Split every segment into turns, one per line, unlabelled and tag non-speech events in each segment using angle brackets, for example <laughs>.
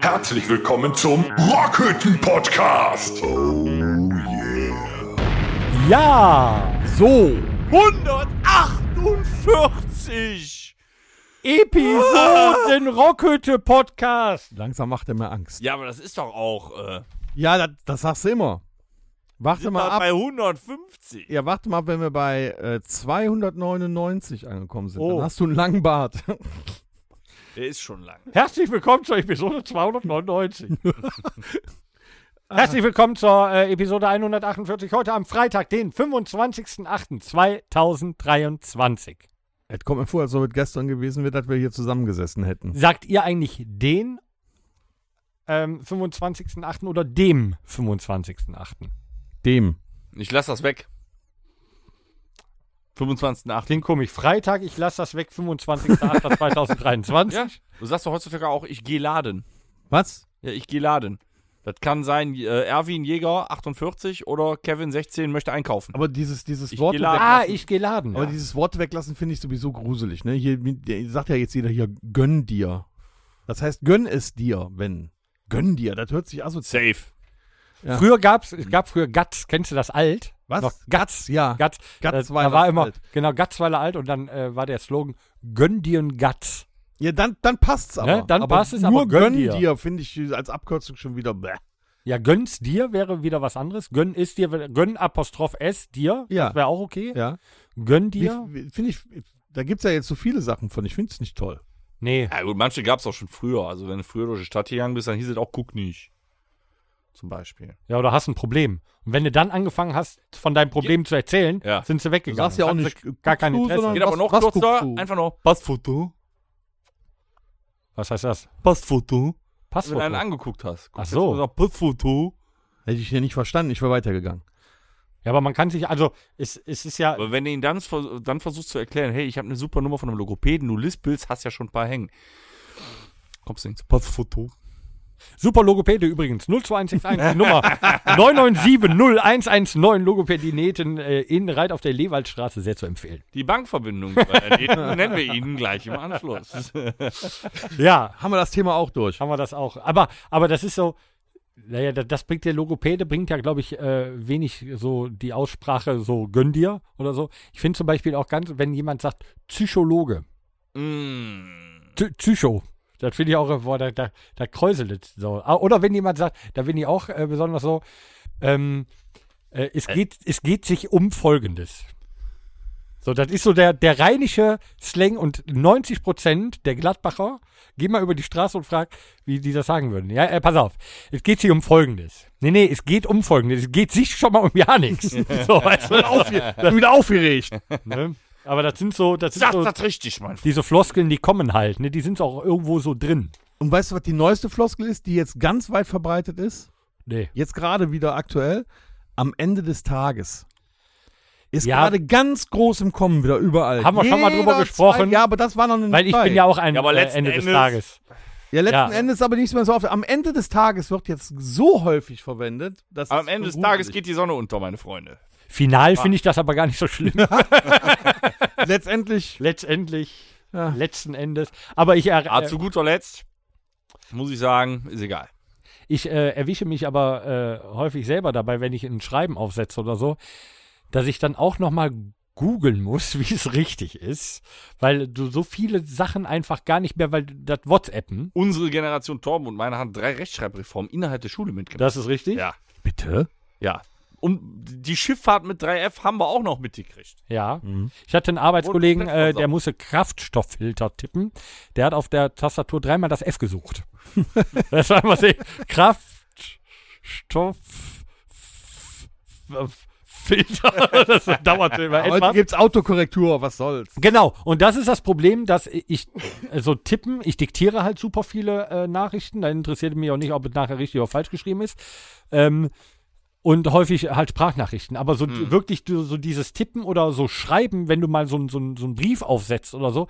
Herzlich willkommen zum Rockhütten Podcast. Oh
Ja, so.
148!
Episoden Rockhütte Podcast. Langsam macht er mir Angst.
Ja, aber das ist doch auch. Äh,
Ja, das, das sagst du immer. Warte
sind
mal
wir
ab.
bei 150.
Ja, warte mal, wenn wir bei äh, 299 angekommen sind.
Oh.
Dann hast du einen langen Bart. <laughs>
Der ist schon lang.
Herzlich willkommen zur Episode
<laughs>
299. Herzlich willkommen zur äh, Episode 148 heute am Freitag, den 25.08.2023.
Es kommt mir vor, als ob es gestern gewesen wäre, dass wir hier zusammengesessen hätten.
Sagt ihr eigentlich den ähm, 25.08. oder dem 25.08.?
Dem.
Ich lass das weg. 25.8.
Klingt komisch. Freitag, ich lasse das weg,
<laughs>
25.08.2023.
Ja, du sagst doch heutzutage auch, ich gehe laden.
Was?
Ja, ich gehe laden. Das kann sein, äh, Erwin Jäger 48 oder Kevin 16 möchte einkaufen.
Aber dieses, dieses
Ich
Wort.
geh laden.
Ah, ich geladen.
Aber
Ja.
dieses Wort weglassen finde ich sowieso gruselig. Ne? Hier mit- der- sagt ja jetzt jeder hier, gönn dir. Das heißt, gönn es dir, wenn. Gönn dir, das hört sich asozial.
Safe.
Ja.
Früher gab's, es gab früher Gatz, kennst du das alt?
Was?
Noch Gatz,
Ja.
Gatz.
Gatzweiler
da war immer,
alt.
genau, Gatzweiler alt und dann äh, war der Slogan, gönn dir ein Gatz.
Ja, dann, dann passt's aber.
Ne, dann
aber
passt es,
nur
aber gönn
dir,
dir.
finde ich als Abkürzung schon wieder bäh.
Ja, gönn's dir wäre wieder was anderes. Gönn ist dir, gönn Apostroph S dir,
Ja.
das wäre auch okay.
Ja.
Gönn
Wie-
dir,
wie- Finde ich, da gibt's ja jetzt so viele Sachen von. Ich finde es nicht toll.
nee,
Ja, gut, manche gab es auch schon früher. Also, wenn du früher durch die Stadt gegangen bist, dann hieß es auch, guck nicht. Zum Beispiel.
ja, oder hast ein Problem. Und wenn du dann angefangen hast, von deinem Problem zu erzählen,
Ja.
sind sie
Du
weggegangen.
sagst ja auch
Hatten sie
nicht, äh,
Gar
guckst
kein
du,
Interesse.
sondern-
Geht
Was-
aber noch
was
kürzer,
guckst du?
einfach noch Passfoto.
Was heißt
Also
das?
Passfoto. Wenn
Passwort.
du einen angeguckt hast.
Ach so.
Passfoto.
Hätte ich ja nicht verstanden, ich wäre weitergegangen.
Ja, aber man kann sich, also, es, es ist ja,
Aber wenn du ihn dann, vers- dann versuchst zu erklären, hey, ich habe eine super Nummer von einem Logopäden, du lispelst, hast ja schon ein paar hängen. Kommst du nicht zu Passfoto?
Super Logopäde übrigens, 02161, die <laughs> Nummer 9970119, Logopädineten äh, in Reit auf der Lewaldstraße, sehr zu empfehlen.
Die Bankverbindung,
<laughs>
äh, die nennen wir ihn gleich im Anschluss.
Ja,
Haben wir das Thema auch durch.
haben wir das auch. Aber, aber das ist so, naja, das, das bringt der Logopäde, bringt ja, glaube ich, äh, wenig so die Aussprache so gönn dir oder so. Ich finde zum Beispiel auch ganz, wenn jemand sagt Psychologe,
Mm.
Psy- Psycho. Das finde ich auch, boah, da, da, da kräuselt es so. Ah, Oder wenn jemand sagt, da bin ich auch äh, besonders so, ähm, äh, es, geht, es geht sich um Folgendes. So, das ist so der, der rheinische Slang und 90 Prozent der Gladbacher gehen mal über die Straße und fragen, wie die das sagen würden. Ja, äh, pass auf, es geht sich um Folgendes. Nee, nee, es geht um Folgendes. Es geht sich schon mal um ja <laughs> nichts. So, weißt du, auf,
bin
<laughs>
wieder aufgeregt.
ne? Aber das sind so, das sind
Sag
so
das richtig, Mann.
diese Floskeln, die kommen halt. Ne? Die sind auch irgendwo so drin.
Und weißt du, was die neueste Floskel ist, die jetzt ganz weit verbreitet ist?
Nee.
Jetzt gerade wieder aktuell. Am Ende des Tages. Ist
Ja.
gerade ganz groß im Kommen wieder überall.
Haben wir schon mal drüber
zwei-
gesprochen?
ja, aber das war noch eine
Weil ich
Zeit.
bin ja auch ein
Ja, aber
äh,
letzten
Ende des
Endes-
Tages.
Ja, letzten
Ja.
Endes aber nicht mehr so oft. Am Ende des Tages wird jetzt so häufig verwendet, dass.
Aber
es
am Ende des
gruselig
<laughs>
Tages geht die Sonne unter, meine Freunde.
Final finde ich das aber gar nicht so schlimm.
ist.
<laughs>
Letztendlich.
Letztendlich,
Ja.
letzten Endes. Aber ich, er,
Ah,
äh,
zu guter Letzt, muss ich sagen, ist egal.
ich äh, erwische mich aber äh, häufig selber dabei, wenn ich ein Schreiben aufsetze oder so, dass ich dann auch nochmal googeln muss, <laughs> wie es richtig ist. Weil du so viele Sachen einfach gar nicht mehr, weil das WhatsAppen.
Unsere Generation Torben und meine haben drei Rechtschreibreformen innerhalb der Schule mitgemacht.
Das ist richtig?
Ja,
Bitte?
ja. Und die Schifffahrt mit 3F haben wir auch noch mitgekriegt.
Ja. Ich hatte einen Arbeitskollegen,
Wurde komplett
äh, der musste Kraftstofffilter tippen. Der hat auf der Tastatur dreimal das F gesucht. das war immer so Kraftstofffilter. Das dauerte immer
Heute
etwas.
gibt's Autokorrektur, was soll's.
Genau, und das ist das Problem, dass ich äh, so tippen, ich diktiere halt super viele äh, Nachrichten, da interessiert mich auch nicht, ob es nachher richtig oder falsch geschrieben ist. Ähm, und häufig halt Sprachnachrichten. Aber so d- wirklich du- so dieses Tippen oder so Schreiben, wenn du mal so, n- so, n- so einen Brief aufsetzt oder so,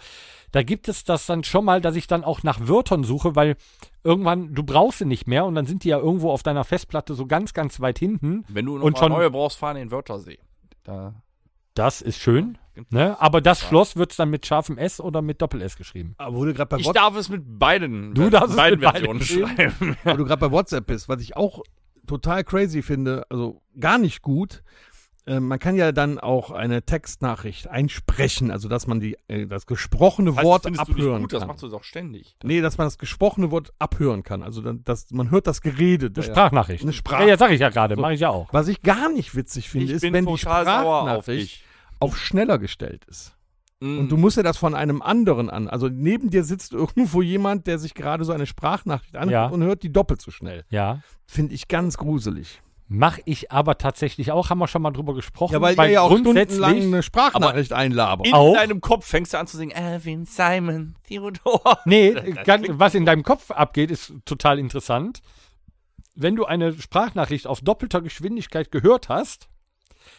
da gibt es das dann schon mal, dass ich dann auch nach Wörtern suche, weil irgendwann, du brauchst sie nicht mehr und dann sind die ja irgendwo auf deiner Festplatte so ganz, ganz weit hinten.
Wenn du noch
Und
mal
schon-
neue brauchst, fahren in Wörthersee. Da
Das ist schön. Ne? Aber das Schloss wird dann mit scharfem S oder mit Doppel-S geschrieben.
Aber wo du gerade Ah, bei,
Ich
What-
darf es mit beiden, äh,
Du darfst es
beiden
mit
Versionen
beiden
schreiben.
wo du grad bei WhatsApp bist, was ich auch total crazy finde, also gar nicht gut. äh, Man kann ja dann auch eine Textnachricht einsprechen, also dass man die, äh, das gesprochene
Heißt,
Wort
findest du nicht
abhören
gut,
kann.
Das machst du doch ständig.
Nee, dass man das gesprochene Wort abhören kann. Also, dann, dass man hört das Gerede.
Eine
der-
Sprachnachricht.
Eine Sprach-
Ja, ja, sag ich ja gerade. Mache ich ja auch.
Was ich gar nicht witzig finde, ist, wenn die Sprachnachricht auf, schneller gestellt ist.
Mhm.
Und du musst ja das von einem anderen an. Also, neben dir sitzt <laughs> irgendwo jemand, der sich gerade so eine Sprachnachricht anhört
Ja.
und hört die doppelt so schnell.
Ja.
Finde ich ganz gruselig.
Mache ich aber tatsächlich auch. Haben wir schon mal drüber gesprochen.
Ja, weil, ihr ja auch stundenlang eine Sprachnachricht
in
einlabert.
Auch?
deinem Kopf fängst du an zu singen, Erwin, Simon, Theodor.
<laughs>
Nee, ganz, was in deinem Kopf abgeht, ist total interessant. Wenn du eine Sprachnachricht auf doppelter Geschwindigkeit gehört hast,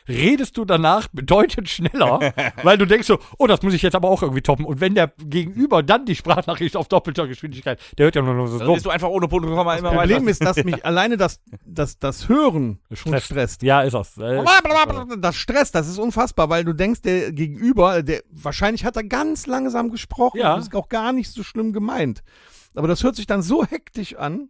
redest du danach <laughs> bedeutend
<laughs>
schneller, weil du denkst so, oh, das muss ich jetzt aber auch irgendwie toppen. Und wenn der Gegenüber dann die Sprachnachricht auf doppelter Geschwindigkeit, der hört ja nur noch so
Dann bist du
rum.
einfach ohne Punkt und komm mal immer
Das
weiter.
Problem ist, dass mich alleine das, das, das Hören schon
Stresst.
stresst.
Ja, ist das. Äh,
Blablabla, Das Stress, das ist unfassbar, weil du denkst, der Gegenüber, der wahrscheinlich hat er ganz langsam gesprochen,
Ja.
das ist auch gar nicht so schlimm gemeint. Aber das hört sich dann so hektisch an,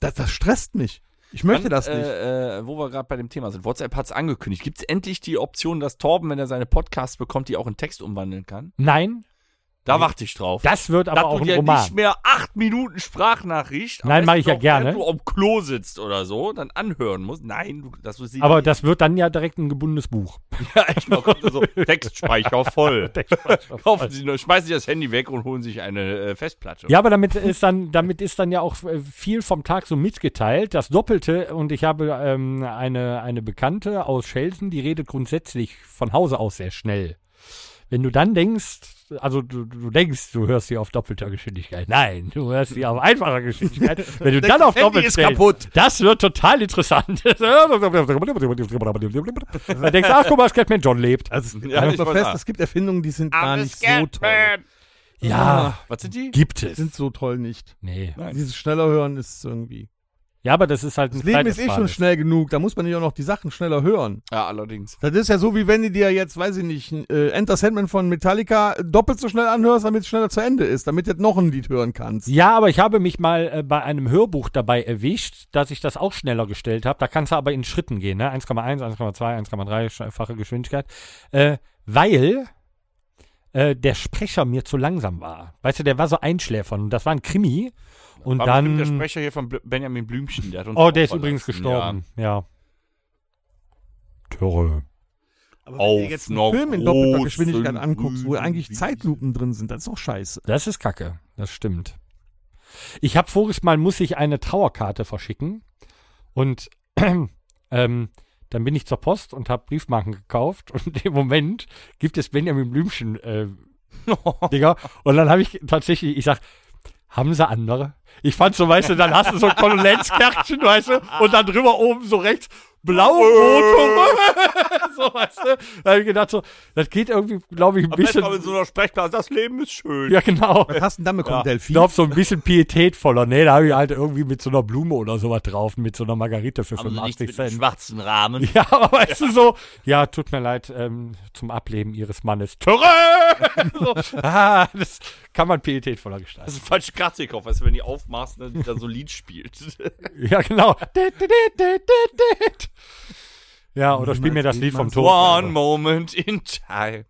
das, das stresst mich. Ich möchte das nicht.
Äh, äh, wo wir gerade bei dem Thema sind. WhatsApp hat es angekündigt. Gibt es endlich die Option, dass Torben, wenn er seine Podcasts bekommt, die auch in Text umwandeln kann?
nein,
Da warte ich drauf.
das wird aber
Dass
auch
du
ein
dir
Roman.
nicht mehr acht Minuten Sprachnachricht. am
Nein,
besten
mach ich ja
noch,
gerne.
Wenn du am Klo sitzt oder so, dann anhören musst. Nein, du, dass du sie
aber das wird dann ja direkt ein gebundenes
<laughs>
Buch.
ja, echt mal kommt so
<laughs>
Textspeicher voll. Kaufen Sie nur, schmeißen Sie das Handy weg und holen sich eine äh, Festplatte.
Ja, aber damit ist dann, damit ist dann ja auch äh, viel vom Tag so mitgeteilt. Das Doppelte, und ich habe ähm, eine, eine Bekannte aus Schelsen, die redet grundsätzlich von Hause aus sehr schnell. Wenn du dann denkst, also du, du denkst, du hörst sie auf doppelter Geschwindigkeit. Nein, du hörst sie auf einfacher Geschwindigkeit.
<laughs>
Wenn du dann auf
Handy
doppelt
ist
stellst,
kaputt.
das wird total interessant. <laughs> dann denkst du, ach guck mal, Scatman John lebt.
Also, es,
Ja,
halt
ich
mal
wollte
fest,
sagen.
es gibt Erfindungen, die sind gar nicht so toll.
Scatman.
Ja,
Ah, Was sind die?
gibt
Die
es.
sind so toll nicht.
Nee.
Nein.
Dieses schneller hören ist irgendwie.
Ja, aber das ist halt
Das
ein
Leben ist eh schon
Zeitersparnis.
schnell genug, da muss man ja auch noch die Sachen schneller hören.
Ja, allerdings.
Das ist ja so, wie wenn du dir jetzt, weiß ich nicht, äh, Enter Sandman von Metallica doppelt so schnell anhörst, damit es schneller zu Ende ist, damit du jetzt noch ein Lied hören kannst.
Ja, aber ich habe mich mal äh, bei einem Hörbuch dabei erwischt, dass ich das auch schneller gestellt habe. Da kannst du aber in Schritten gehen, ne? 1,1, 1,2, 1,3-fache Geschwindigkeit. Äh, weil äh, der Sprecher mir zu langsam war. Weißt du, der war so einschläfern. Und Das war ein Krimi. Und
War bestimmt
dann.
der Sprecher hier von Bl- Benjamin Blümchen, der hat uns
oh, der ist
auch
übrigens
verlassen,
gestorben. Ja. Töre.
Aber
Auf
wenn du jetzt einen
einer
Film in doppelter
großen
Geschwindigkeit anguckst, wo
grünen
eigentlich
Wiese.
Zeitlupen drin sind, das ist doch scheiße.
Das ist kacke, das stimmt. Ich habe voriges Mal, muss ich eine Trauerkarte verschicken und <clears throat> ähm, dann bin ich zur Post und habe Briefmarken gekauft <laughs> und im Moment gibt es Benjamin Blümchen,
<laughs>
äh, Digga. Und dann habe ich tatsächlich, ich sag, haben sie andere? Ich fand so, weißt du, dann hast du so ein Kondolenzkärtchen, <laughs> weißt du, und dann drüber oben so rechts blaue
Äh.
Motor. <laughs> so, weißt du. Da habe ich gedacht, so, das geht irgendwie, glaube ich, ein
Ja. Am besten
bisschen.
aber in so einer Sprechblase, das Leben ist schön.
<laughs> Ja, genau.
Was hast du denn damit bekommen,
Ich
Delfin?
glaube, so ein bisschen pietätvoller. Nee, da habe ich halt irgendwie mit so einer Blume oder sowas drauf, mit so einer Margarite für
Aber nichts
85
mit einem
Cent.
schwarzen Rahmen.
<laughs> Ja, aber weißt du so, ja, tut mir leid, ähm, zum Ableben ihres Mannes. Töre! <laughs> so, ah, das kann man pietätvoller gestalten.
Das ist eine falsche Karte gekauft, weißt du, wenn die aufmachst, ne, die dann so ein Lied spielt.
Ja, genau. Dit, dit, dit, dit, dit, dit. Ja, oder spiel mir das Lied vom <laughs> Tod. Also,
One moment in time.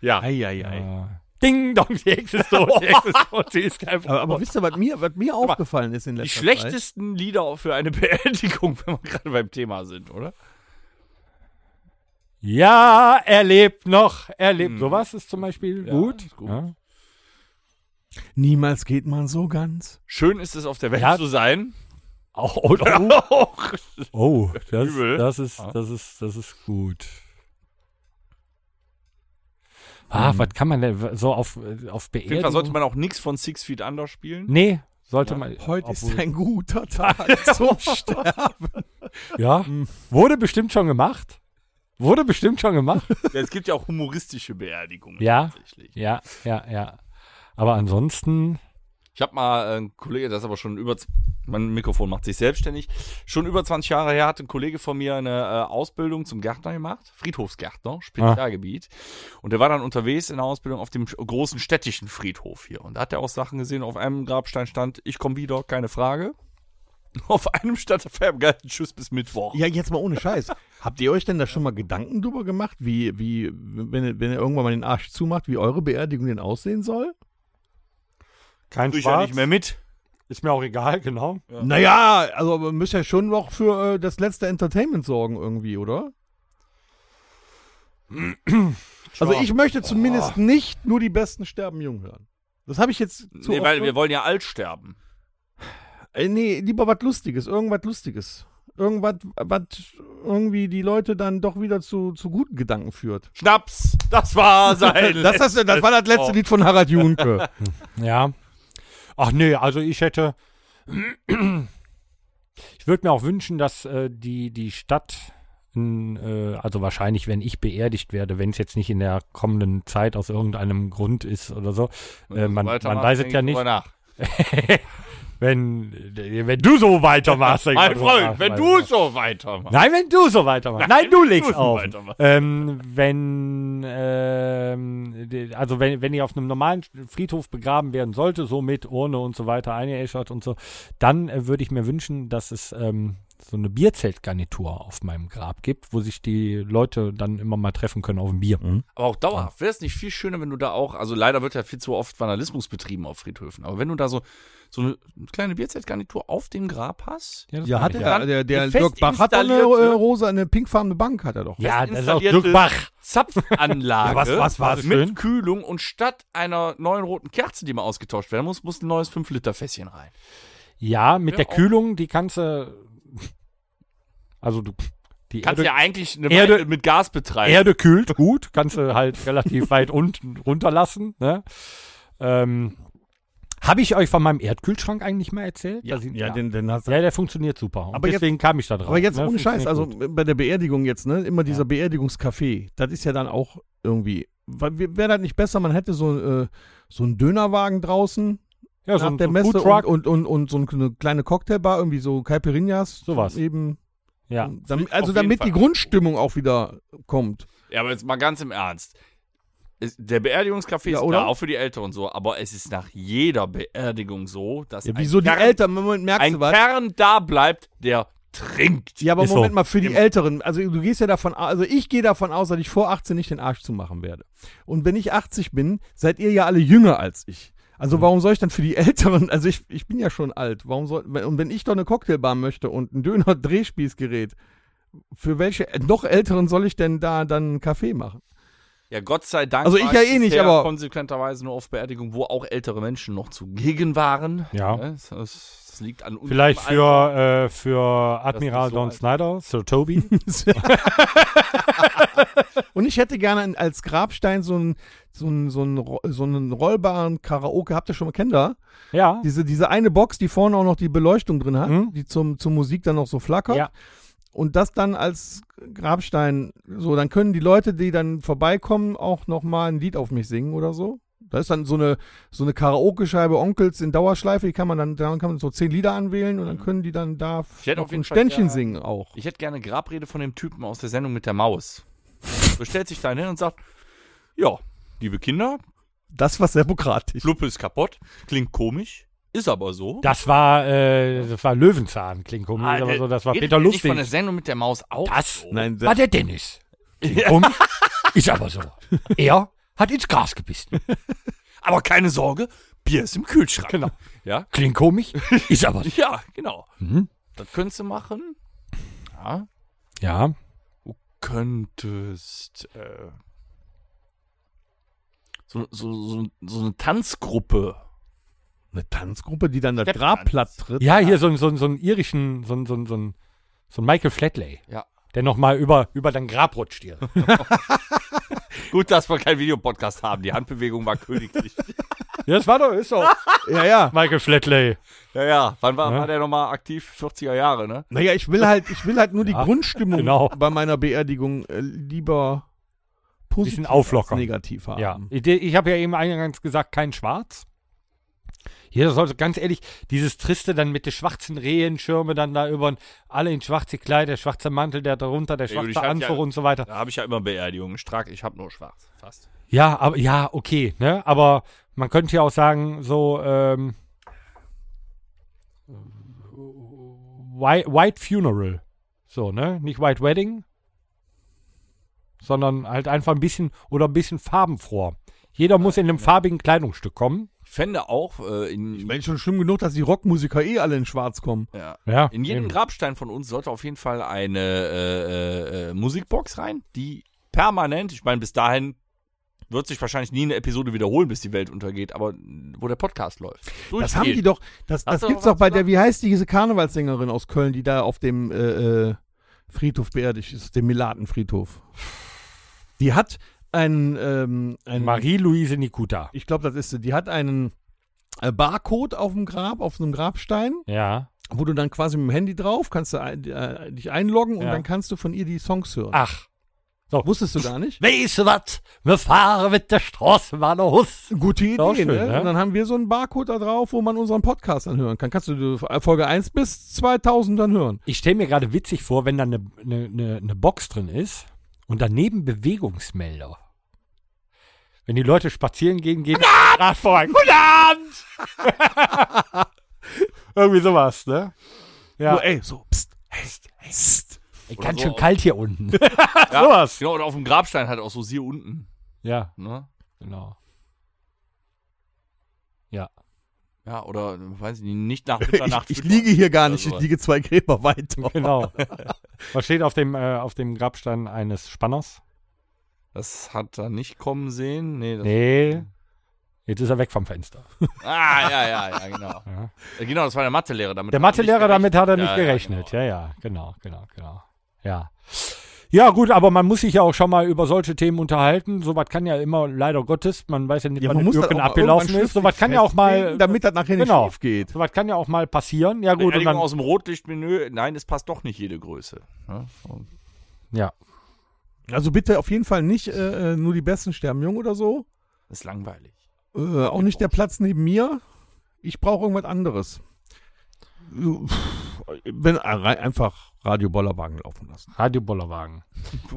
Ja.
Eieiei.
Ja. Ding dong, die Hexe ist tot, die Hexe ist tot, sie ist kein
Aber, aber wisst ihr, was mir, was mir aufgefallen ist in letzter
Die
Zeit?
schlechtesten Lieder für eine <laughs> Beerdigung, wenn wir gerade beim Thema sind, oder?
Ja, er lebt noch, er lebt. Sowas ist zum Beispiel
Ja,
gut.
ist gut.
Ja.
Niemals geht man so ganz.
Schön ist es, auf der Welt
Ja. <laughs>
zu sein.
Auch, oh, oh,
Auch.
Oh, das,
Übel. Ah.
das ist,
Ja.
das ist, das ist gut. Ah, was kann man denn w- so auf, äh, auf
Auf jeden Fall sollte
Beerdigung?
man auch nichts von Six Feet Under spielen.
Nee, sollte
Ja,
man.
Heute ist
obwohl-
ein <laughs> guter Tag zum Sterben.
Ja, wurde bestimmt schon gemacht. Wurde bestimmt schon gemacht.
Ja, es gibt ja auch humoristische
<laughs>
Beerdigungen.
Ja.
Tatsächlich.
ja, ja, ja. Aber ansonsten,
Ich habe mal äh, einen Kollege, das ist aber schon über z- mein Mikrofon macht sich selbstständig. Schon über 20 Jahre her hat ein Kollege von mir eine äh, Ausbildung zum Gärtner gemacht, Friedhofsgärtner, Spezialgebiet. Und der war dann unterwegs in der Ausbildung auf dem großen städtischen Friedhof hier. Und da hat er auch Sachen gesehen. Auf einem Grabstein stand, ich komme wieder, keine Frage. <laughs> Auf einem stand <laughs> auf einem geilen Tschüss bis Mittwoch.
Ja, jetzt mal ohne Scheiß. Habt ihr euch denn da schon mal Gedanken drüber gemacht, wie, wie, wenn, ihr- wenn ihr irgendwann mal den Arsch zumacht, wie eure Beerdigung denn aussehen soll?
Kein
Tue ich ja
Spaß.
nicht mehr mit.
Ist mir auch egal, genau.
Naja, also aber müsst ja schon noch für äh, das letzte Entertainment sorgen irgendwie,
<clears throat>
oder? Also ich möchte zumindest nicht nur die besten sterben jung hören. Das habe ich jetzt zu
Oh. Nee,
oft
weil
schon-
wir wollen ja alt sterben.
Äh, nee, lieber was Lustiges, irgendwas Lustiges. Irgendwas, was irgendwie die Leute dann doch wieder zu, zu guten Gedanken
<laughs>
führt.
Schnaps, das
<laughs>
war sein.
Das, das, das war das letzte
Oh.
Lied von Harald
<laughs>
Junke.
Ja. Ach nee, also ich hätte. Ich würde mir auch wünschen, dass äh, die, die Stadt, n, äh, also wahrscheinlich, wenn ich beerdigt werde, wenn es jetzt nicht in der kommenden Zeit aus irgendeinem Grund ist oder so, äh, man, man
Weitermachen,
weiß es
denk
ja
ich
nicht,
drüber Nach.
<laughs> wenn, wenn du so
<laughs>
weitermachst. denk ich mal
Mein
drüber
Freund,
nach,
wenn
weiß
du
ich
so weitermachst.
Nein, wenn du so weitermachst. Nein, du legst
du
auf.
weitermachst.
Ähm, wenn, ähm, die- also wenn, wenn ich auf einem normalen Friedhof begraben werden sollte, so mit Urne und so weiter, eingeäschert und so, dann äh, würde ich mir wünschen, dass es ähm, so eine Bierzeltgarnitur auf meinem Grab gibt, wo sich die Leute dann immer mal treffen können auf ein Bier.
Aber auch dauerhaft. Wäre es nicht viel schöner, wenn du da auch, also leider wird ja viel zu oft Vandalismus betrieben auf Friedhöfen, aber wenn du da so, so eine kleine Bierzeltgarnitur auf dem Grab hast,
das
Ja,
meine
hat
ich.
er.
Dann
Der, der
fest ne?
Dirk Bach hat doch eine
installierte-
äh, rosa, eine pinkfarbene Bank hat er doch.
ja, das ist auch
installierte-
Dirk Bach.
Zapfanlage
Ja, was- was war das
mit
schön?
Kühlung und statt einer neuen roten Kerze, die mal ausgetauscht werden muss, muss ein neues 5-Liter-Fässchen rein.
Ja, mit
Ja,
der
auch.
Kühlung, die kannst du, also du, die
Kannst
Erde-
ja eigentlich eine
Erde-
Weile mit Gas betreiben.
Erde kühlt gut, kannst du halt relativ weit unten runterlassen. Ne? Ähm, Habe ich euch von meinem Erdkühlschrank eigentlich mal erzählt? Ja,
ja, den, den hast du.
ja der funktioniert super. Und
Aber jetzt-
deswegen kam ich da drauf.
Aber jetzt
ne?
ohne Scheiß,
Funktioniert
also
gut.
bei der Beerdigung jetzt, ne, immer dieser Beerdigungskaffee, das ist ja dann auch irgendwie, wäre das nicht besser, man hätte so, äh, so einen Dönerwagen draußen,
ja, so
nach
ein
der
so
Messe
Foodtruck.
und, und, und, und so eine kleine Cocktailbar, irgendwie so Caipirinhas.
Sowas.
Eben.
ja.
Dam-
Auf
also
jeden
damit
Fall.
die Grundstimmung auch wieder kommt.
Ja, aber jetzt mal ganz im Ernst. Es- Der Beerdigungskaffee
Ja,
ist
oder?
klar, auch für die Älteren so, aber es ist nach jeder Beerdigung so, dass
Ja,
ein
wieso die
Kern,
Eltern, Moment, merkst
ein
du was?
Kern da bleibt, der trinkt.
Ja, aber
Ist
Moment
so.
mal, für die Älteren, also du gehst ja davon aus, also ich gehe davon aus, dass ich vor 18 nicht den Arsch zu machen werde. Und wenn ich 80 bin, seid ihr ja alle jünger als ich. Also
Mhm.
warum soll ich dann für die Älteren, also ich, ich bin ja schon alt, warum soll, und wenn ich doch eine Cocktailbar möchte und ein <laughs> Döner-Drehspießgerät, für welche äh, noch Älteren soll ich denn da dann einen Kaffee machen? <laughs>
Ja, Gott sei Dank.
Also ich
war
ja
ich
eh nicht,
bisher
aber-
konsequenterweise nur auf Beerdigungen, wo auch ältere Menschen noch zugegen waren. Ne,
Ja.
Das, das, das liegt an uns.
Vielleicht
im
für, äh,
Alter.
für Admiral
so
Don
alt.
Snyder, Sir Toby.
Und ich hätte gerne ein- als Grabstein so einen, so einen, so einen, Ro- so einen rollbaren Karaoke. Habt ihr schon mal kennt ihr?
<laughs> ja.
Diese, diese eine Box, die vorne auch noch die Beleuchtung drin hat,
Mhm.
die zum, zur Musik dann noch so flackert.
Ja.
Und das dann als Grabstein, so, dann können die Leute, die dann vorbeikommen, auch nochmal ein Lied auf mich singen oder so. Da ist dann so eine, so eine Karaoke-Scheibe Onkels in Dauerschleife, die kann man dann, dann kann man so zehn Lieder anwählen und dann können die dann da
Mhm. Ich hätte auf
ein
jeden Fall
Ständchen
gerne-
singen auch.
Ich hätte gerne Grabrede von dem Typen aus der Sendung mit der Maus. So stellt sich da hin und sagt: Ja, liebe Kinder,
Das war sehr demokratisch.
Fluppe ist kaputt, klingt komisch, ist aber so.
Das war, äh, das war Löwenzahn, klingt komisch,
Ah,
aber
der-
so, das war
redet
Peter
ihr nicht
Lustig.
Von der Oh. Sendung mit der Maus auch.
Das ne?
Nein,
war der Dennis. Klingt komisch, ist aber so. Er hat ins Gras gebissen.
Aber keine Sorge, Bier ist im Kühlschrank. Genau. Ja,
Klingt <laughs> komisch, ist aber so.
ja genau.
Mhm.
Das könntest du machen. Ja,
Ja,
du könntest äh, so, so, so, so eine Tanzgruppe.
Eine Tanzgruppe, die dann das
Step
Grab
Tanz.
platt tritt.
Ja, hier so, ein- so, ein- so einen irischen, so, ein- so, ein- so, ein- so ein Michael Flatley,
Ja.
der nochmal über, über dein Grab rutscht hier.
Gut, dass wir keinen Videopodcast haben. Die Handbewegung war königlich.
<laughs> Ja, das war doch, ist doch.
Ja, ja.
<laughs> Michael Flatley.
<laughs> ja, ja. Wann war,
Ja.
war der nochmal aktiv? 40er Jahre, ne?
Naja, ich will halt, ich will halt nur
<laughs>
die
Ja,
Grundstimmung
genau.
bei meiner Beerdigung äh, lieber positiv
Bisschen auflockern.
als negativ haben.
Ja, ich, ich habe ja eben eingangs gesagt, kein Schwarz. Hier das sollte ganz ehrlich, dieses Triste dann mit den schwarzen Rehenschirme dann da über alle in schwarze Kleider, der schwarze Mantel, der darunter, der
Ja, gut,
schwarze
ich hab
Anzug
ja-
und so weiter.
Da habe ich ja immer Beerdigungen. Stark, ich habe nur schwarz. Fast.
Ja, aber ja, okay, ne? Aber man könnte ja auch sagen, so, ähm, White, White Funeral. So, ne? Nicht White Wedding, sondern halt einfach ein bisschen oder ein bisschen farbenfroh. Jeder muss in einem farbigen Kleidungsstück kommen.
Fände auch äh, in,
Wenn schon schlimm genug, dass die Rockmusiker eh alle in Schwarz kommen.
ja,
Ja,
in jedem
eben.
Grabstein von uns sollte auf jeden Fall eine äh, äh, äh, Musikbox rein, die permanent, ich meine, bis dahin wird sich wahrscheinlich nie eine Episode wiederholen, bis die Welt untergeht, aber wo der Podcast läuft.
Das
Durchgeht.
haben die doch. Das,
Hast
das
du
gibt's
noch was
doch bei
zu
der, wie heißt diese Karnevalssängerin aus Köln, die da auf dem äh, äh, Friedhof beerdigt ist, dem Melatenfriedhof. Die hat einen, ähm, einen
Marie-Louise Nikuta.
ich glaube, das ist sie, die hat einen äh, Barcode auf dem Grab, auf so einem Grabstein,
Ja.
wo du dann quasi mit dem Handy drauf kannst du ein, äh, dich einloggen und
Ja.
dann kannst du von ihr die Songs hören.
Ach, oh.
Wusstest du
<laughs>
gar nicht?
weißt du was? Wir fahren mit der Straßenbahn nach Hus.
Gute
Ist auch
Idee,
schön,
ne?
ne?
Und dann haben wir so einen Barcode da drauf, wo man unseren Podcast dann hören kann. Kannst du die Folge 1 bis 2000 dann hören.
Ich stelle mir gerade witzig vor, wenn da eine ne, ne, ne Box drin ist und daneben Bewegungsmelder. Wenn die Leute spazieren gehen, gehen Rad vorbei. Guten Abend! <laughs> Irgendwie sowas, ne? Ja.
So, ey, so, pst, hey, pst.
Ey,
Oder
ganz
so
schön
auch.
kalt hier unten.
<laughs> ja,
sowas.
Genau, und auf dem Grabstein halt auch so siehe unten.
ja,
Ne?
genau. Ja.
Ja, oder weiß ich nicht, nicht
<laughs>
nach
Ich,
Mitternacht.
ich liege hier gar
Oder
also
nicht, ich
sowas.
liege zwei Gräber weiter.
Genau. Was steht auf dem, äh, auf dem Grabstein eines Spanners?
Das hat er nicht kommen sehen. Nee, das
Nee. Jetzt ist er weg vom Fenster.
<laughs> Ah, ja, ja, ja, genau.
<laughs> Ja.
Äh, Genau, das war der Mathelehrer. Damit
Der
hat er nicht
Mathelehrer, damit hat er
gerechnet.
nicht gerechnet. Ja, ja, genau, genau, genau. Ja. Ja, gut, aber man muss sich ja auch schon mal über solche Themen unterhalten. Sowas kann ja immer, leider Gottes, man weiß ja nicht, wann
das
irgendein
auch mal
abgelaufen
irgendwann
ist. Sowas
schriftlich
kann ja auch mal,
festlegen, damit das nachher nicht
Genau.
schief geht.
sowas kann ja auch mal passieren. Ja, gut, und
Beerdigung
dann,
aus dem Rotlichtmenü. Nein, es passt doch nicht jede Größe. Ne? Und-
ja.
Also bitte auf jeden Fall nicht äh, äh, nur die Besten sterben jung oder so.
Das ist langweilig.
Äh, auch nicht der Platz neben mir. Ich brauche irgendwas anderes. Äh, Wenn äh, rei- einfach Radio Bollerwagen laufen lassen.
Radio Bollerwagen.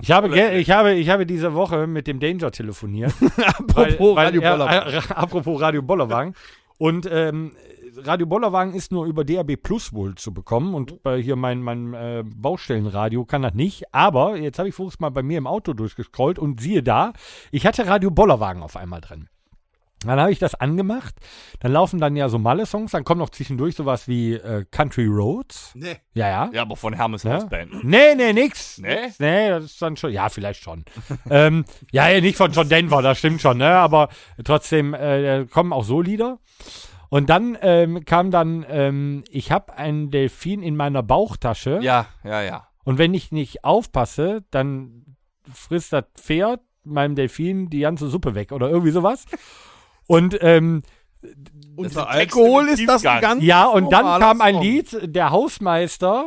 Ich habe, ge- ich habe, ich habe diese Woche mit dem Danger telefoniert.
<laughs> Apropos Radio
er-
Bollerwagen.
äh, <laughs> apropos Radio Bollerwagen. Und ähm, Radio Bollerwagen ist nur über DAB Plus wohl zu bekommen. Und bei hier mein, mein äh, Baustellenradio kann das nicht. Aber jetzt habe ich vorhin mal bei mir im Auto durchgescrollt und siehe da, ich hatte Radio Bollerwagen auf einmal drin. Dann habe ich das angemacht. Dann laufen dann ja so Malle-Songs. Dann kommen noch zwischendurch sowas wie äh, Country Roads. Nee. Ja, ja.
Ja, aber von Hermes
Ja.
Hausband.
Nee, nee, nix.
Nee?
Nix, Nee, das ist dann schon. Ja, vielleicht schon. <laughs> ähm, ja, ja, nicht von John Denver, das stimmt schon, ne? Aber trotzdem äh, kommen auch so Lieder. Und dann ähm, kam dann, ähm, ich habe einen Delfin in meiner Bauchtasche.
Ja, ja, ja.
Und wenn ich nicht aufpasse, dann frisst das Pferd meinem Delfin die ganze Suppe weg oder irgendwie sowas. Und ähm,
Unter
sind Texte
Alkohol
mit
ist das
Tiefgang.
ein ganz
Ja, und dann
normaler
kam ein
Song.
Lied, der Hausmeister,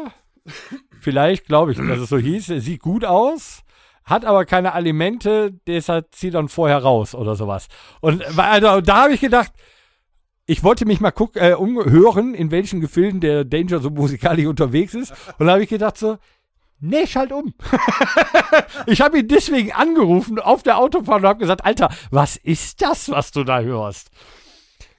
vielleicht glaube ich, dass es so hieß, sieht gut aus, hat aber keine Alimente, deshalb zieht dann vorher raus oder sowas. Und äh, also, da habe ich gedacht, ich wollte mich mal guck, äh, umhören, in welchen Gefilden der Danger so musikalisch unterwegs <laughs> ist. Und da habe ich gedacht so, nee, schalt um. <laughs> ich habe ihn deswegen angerufen auf der Autobahn und habe gesagt, Alter, was ist das, was du da hörst?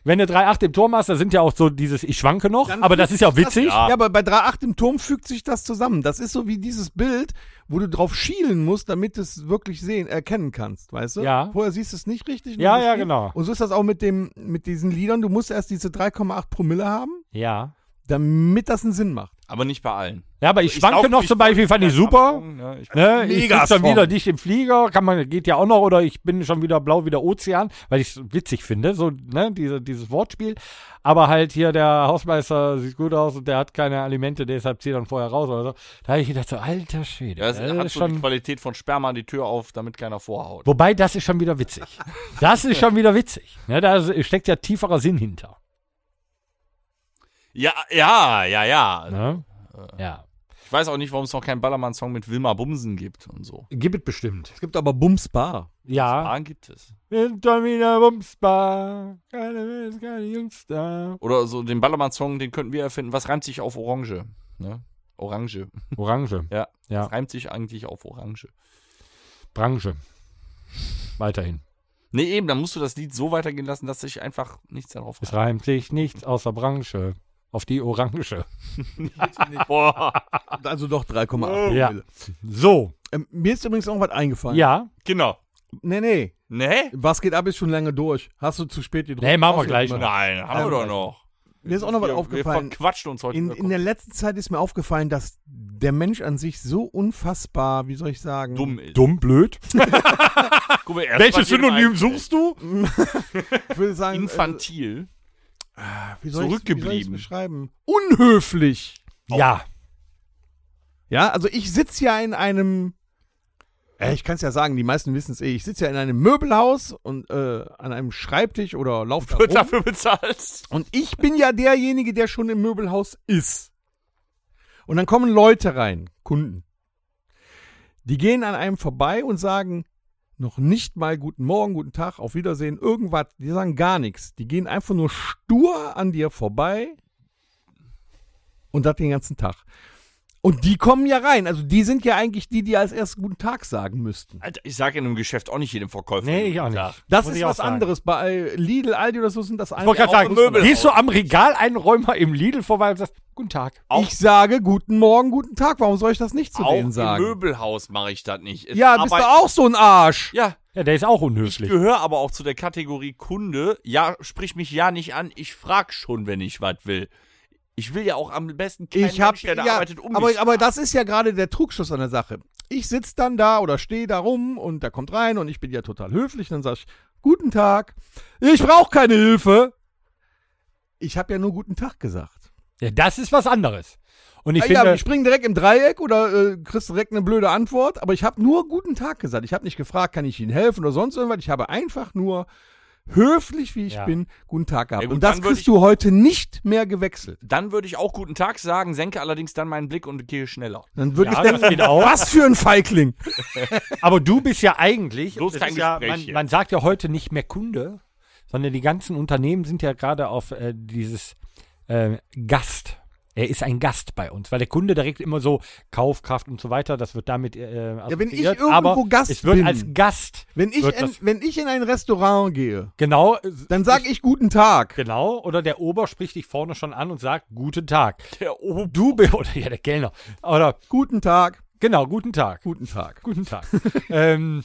Wenn du 3-8 im Tor machst, da sind ja auch so dieses Ich schwanke noch,
Dann
aber das ist ja witzig.
Ja, aber bei 3,8 im Turm fügt sich das zusammen. Das ist so wie dieses Bild, wo du drauf schielen musst, damit du es wirklich sehen, erkennen kannst, weißt du?
Ja.
Vorher siehst du es nicht richtig. nur
Ja,
das
ja,
Lied.
genau.
Und so ist das auch mit, dem, mit diesen Liedern. Du musst erst diese 3,8 Promille haben,
Ja.
damit das einen Sinn macht.
Aber nicht bei allen.
Ja, aber ich,
laufe
schwanke noch
nicht
zum Beispiel, fand ich
beim
super.
Absprung, ne? Ich-
Ne, ich
Mega
sitz dann
Song.
wieder dicht im Flieger, kann man, geht ja auch noch, oder ich bin schon wieder blau wie der Ozean, weil ich es witzig finde, so, ne, diese, dieses Wortspiel. Aber halt hier der Hausmeister sieht gut aus und der hat keine Alimente, deshalb zieht er dann vorher raus oder so. Da habe ich gedacht, so, alter Schwede.
Ja, das
das
hat
ist
so die
schon,
Qualität von Sperma an die Tür auf, damit keiner vorhaut.
wobei, das ist schon wieder witzig. Das ist schon wieder witzig. Ne, da steckt ja tieferer Sinn hinter.
Ja, ja, ja, ja.
Ne? Ja.
Ich weiß auch nicht, warum es noch keinen Ballermann-Song mit Wilma Bumsen gibt und so.
Gibt es bestimmt.
Es gibt aber Bumsbar.
Ja.
Ah, gibt es.
Mit Domina Bumsbar. Keine, keine Jungs da.
Oder so den Ballermann-Song, den könnten wir erfinden. Was reimt sich auf Orange? Ne? Orange.
Orange.
Ja.
Ja.
Was reimt sich eigentlich auf Orange?
Branche. Weiterhin.
Nee, eben, dann musst du das Lied so weitergehen lassen, dass sich einfach nichts darauf
Es reimt sich nichts außer Branche. Auf die Orange.
Boah.
Also doch 3,8
Ja.
Promille.
So.
Ähm, mir ist übrigens noch was eingefallen.
Ja.
Genau.
Nee,
Ne?
nee.
Nee?
Was geht ab ist schon lange durch. Hast du zu spät gedrückt.
Nee, machen wir
Hast du
gleich
gemacht.
noch.
Nein, haben wir doch noch.
Mir ist auch noch was
wir,
aufgefallen.
Wir verquatschen uns heute.
In, in der letzten Zeit ist mir aufgefallen, dass der Mensch an sich so unfassbar, wie soll ich sagen,
dumm ist.
Dumm, blöd.
Guck mal, erst
Welches
mal
Synonym
jedem ein-
suchst du?
<laughs> ich würde sagen,
Infantil.
äh, wie soll Ich, wie soll
zurückgeblieben.
ich's beschreiben? Unhöflich.
Ja.
Ja, also ich sitze ja in einem, äh, ich kann es ja sagen, die meisten wissen es eh, ich sitze ja in einem Möbelhaus und äh, an einem Schreibtisch oder lauf da
Wird
rum.
dafür bezahlt.
Und ich bin ja derjenige, der schon im Möbelhaus ist. Und dann kommen Leute rein, Kunden. Die gehen an einem vorbei und sagen noch nicht mal guten Morgen, guten Tag, auf Wiedersehen, irgendwas. Die sagen gar nichts. Die gehen einfach nur stur an dir vorbei und das den ganzen Tag. Und die kommen ja rein. Also die sind ja eigentlich die, die als erstes guten Tag sagen müssten.
Alter, ich sage in einem Geschäft auch nicht jedem Verkäufer.
Nee, ich auch nicht.
Das
Muss
ist
ich auch
was
sagen.
anderes. Bei Lidl, Aldi oder so sind
Ich
das
wollte
andere.
gerade sagen,
auch Möbel
gehst du
aus.
am Regal einräumer im Lidl vorbei und sagst, guten Tag.
Auch-
ich sage guten Morgen, guten Tag. Warum soll ich das nicht zu
Auch
denen
im
sagen?
Möbelhaus mache ich das nicht. Es
ja, bist du
arbeit-
auch so ein Arsch.
Ja,
Ja, der ist auch
ich
unhöflich.
gehöre aber auch zu der Kategorie Kunde. Ja, sprich mich ja nicht an. Ich frag schon, wenn ich was will. Ich will ja auch am besten keinen
Ich habe
Mensch, der da
ja,
arbeitet, um
aber
mich
aber das ist ja gerade der Trugschluss an der Sache. Ich sitz dann da oder stehe da rum und da kommt rein und ich bin ja total höflich und dann sag ich guten Tag. Ich brauche keine Hilfe. Ich habe ja nur guten Tag gesagt.
Ja, das ist was anderes. Und ich
Ich ja,
finde,
wir springen direkt im Dreieck oder äh, kriegst direkt eine blöde Antwort, aber ich habe nur guten Tag gesagt. Ich habe nicht gefragt, kann ich Ihnen helfen oder sonst irgendwas. Ich habe einfach nur höflich, wie ich
Ja.
bin, guten Tag gehabt.
Ja, gut,
und das
dann würd
kriegst
ich-
du heute nicht mehr gewechselt.
Dann würde ich auch guten Tag sagen, senke allerdings dann meinen Blick und gehe schneller.
Dann würde
Ja,
ich denken,
das geht auch.
was für ein Feigling.
aber du bist ja eigentlich,
Bloß
das
kein
ist ja,
Gespräch
man,
hier.
man sagt ja heute nicht mehr Kunde, sondern die ganzen Unternehmen sind ja gerade auf äh, dieses äh, Gast. Er ist ein Gast bei uns, weil der Kunde direkt immer so Kaufkraft und so weiter, das wird damit äh, ja,
wenn ich irgendwo
aber
Gast
es wird
bin,
als Gast
Wenn ich,
Wird
in,
das-
wenn ich in ein Restaurant gehe,
genau äh,
dann sage ich, guten Tag.
Genau, oder der Ober spricht dich vorne schon an und sagt, guten Tag.
Der oben.
Du bist, <laughs> oder ja, der Kellner. Oder,
Guten Tag,
genau, guten Tag.
guten Tag.
Guten Tag. ähm,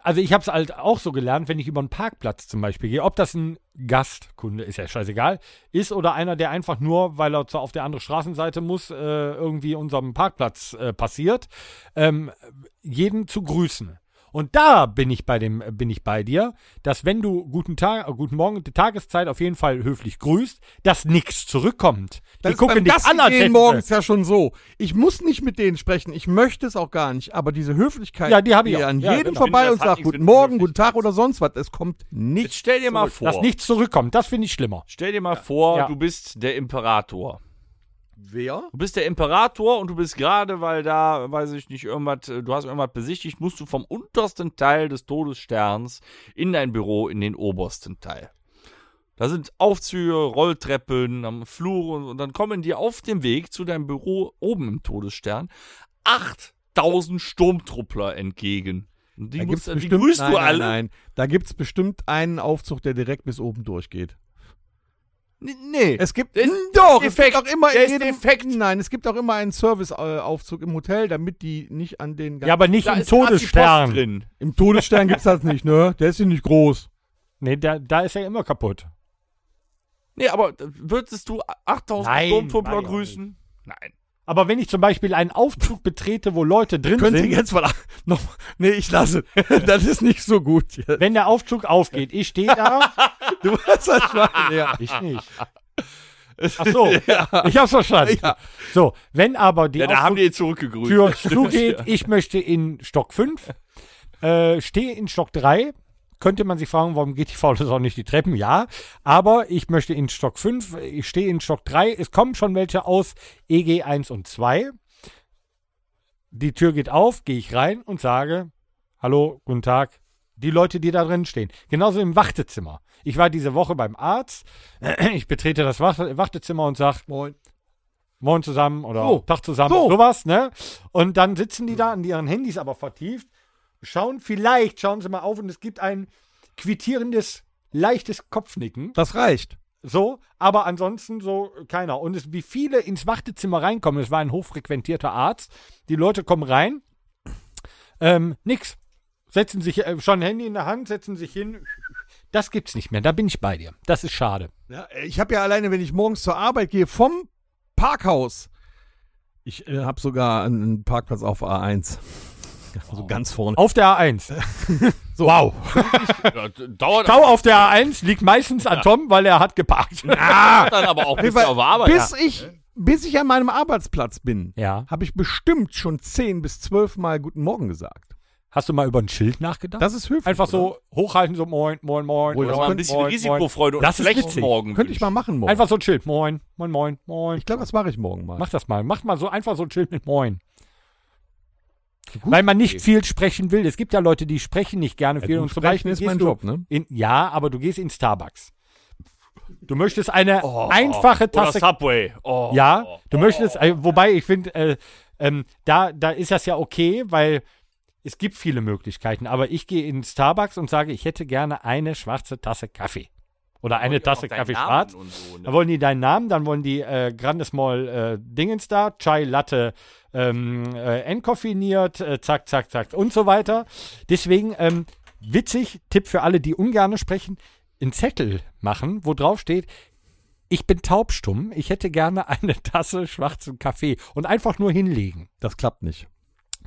also ich habe es halt auch so gelernt, wenn ich über einen Parkplatz zum Beispiel gehe, ob das ein Gastkunde ist, ja scheißegal, ist oder einer, der einfach nur, weil er zwar auf der anderen Straßenseite muss, äh, irgendwie unserem Parkplatz äh, passiert, ähm, jeden zu grüßen. Und da bin ich bei dem, bin ich bei dir, dass wenn du guten Tag, äh, guten Morgen, die Tageszeit auf jeden Fall höflich grüßt, dass nichts zurückkommt.
Das
die
ist
gucken
beim
dich
Gast
an, als
gehen
hätten
morgens
sie-
ja schon so. Ich muss nicht mit denen sprechen, ich möchte es auch gar nicht, aber diese Höflichkeit,
Ja, die hab ich
gehe
auch.
an
Ja,
jedem
genau.
vorbei
Ich finde,
und
das hat
sage
nichts
guten
mit
Morgen, guten
Höflichkeit
Tag
zu
oder sonst was. Es kommt
Jetzt
nichts.
stell dir mal vor.
dass nichts zurückkommt. Das finde ich schlimmer.
Stell dir mal vor,
Ja.
du bist der Imperator.
Wer?
Du bist der Imperator und du bist gerade, weil da, weiß ich nicht, irgendwas, äh, du hast irgendwas besichtigt, musst du vom untersten Teil des Todessterns in dein Büro in den obersten Teil. Da sind Aufzüge, Rolltreppen, am Flur und, und dann kommen dir auf dem Weg zu deinem Büro oben im Todesstern 8000 Sturmtruppler entgegen. Und Die,
Da gibt's
musst, die
bestimmt,
grüßt
nein,
du
nein,
alle.
Nein, da gibt es bestimmt einen Aufzug, der direkt bis oben durchgeht.
N- Nee.
Es gibt
Der ist
doch, es
defekt.
gibt auch immer
Der
in
ist
jedem
defekt.
Nein, es gibt auch immer einen Serviceaufzug im Hotel, damit die nicht an den
Ja, aber nicht
da
im
ist gerade die Post
Todesstern.
drin.
Im Todesstern gibt's das nicht, ne? Der ist ja nicht groß.
Nee, da, da ist er immer kaputt.
Nee, aber würdest du 8000
Nein,
Sturmtruppler
nein, auch
grüßen? Nein.
Aber wenn ich zum Beispiel einen Aufzug betrete, wo Leute drin sind,
<laughs>
mal noch. Nee, ich <laughs> lasse. Das ist nicht so gut. jetzt.
wenn der Aufzug aufgeht, ich stehe
<laughs>
da,
Du weißt das <laughs> schon. Ja.
ich nicht. Ach so, ich hab's verstanden.
Ja.
So, wenn aber die
Ja, da
Aufzugtür
haben die jetzt zurückgegrüßt. <laughs>
zugeht, ich möchte in Stock 5, äh, stehe in Stock 3, könnte man sich fragen, warum geht die faule Sau nicht die Treppen? Ja, aber ich möchte in Stock 5, ich stehe in Stock 3, es kommen schon welche aus EG 1 und 2. Die Tür geht auf, gehe ich rein und sage, hallo, guten Tag, die Leute, die da drin stehen. Genauso im Wartezimmer. Ich war diese Woche beim Arzt, ich betrete das Warte- Wartezimmer und sage,
Moin.
Morgen zusammen oder
So.
Tag zusammen,
So.
sowas, ne? Und dann sitzen die da an ihren Handys aber vertieft, schauen vielleicht, schauen sie mal auf und es gibt ein quittierendes, leichtes Kopfnicken.
Das reicht.
So, aber ansonsten so keiner. Und es, wie viele ins Wartezimmer reinkommen, es war ein hochfrequentierter Arzt, die Leute kommen rein, ähm, nix. Setzen sich äh, schon Handy in der Hand, setzen sich hin. Das gibt's nicht mehr, da bin ich bei dir. Das ist schade.
Ja, ich habe ja alleine, wenn ich morgens zur Arbeit gehe, vom Parkhaus. Ich äh, habe sogar einen Parkplatz auf <laughs> A1. Also ganz vorne.
Auf der A1.
Wow.
Ja, d- dauert <laughs>
Stau auf der A1 liegt meistens an Tom, weil er hat geparkt. Ah!
dann aber auch bis
Weil
du auf der Arbeit.
bis, ich, bis ich an meinem Arbeitsplatz bin,
Ja.
habe ich bestimmt schon 10 bis 12 Mal Guten Morgen gesagt.
Hast du mal über ein Schild nachgedacht?
Das ist höflich.
Einfach
oder?
so hochhalten, so moin, moin, moin.
Oder
oder
Dass man
Moin,
ein bisschen
moin,
Risikofreude
Das
und
ist
schlecht
witzig.
morgen.
Könnte ich mal machen morgen.
moin. Einfach so ein Schild, moin, moin, moin, moin.
ich glaube, das mache ich morgen mal.
Mach das mal. Mach mal so einfach so ein Schild mit moin. Weil man nicht viel sprechen will. Es gibt ja Leute, die sprechen nicht gerne viel.
gut
und zum
sprechen
Beispiel
ist
gehst
mein
du
Job, ne?
In, ja, aber du gehst in Starbucks. Du möchtest eine
Oh.
einfache
Oder
Tasse
Subway. Oh.
Ja, du möchtest, äh, wobei ich finde, äh, ähm, da, da ist das ja okay, weil es gibt viele Möglichkeiten. Aber ich gehe in Starbucks und sage, ich hätte gerne eine schwarze Tasse Kaffee. Oder eine Tasse Kaffee schwarz.
Und so, ne?
Dann wollen die deinen Namen, dann wollen die äh, Grandesmall äh, Dingens da, Chai Latte ähm, äh, entkoffiniert, äh, zack, zack, zack und so weiter. Deswegen, ähm, witzig, Tipp für alle, die ungerne sprechen, einen Zettel machen, wo drauf steht, ich bin taubstumm, ich hätte gerne eine <laughs> Tasse schwarzen Kaffee und einfach nur hinlegen.
Das klappt nicht.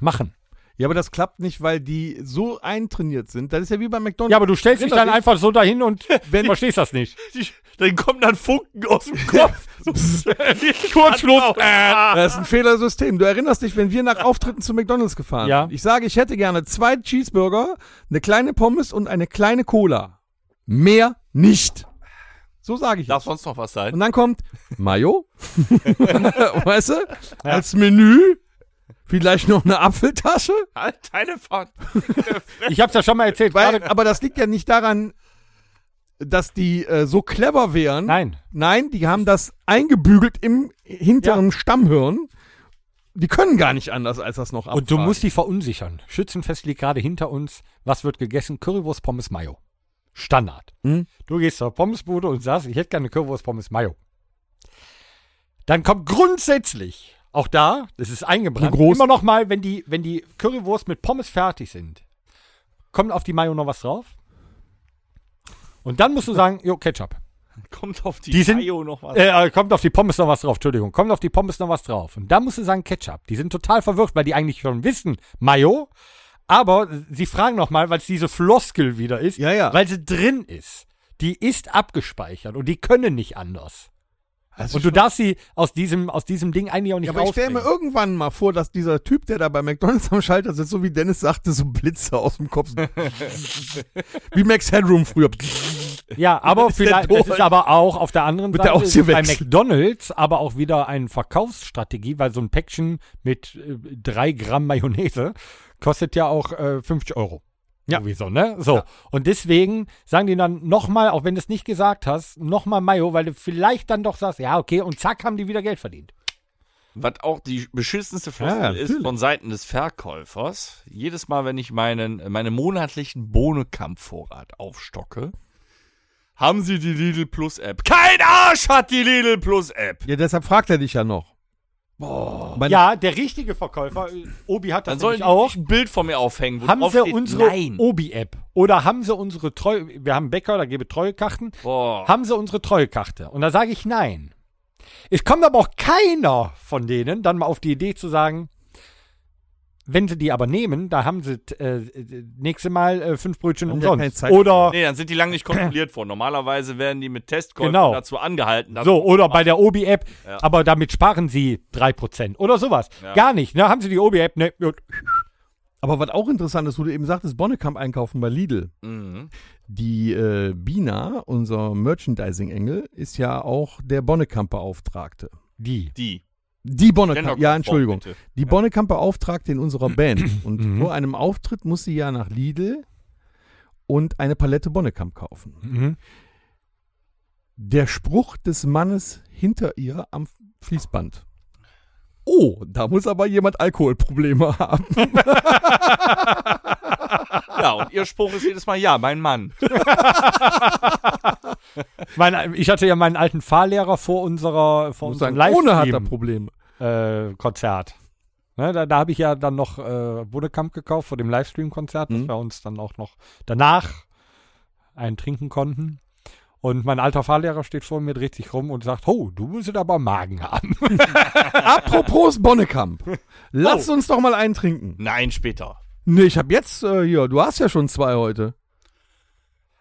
Machen.
Ja, aber das klappt nicht, weil die so eintrainiert sind. Das ist ja wie bei McDonalds.
Ja, aber du stellst dich dann einfach so dahin und
Wenn-
verstehst das nicht.
Dann kommen dann Funken aus dem <laughs> Kopf.
Kurzschluss.
Das ist ein Fehlersystem. Du erinnerst dich, wenn wir nach Auftritten zu McDonalds gefahren
Ja.
sind. Ich sage, ich hätte gerne zwei Cheeseburger, eine kleine Pommes und eine kleine Cola. Mehr nicht. So sage ich
Darf
das.
sonst noch was sein?
Und dann kommt
<laughs>
Mayo, weißt du, als Menü, vielleicht noch eine Apfeltasche.
Halt deine Fahrt.
Ich hab's ja schon mal erzählt.
Weil,
gerade-
aber das liegt ja nicht daran, dass die äh, so clever wären.
Nein.
Nein, die haben das eingebügelt im hinteren Stammhirn. Die können gar nicht anders als das noch abfragen.
Und du musst die verunsichern. Schützenfest liegt gerade hinter uns. Was wird gegessen? Currywurst, Pommes, Mayo. Standard.
Hm?
Du gehst zur Pommesbude und sagst, ich hätte gerne Currywurst, Pommes, Mayo. Dann kommt grundsätzlich, auch da, das ist eingebrannt,
Eine große-
immer noch mal, wenn die, wenn die Currywurst mit Pommes fertig sind, kommt auf die Mayo noch was drauf? Und dann musst du sagen, jo, Ketchup.
Kommt auf die,
Die sind-
Mayo noch was.
Äh, äh, kommt auf die Pommes noch was drauf, Entschuldigung. Kommt auf die Pommes noch was drauf. Und da musst du sagen Ketchup. Die sind total verwirrt, weil die eigentlich schon wissen, Mayo. Aber sie fragen nochmal, weil es diese Floskel wieder ist,
Ja, ja.
weil sie drin ist. Die ist abgespeichert und die können nicht anders. und du darfst sie aus diesem, aus diesem Ding eigentlich auch nicht
ja, Also aber ich stelle mir
rausbringen.
irgendwann mal vor, dass dieser Typ, der da bei McDonalds am Schalter sitzt, so wie Dennis sagte, so Blitze aus dem <laughs> Kopf. wie Max Headroom früher.
Ja, aber
ist der
vielleicht, es
durch.
ist aber auch auf der anderen
Wird der
Seite ist es bei
ausgewechselt.
McDonalds aber auch wieder eine Verkaufsstrategie, weil so ein Päckchen mit äh, drei Gramm Mayonnaise kostet ja auch äh, 50 Euro.
Ja.
Sowieso, ne? So. Und deswegen sagen die dann nochmal, auch wenn du es nicht gesagt hast, nochmal Mayo, weil du vielleicht dann doch sagst, ja, okay, und zack, haben die wieder Geld verdient.
Was auch die beschissenste Floskel
Ja,
ist
natürlich.
von Seiten des Verkäufers. Jedes Mal, wenn ich meinen, meinen monatlichen Bohnenkampfvorrat aufstocke, haben sie die Lidl Plus App. Kein Arsch hat die Lidl Plus App.
Ja, deshalb fragt er dich ja noch. Boah.
Ja, der richtige Verkäufer, äh, Obi hat das
Dann sollen
natürlich
die
auch.
auch ein Bild von mir aufhängen. Wo
Haben
drauf
sie
steht,
unsere
Nein.
Obi-App oder haben sie unsere Treue, wir haben Bäcker, da gebe Treuekarten,
Boah.
haben sie unsere Treuekarte. Und da sage ich nein. Es kommt aber auch keiner von denen dann mal auf die Idee zu sagen, wenn sie die aber nehmen, da haben sie t- äh, äh, nächste Mal äh, fünf Brötchen
Haben die ja keine
umsonst.
Zeit
Oder
Nee, dann sind die lang nicht kontrolliert worden. Normalerweise werden die mit Testkäufen
Genau.
dazu angehalten. dass-
also
so, oder bei der Obi-App,
Ja.
aber damit sparen sie 3% oder sowas.
Ja.
Gar nicht, ne? Haben sie die Obi-App, ne, gut.
Aber was auch interessant ist, wo du eben sagtest, Bonnekamp einkaufen bei Lidl.
Mhm.
Die äh, Bina, unser Merchandising-Engel, ist ja auch der Bonnekamp-Beauftragte.
Die.
Die.
Die Bonnekamp,
Genderkonform,
ja, Entschuldigung.
bitte.
Die Bonnekamp beauftragte in unserer <clears throat> Band. Und
Mhm.
vor einem Auftritt muss sie ja nach Lidl und eine Palette Bonnekamp kaufen.
Mhm.
Der Spruch des Mannes hinter ihr am Fließband. Oh, da muss aber jemand Alkoholprobleme haben.
Ja, und ihr Spruch ist jedes Mal, ja, mein Mann.
Mein, ich hatte ja meinen alten Fahrlehrer vor unserer vor
Muss
unserem
sagen, ohne hat er
Livestream,
Probleme.
äh, Konzert. Ne, da da habe ich ja dann noch äh, Bodekamp gekauft vor dem Livestream-Konzert, dass
Mhm.
wir uns dann auch noch danach einen trinken konnten. Und mein alter Fahrlehrer steht vor mir, dreht sich rum und sagt, oh, du müsstest aber Magen haben. <laughs>
Apropos Bonnekamp. <laughs> Lass uns doch mal einen trinken.
Nein, später.
Nee, ich hab jetzt äh, hier, du hast ja schon zwei heute.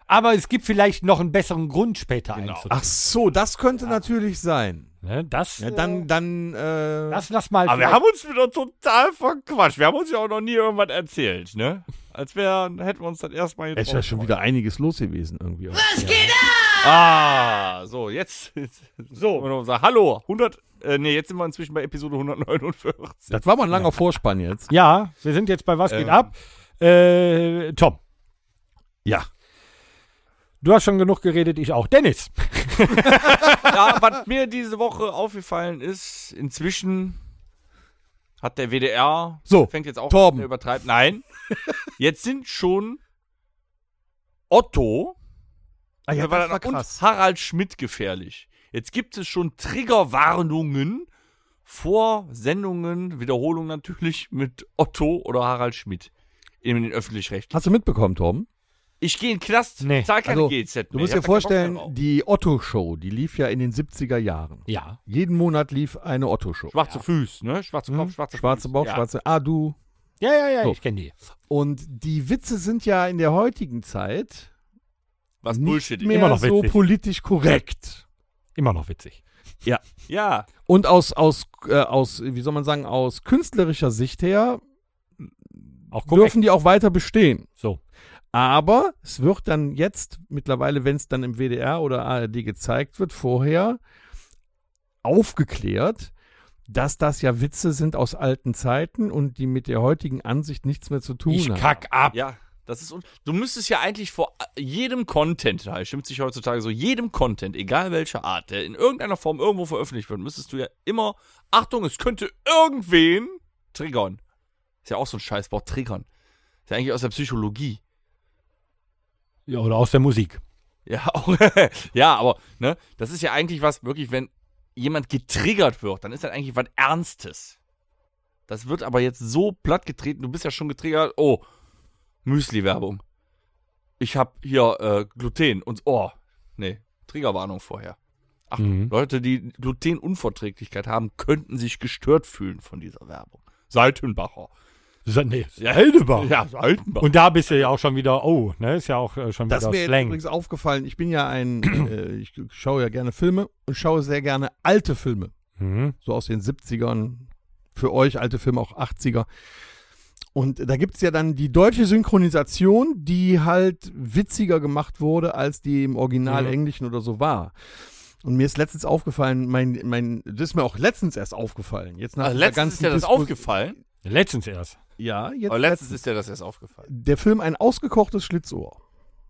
Aber es gibt vielleicht noch einen besseren Grund später
Genau.
einzutrinken.
Ach so, das könnte natürlich sein.
Ne, das,
Ja, dann, dann, äh,
das lass mal.
Aber wir
vielleicht-
haben uns wieder total verquatscht. Wir haben uns ja auch noch nie irgendwas erzählt, ne? Als wäre, hätten wir uns das erstmal
es ist ja schon wieder einiges los gewesen irgendwie.
Ah, so, jetzt. <laughs> jetzt- So, wenn wir sagen, hallo, 100. Äh, nee, jetzt sind wir inzwischen bei Episode 149.
Das war mal ein langer Vorspann jetzt.
Ja, wir sind jetzt bei Was geht
Ähm.
ab? Äh, Tom.
Ja.
Du hast schon genug geredet, ich auch. Dennis.
Ja, was mir diese Woche aufgefallen ist, inzwischen hat der WDR.
So,
Fängt jetzt auch
Torben.
an, der übertreibt. Nein. Jetzt sind schon Otto
Ah, ja,
Der war
das
dann
war
und
krass.
Harald Schmidt gefährlich. Jetzt gibt es schon Triggerwarnungen vor Sendungen, Wiederholung natürlich mit Otto oder Harald Schmidt in den öffentlich-rechtlichen.
Hast du mitbekommen, Torben?
Ich gehe in den Knast,
Nee.
zahl keine
Also,
GZ mehr.
Du musst dir
Ich hab da keinen Bock mehr
vorstellen,
drauf.
die Otto-Show, die lief ja in den 70er Jahren.
Ja.
Jeden Monat lief eine Otto-Show.
schwarze Füße, ne? Schwarze Kopf, schwarze
Mhm. Schwarze
Füße.
Bauch,
ja.
schwarze Ah, du.
Ja, ja, ja,
So.
ich kenne die.
Und die Witze sind ja in der heutigen Zeit
Was
nicht
Bullshit.
mehr
Immer noch
so
witzig.
politisch korrekt.
Immer noch witzig.
Ja,
Und aus, aus, äh, aus, wie soll man sagen, aus künstlerischer Sicht her
Auch korrekt.
dürfen die auch weiter bestehen.
So.
Aber es wird dann jetzt mittlerweile, wenn es dann im WDR oder ARD gezeigt wird, vorher aufgeklärt, dass das ja Witze sind aus alten Zeiten und die mit der heutigen Ansicht nichts mehr zu tun
Ich
haben.
kack ab.
ja. Das ist, un- du müsstest ja eigentlich vor äh, jedem Content, da stimmt sich heutzutage so, jedem Content, egal welcher Art, der in irgendeiner Form irgendwo veröffentlicht wird, müsstest du ja immer, Achtung, es könnte irgendwen triggern. Ist ja auch so ein Scheißwort, triggern. Ist ja eigentlich aus der Psychologie.
Ja, oder aus der Musik.
Ja, auch, <laughs> ja, aber ne, das ist ja eigentlich was, wirklich, wenn jemand getriggert wird, dann ist das eigentlich was Ernstes. Das wird aber jetzt so platt getreten, du bist ja schon getriggert, oh, Müsli-Werbung. Ich hab hier äh, Gluten und oh, nee, Triggerwarnung vorher. Ach,
Mhm.
Leute, die Glutenunverträglichkeit haben, könnten sich gestört fühlen von dieser Werbung. Seitenbacher.
So, nee,
Ja.
Oh.
Heldebar.
Ja, Seitenbacher.
Und da bist du ja auch schon wieder, oh, ne, ist ja auch äh, schon
Das ist mir
wieder
jetzt
Slang.
übrigens aufgefallen. Ich bin ja ein, äh, ich schaue ja gerne Filme und schaue sehr gerne alte Filme.
Mhm.
so aus den 70ern, für euch alte Filme auch 80er. Und da gibt es ja dann die deutsche Synchronisation, die halt witziger gemacht wurde, als die im Original
Mhm.
Englischen oder so war. Und mir ist letztens aufgefallen, mein, mein, das ist mir auch letztens erst aufgefallen. Jetzt nach
Ach,
dieser
Also letztens
ganzen
ist ja das
Disku-
aufgefallen.
Letztens erst.
Ja, jetzt
Aber letztens
letztens.
ist ja das erst aufgefallen.
Der Film Ein ausgekochtes Schlitzohr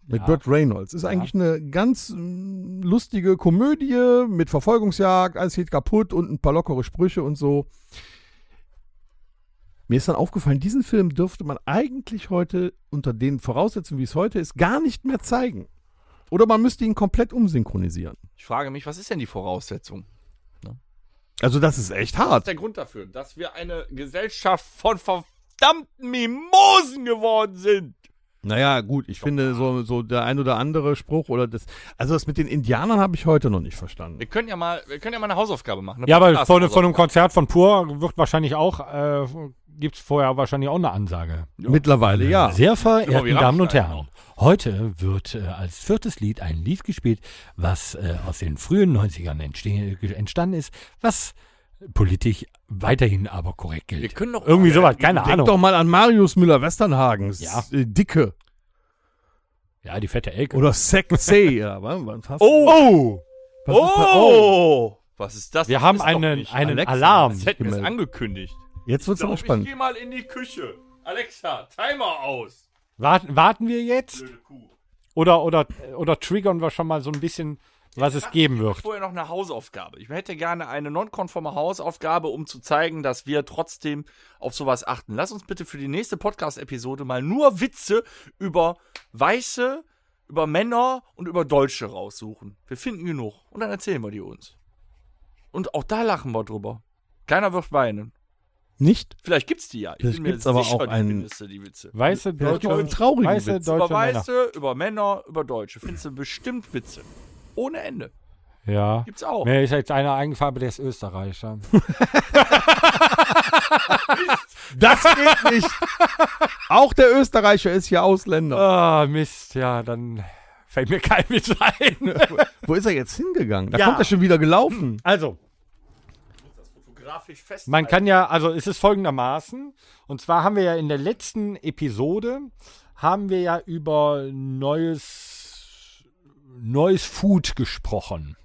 mit
Ja.
Burt Reynolds ist eigentlich eine ganz mm, lustige Komödie mit Verfolgungsjagd, alles geht kaputt und ein paar lockere Sprüche und so. Mir ist dann aufgefallen, diesen Film dürfte man eigentlich heute unter den Voraussetzungen, wie es heute ist, gar nicht mehr zeigen. Oder man müsste ihn komplett umsynchronisieren.
Ich frage mich, was ist denn die Voraussetzung?
Also das ist echt
ist
hart.
der Grund dafür, dass wir eine Gesellschaft von verdammten Mimosen geworden sind.
Naja, gut, ich finde so, so der ein oder andere Spruch oder das. Also das mit den Indianern habe ich heute noch nicht verstanden.
Wir können ja mal, wir können ja mal eine Hausaufgabe machen. eine
Ja, aber von,
Podcast-Hausaufgabe.
von einem Konzert von Pur wird wahrscheinlich auch, äh, gibt es vorher wahrscheinlich auch eine Ansage.
Mittlerweile ja.
Sehr
Immer wie
verehrten Damen und
Rammstein
Herren,
auch.
heute wird äh, als viertes Lied ein Lied gespielt, was äh, aus den frühen 90ern entste- entstanden ist, was politisch weiterhin aber korrekt gilt.
Wir können doch
Irgendwie sowas, keine
Denk
Ahnung.
doch mal an Marius Müller-Westernhagen. S-
Ja.
äh, Dicke.
Ja, die fette Elke.
Oder Sack
<laughs>
C. ja, wa- wa- was-
Oh!
was ist da- oh.
Was ist das?
Wir
Das
haben
ist doch
einen,
nicht
einen
Alexa.
Alarm.
Das hätten wir es
gemeldet.
angekündigt.
Jetzt wird's aber
Glaub, ich
spannend.
geh mal in die Küche. Alexa, Timer aus.
Warten, warten wir jetzt?
Blöde Kuh.
Oder, oder, oder triggern wir schon mal so ein bisschen, was es geben wird?
Vorher noch eine Hausaufgabe. Ich hätte gerne eine nonkonforme Hausaufgabe, um zu zeigen, dass wir trotzdem auf sowas achten. Lass uns bitte für die nächste Podcast-Episode mal nur Witze über Weiße, über Männer und über Deutsche raussuchen. Wir finden genug. Und dann erzählen wir die uns. Und auch da lachen wir drüber. Keiner wird weinen.
Nicht?
Vielleicht gibt's die ja. Ich
Vielleicht gibt's aber auch
die
einen-
findest du, die Witze.
Weiße
Vielleicht
deutsche,
gibt's einen traurigen
weiße
Witz.
deutsche
über
Männer.
Weiße, über Männer, über Deutsche. Findest du bestimmt Witze. Ohne Ende.
Ja.
Gibt's auch.
Mir ist jetzt einer eingefallen, aber der ist <laughs> Österreicher.
Das geht nicht. Auch der Österreicher ist hier Ausländer.
Ah, Mist. Ja, dann fällt mir kein Witz ein.
Wo ist er jetzt hingegangen? Da
Ja.
kommt er schon wieder gelaufen.
Also,
Fotografisch fest.
Man kann ja, also es ist folgendermaßen, und zwar haben wir ja in der letzten Episode, haben wir ja über neues, neues Food gesprochen.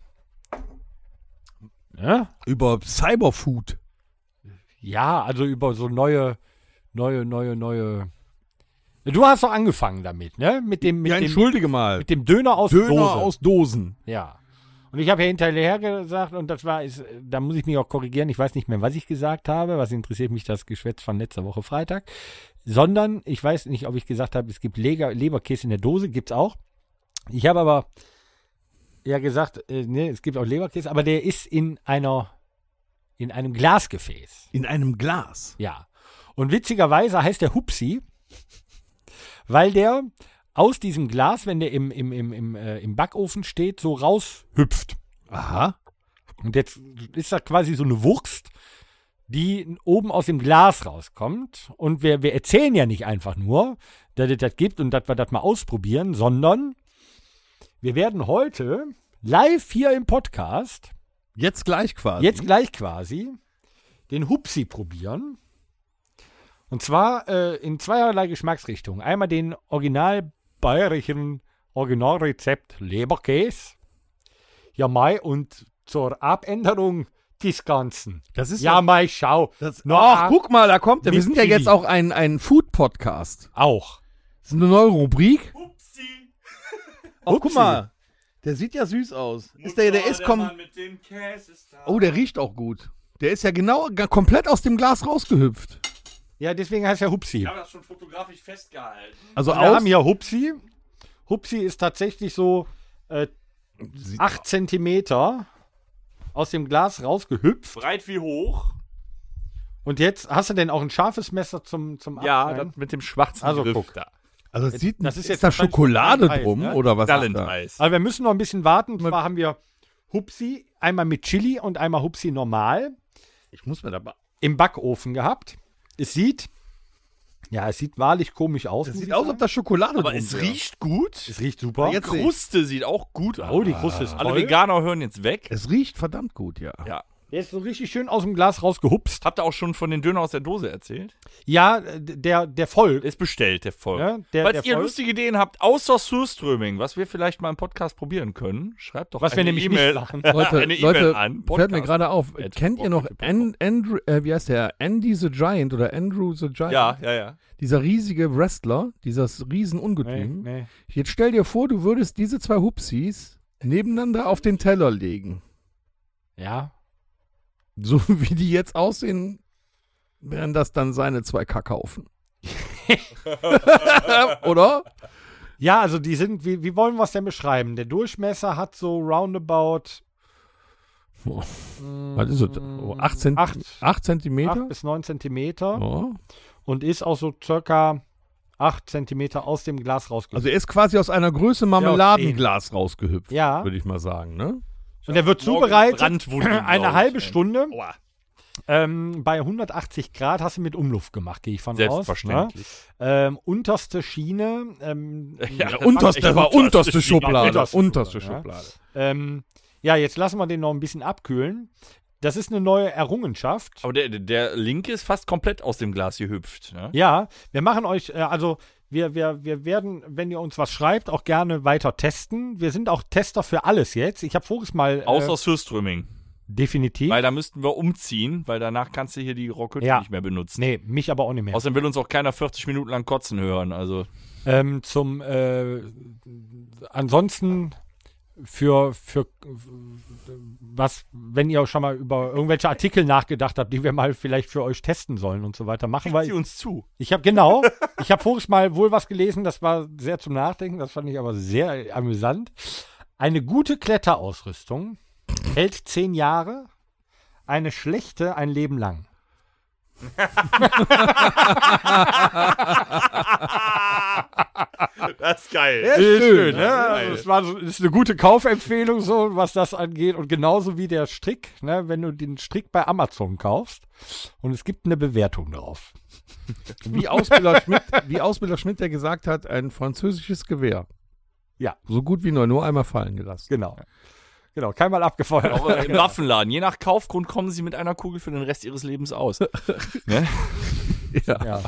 Ne?
Über Cyberfood.
Ja, also über so neue, neue, neue, neue. Du hast doch angefangen damit, ne? Mit dem, mit
ja,
dem,
entschuldige mal.
mit dem Döner aus
Döner
Dose.
aus Dosen.
Ja. Und ich habe ja hinterher gesagt, und das war, ist, da muss ich mich auch korrigieren, ich weiß nicht mehr, was ich gesagt habe, was interessiert mich das Geschwätz von letzter Woche Freitag, sondern ich weiß nicht, ob ich gesagt habe, es gibt Leger, Leberkäse in der Dose, gibt's auch. Ich habe aber ja gesagt, äh, nee, es gibt auch Leberkäse, aber der ist in einer, in einem Glasgefäß.
In einem Glas.
Ja. Und witzigerweise heißt der Hupsi, weil der aus diesem Glas, wenn der im, im, im, im, äh, im Backofen steht, so raushüpft.
Aha.
Und jetzt ist da quasi so eine Wurst, die oben aus dem Glas rauskommt. Und wir, wir erzählen ja nicht einfach nur, dass es das gibt und dass wir das mal ausprobieren, sondern wir werden heute live hier im Podcast,
Jetzt gleich quasi.
jetzt gleich quasi, den Hupsi probieren. Und zwar äh, in zweierlei Geschmacksrichtungen. Einmal den original bayerischen Originalrezept Leberkäse. Ja, Mai und zur Abänderung des Ganzen.
Das ist
Ja,
ja.
Mai, schau.
Das,
Na,
ach, guck mal, da kommt er. Wir
mit
sind ja
Chili.
jetzt auch ein, ein Food-Podcast.
Auch.
Das ist eine neue Rubrik.
Upsi.
Oh, guck
Upsi.
mal. Der sieht ja süß aus. Ist der, der ist, komm.
Mann mit dem Käse ist da.
Oh, der riecht auch gut. Der ist ja genau, ga- komplett aus dem Glas rausgehüpft.
Ja, deswegen heißt er Hupsi.
Ich habe das schon fotografisch festgehalten.
Also
Wir
aus.
haben hier Hupsi. Hupsi ist tatsächlich so äh,
Sieht-
8 Zentimeter aus dem Glas rausgehüpft.
Breit wie hoch.
Und jetzt hast du denn auch ein scharfes Messer zum, zum
Ja,
Abschneiden?
das mit dem schwarzen
Also,
Griff
guck.
da.
also es sieht,
das
das
ist
ist,
jetzt
da
wahrscheinlich
Schokolade
Eis,
drum
ne?
oder was? ist da?
Dallenreis.
Also wir müssen noch ein bisschen warten. Und zwar haben wir Hupsi einmal mit Chili und einmal Hupsi normal
Ich muss mir da. ba-
im Backofen gehabt. Es sieht, ja, es sieht wahrlich komisch aus.
Das
muss
sieht
ich
aus, als
sagen.
ob da Schokolade
Aber
Also,
drum
es
wäre.
riecht gut.
es riecht super.
Jetzt- seh ich.
Kruste sieht auch gut aus.
oh, die Kruste ist
Alle
toll.
Veganer hören jetzt weg.
Es riecht verdammt gut, ja.
Ja.
Der ist so richtig schön aus dem Glas rausgehupst.
Habt ihr auch schon von den Döner aus der Dose erzählt?
Ja, äh, der, der folgt.
Ist bestellt, der Volk.
Ja, der-
Falls
der
ihr
Volk.
lustige Ideen habt, außer Surströming, was wir vielleicht mal im Podcast probieren können, schreibt doch
Was wir
eine
nämlich
E-Mail
nicht machen.
Leute,
<laughs> Eine E-Mail
Leute
an,
fällt
Podcast.
mir gerade auf.
At
Kennt ihr noch An, Andrew, äh, wie heißt der? Andy the Giant oder Andrew the Giant?
Ja, ja, ja.
Dieser riesige Wrestler, dieses Riesenungetüm.
nee.
Jetzt stell dir vor, du würdest diese zwei Hupsis nebeneinander auf den Teller legen. <laughs>
Ja.
So wie die jetzt aussehen, wären das dann seine zwei Kackhaufen. Oder?
Ja, also die sind, wie, wie wollen wir es denn beschreiben? Der Durchmesser hat so roundabout
Boah, Was ist das? Oh, acht Zent-
Acht.
acht
8
Zentimeter?
bis 9 Zentimeter.
Oh.
und ist auch so circa 8 Zentimeter aus dem Glas rausgekommen.
Also er ist quasi aus einer Größe Marmeladenglas rausgehüpft,
Ja.
würde ich mal sagen. Ne?
und er wird
Also Morgen
<clears throat> zubereitet
Brandwunden, glaub
<laughs> eine
ich,
halbe
ey.
Stunde
Aua.
ähm, bei 180 Grad hast du mit Umluft gemacht, gehe ich von aus.
Selbstverständlich.
Ne? Ähm, unterste Schiene. Ähm,
<laughs> Ja,
Unterste,
das
war unterste Schublade.
Unterste
Unterste
Schublade,
Schublade.
Ähm, ja, jetzt lassen wir den noch ein bisschen abkühlen. Das ist eine neue Errungenschaft.
Aber der, der- der Link ist fast komplett aus dem Glas gehüpft. Ne?
Ja, wir machen euch, äh, also wir, wir, wir werden, wenn ihr uns was schreibt, auch gerne weiter testen. Wir sind auch Tester für alles jetzt. Ich habe voriges Mal äh,
Außer Surströmming.
definitiv.
Weil da müssten wir umziehen, weil danach kannst du hier die Rocket
Ja.
nicht mehr benutzen.
Nee, mich aber auch nicht mehr.
Außerdem will uns auch keiner 40 Minuten lang kotzen hören. Also
Ähm, zum äh, ansonsten für für was, wenn ihr schon mal über irgendwelche Artikel nachgedacht habt, die wir mal vielleicht für euch testen sollen und so weiter machen, weil
uns zu.
Ich habe genau, ich habe voriges Mal wohl was gelesen, das war sehr zum Nachdenken, das fand ich aber sehr amüsant. Eine gute Kletterausrüstung hält zehn Jahre, eine schlechte ein Leben lang.
Das ist geil.
Ist schön, ne? Also es war so, ist eine gute Kaufempfehlung, so was das angeht. Und genauso wie der Strick, ne? wenn du den Strick bei Amazon kaufst und es gibt eine Bewertung drauf.
Wie Ausbilder Schmidt, wie Ausbilder Schmidt, der gesagt hat, ein französisches Gewehr.
Ja.
So gut wie neu, nur einmal fallen gelassen.
Genau. Genau, keinmal abgefeuert.
Auch
<laughs>
<laughs>
äh, im Waffenladen. Je nach Kaufgrund kommen sie mit einer Kugel für den Rest ihres Lebens aus.
Ja.
Ja.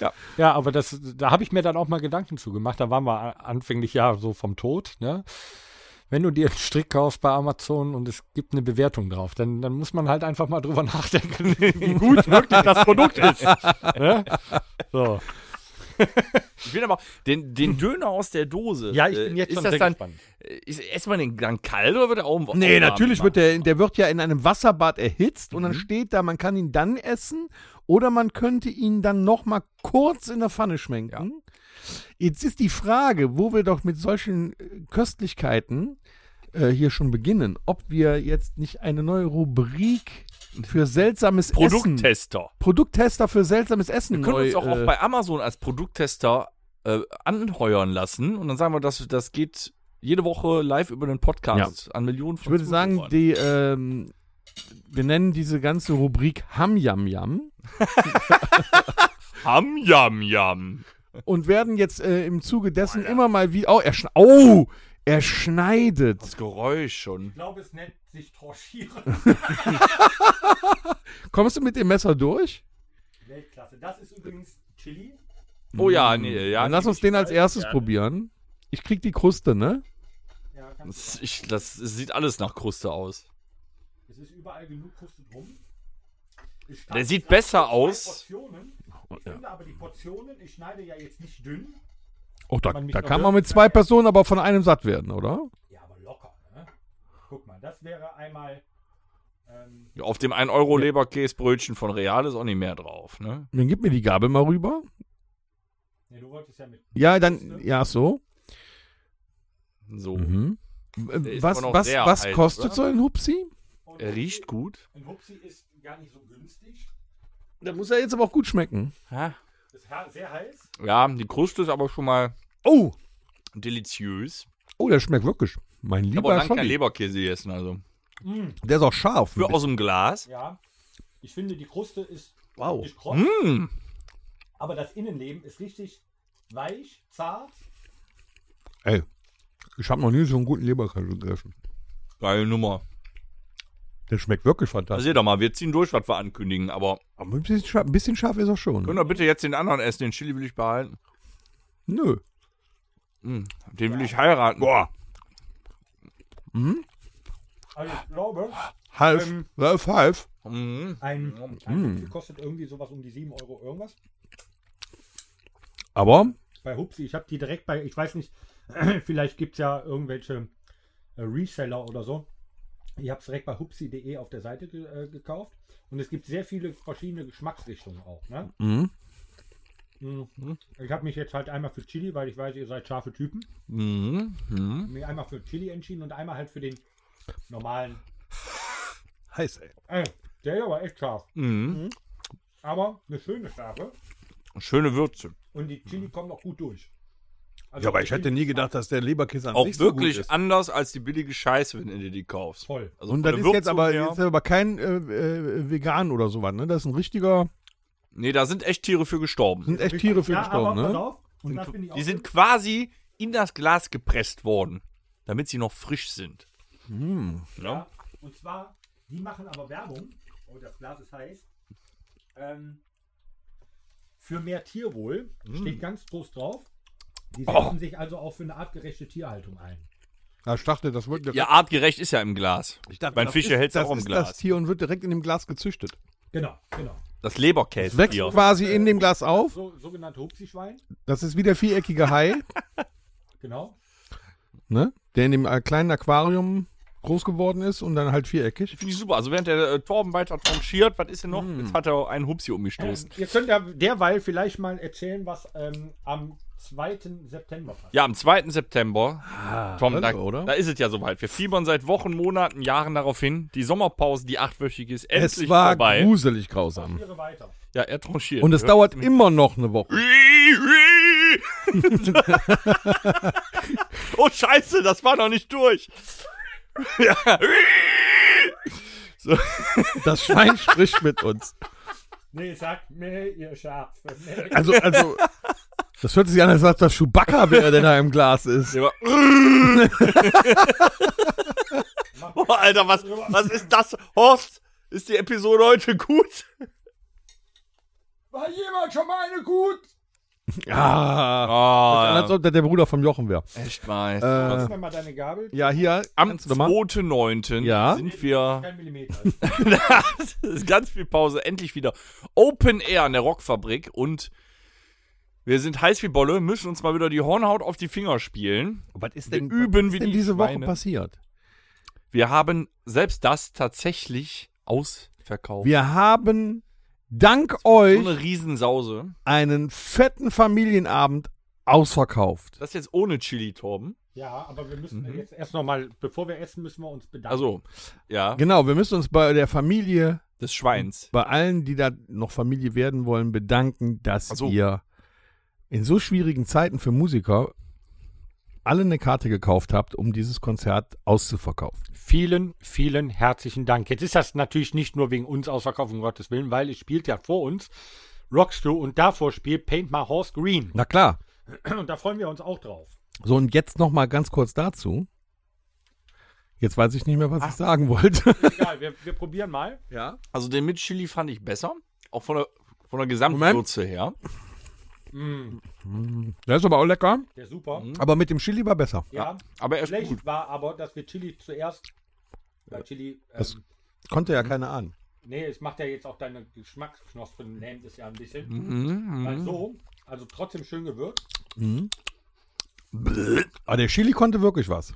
Ja. ja, aber das, da habe ich mir dann auch mal Gedanken zu gemacht. Da waren wir a- anfänglich ja so vom Tod, ne? Wenn du dir einen Strick kaufst bei Amazon und es gibt eine Bewertung drauf, dann, dann muss man halt einfach mal drüber <laughs> nachdenken, wie gut wirklich das Produkt ist. Ne? So.
Ich bin aber den, den Döner aus der Dose. äh, ist das dann, äh, ist, Ess man den dann kalt oder wird er oben?
Genau. Nee,
oben
natürlich
warm
wird der, der wird ja in einem Wasserbad erhitzt und dann steht da, man kann ihn dann essen oder man könnte ihn dann noch mal kurz in der Pfanne schwenken. Jetzt ist die Frage, wo wir doch mit solchen äh, Köstlichkeiten äh, hier schon beginnen, ob wir jetzt nicht eine neue Rubrik für seltsames
gemacht?
Essen,
Produkttester.
Produkttester für seltsames Essen.
Wir können
neu,
uns auch,
äh,
auch bei Amazon als Produkttester äh, anheuern lassen und dann sagen wir, dass das geht jede Woche live über den Podcast an Millionen von
ich würde sagen,
Zuhörern.
die, ähm, wir nennen diese ganze Rubrik Ham Yam Yam.
Ham Yam Yam.
und werden jetzt äh, im Zuge dessen immer mal wie Oh, er, schn oh, er schneidet.
Das Geräusch schon.
glaube, es nennt sich Tranchieren.
<laughs>
Kommst du mit dem Messer durch?
Weltklasse. Das ist übrigens Chili.
Oh ja, nee, ja.
Dann lass
nee,
uns den als erstes probieren. Ich krieg die Kruste, ne?
Das, ich, das sieht alles nach Kruste aus.
Es ist überall genug Kruste drum.
Der sieht besser aus.
Portionen. Ich finde aber die Portionen, ich schneide ja jetzt nicht dünn.
Oh, da,
Man mich
da
noch
kann
hört?
man mit zwei Personen aber von einem satt werden, oder?
Ja, aber locker. Ne? Guck mal, das wäre einmal. Ähm,
Auf dem 1 Euro Leberkäsbrötchen von Real ist auch nicht mehr drauf, ne?
Dann gib mir die Gabel mal rüber.
ne, du wolltest ja mit.
Ja, dann, ja, so.
So.
Mhm.
Der
Äh,
ist
Was,
aber noch
was,
sehr
was
alt,
kostet
oder?
so ein Hupsi?
Und
Er riecht gut.
Ein Hupsi ist gar nicht so günstig.
Da muss er jetzt aber auch gut schmecken.
Ist ha- sehr heiß.
Ja, die Kruste ist aber schon mal
Oh,
deliziös.
oh, der schmeckt wirklich. Mein
Ich habe auch
lieber
lange kein
Scholli.
Leberkäse gegessen, also.
Der ist auch scharf.
Für aus dem Glas.
Ja. Ich finde, die Kruste ist
Wow.
richtig kross,
Hm.
aber das Innenleben ist richtig weich, zart.
Ey, ich habe noch nie so einen guten Leberkäse gegessen.
Geile Nummer.
Der schmeckt wirklich
Also
fantastisch.
seht doch mal, wir ziehen durch, was wir ankündigen, aber
Aber ein bisschen scharf, ein bisschen scharf ist er schon.
können wir bitte jetzt den anderen essen, den Chili will ich behalten.
Nö.
Den will ich heiraten. Boah.
Also ich glaube,
Half.
Ähm.
half, half.
Mhm.
ein, ein Hupsi kostet irgendwie sowas um die 7 Euro irgendwas.
Aber
bei Hupsi. Ich habe die direkt bei, ich weiß nicht, <clears throat> vielleicht gibt es ja irgendwelche äh, Reseller oder so. Ich habe es direkt bei hupsi.de auf der Seite ge äh, gekauft. Und es gibt sehr viele verschiedene Geschmacksrichtungen auch. Ne?
Mhm.
Mhm. Ich habe mich jetzt halt einmal für Chili, weil ich weiß, ihr seid scharfe Typen.
Mhm. Mhm.
Mir einmal für Chili entschieden und einmal halt für den normalen.
heiß, ey.
Äh, der hier war echt scharf.
Mhm.
Aber eine schöne Scharfe.
Schöne Würze.
Und die Chili kommt auch gut durch. Also
Mhm. Ja, aber
die
ich hätte
Chili-
nie gedacht, dass der Leberkäse an
Auch
sich
wirklich
so gut ist.
anders als die billige Scheiße, wenn du dir die kaufst.
Voll.
Also
Und
von
das
der
ist jetzt
Würzung
aber,
her-
jetzt aber kein äh, äh, Vegan oder sowas, ne? Das ist ein richtiger,
Nee, da sind echt Tiere für gestorben.
sind echt Tiere für
ja,
gestorben,
aber pass
ne?
auf. Und das finde ich auch
Die sind quasi in das Glas
Hm.
gepresst worden, damit sie noch frisch sind.
Ja, und zwar
Die machen aber Werbung. Oh, das Glas ist heiß. Ähm, für mehr Tierwohl steht ganz groß drauf. Die setzen sich also auch für eine artgerechte Tierhaltung ein.
Na, ich dachte, das wird
Ja, artgerecht ist ja im Glas.
ich dachte,
Mein
das
Fischer
ist-
hält's
das
auch im
ist
Glas.
Das Tier und wird direkt in dem Glas gezüchtet.
Genau, genau.
Es
Das
wächst
Leberkäse.
quasi in dem Glas auf.
So, sogenannte Hupsi-Schwein.
Das ist wie der viereckige Hai,
Genau.
ne? der in dem äh, kleinen Aquarium groß geworden ist und dann halt viereckig.
Finde ich super. Also während der äh, Torben weiter tranchiert, was ist denn noch?
Hm.
Jetzt hat er einen Hupsi um umgestoßen.
Ähm, Ihr könnt ja derweil vielleicht mal erzählen, was ähm, am 2. September passiert.
Ja, am 2. September, Tom, da,
Warte, Ah, oder?
da ist es ja soweit. Wir fiebern seit Wochen, Monaten, Jahren darauf hin. Die Sommerpause, die achtwöchige, ist endlich
Es war
vorbei.
gruselig grausam.
Tiere weiter.
Ja, er tranchiert.
Und es dauert immer noch eine Woche.
<laughs> oh Scheiße, das war noch nicht durch. ja.
Das <laughs> Schwein spricht mit uns.
Nee, sagt mir, ihr <laughs> Schafe.
Also, also, das hört sich an, als ob das Chewbacca wäre, der da im Glas ist.
Der
<laughs>
war- oh, Alter, was, was ist das? Horst, ist die Episode heute gut?
War jemand schon mal eine gut?
Ja. Als
Ah,
ob der der Bruder vom Jochen wäre.
echt mal.
Äh,
Lass mir mal deine Gabel.
ja, hier.
Am
kannst du mal-
2.9.
Ja.
sind wir.
Kein Millimeter.
<laughs> das ist ganz viel Pause. Endlich wieder Open Air in der Rockfabrik und wir sind heiß wie Bolle, müssen uns mal wieder die Hornhaut auf die Finger spielen.
Was ist
Wir üben
was
wie
ist denn
die
diese Woche
Schweine.
passiert?
Wir haben selbst das tatsächlich ausverkauft.
Wir haben dank
so
euch
eine Riesensause.
einen fetten Familienabend ausverkauft.
Das ist jetzt ohne Chili, Torben.
Ja, aber wir müssen
Mhm.
jetzt erst nochmal, bevor wir essen, müssen wir uns bedanken.
Also, ja,
Genau, wir müssen uns bei der Familie,
des Schweins.
bei allen, die da noch Familie werden wollen, bedanken, dass
Ach so.
ihr in so schwierigen Zeiten für Musiker alle eine Karte gekauft habt, um dieses Konzert auszuverkaufen.
vielen, vielen herzlichen Dank. Jetzt ist das natürlich nicht nur wegen uns ausverkauft, um Gottes Willen, weil es spielt ja vor uns Rockstrew und davor spielt Paint My Horse Green.
Na klar.
Und da freuen wir uns auch drauf.
So, und jetzt noch mal ganz kurz dazu. Jetzt weiß ich nicht mehr, was ich sagen wollte. <laughs>
Egal, wir, wir probieren mal.
Ah. Ja.
Also den mit Chili fand ich besser. Auch von der, von der
Moment.
Gesamtwürze her.
Mm,
Der ist aber auch lecker.
der ist super.
Aber mit dem Chili war besser.
Mhm. Ja.
Aber er ist
Schlecht
gut.
war aber, dass wir Chili zuerst. Weil Chili.
Das-
Ähm,
Konnte ja keiner ahnen.
nee, es macht ja jetzt auch deine Geschmacksknospen, lähmt es ja ein bisschen. Weil
Mhm.
so, also trotzdem schön gewürzt.
Aber der Chili konnte wirklich was.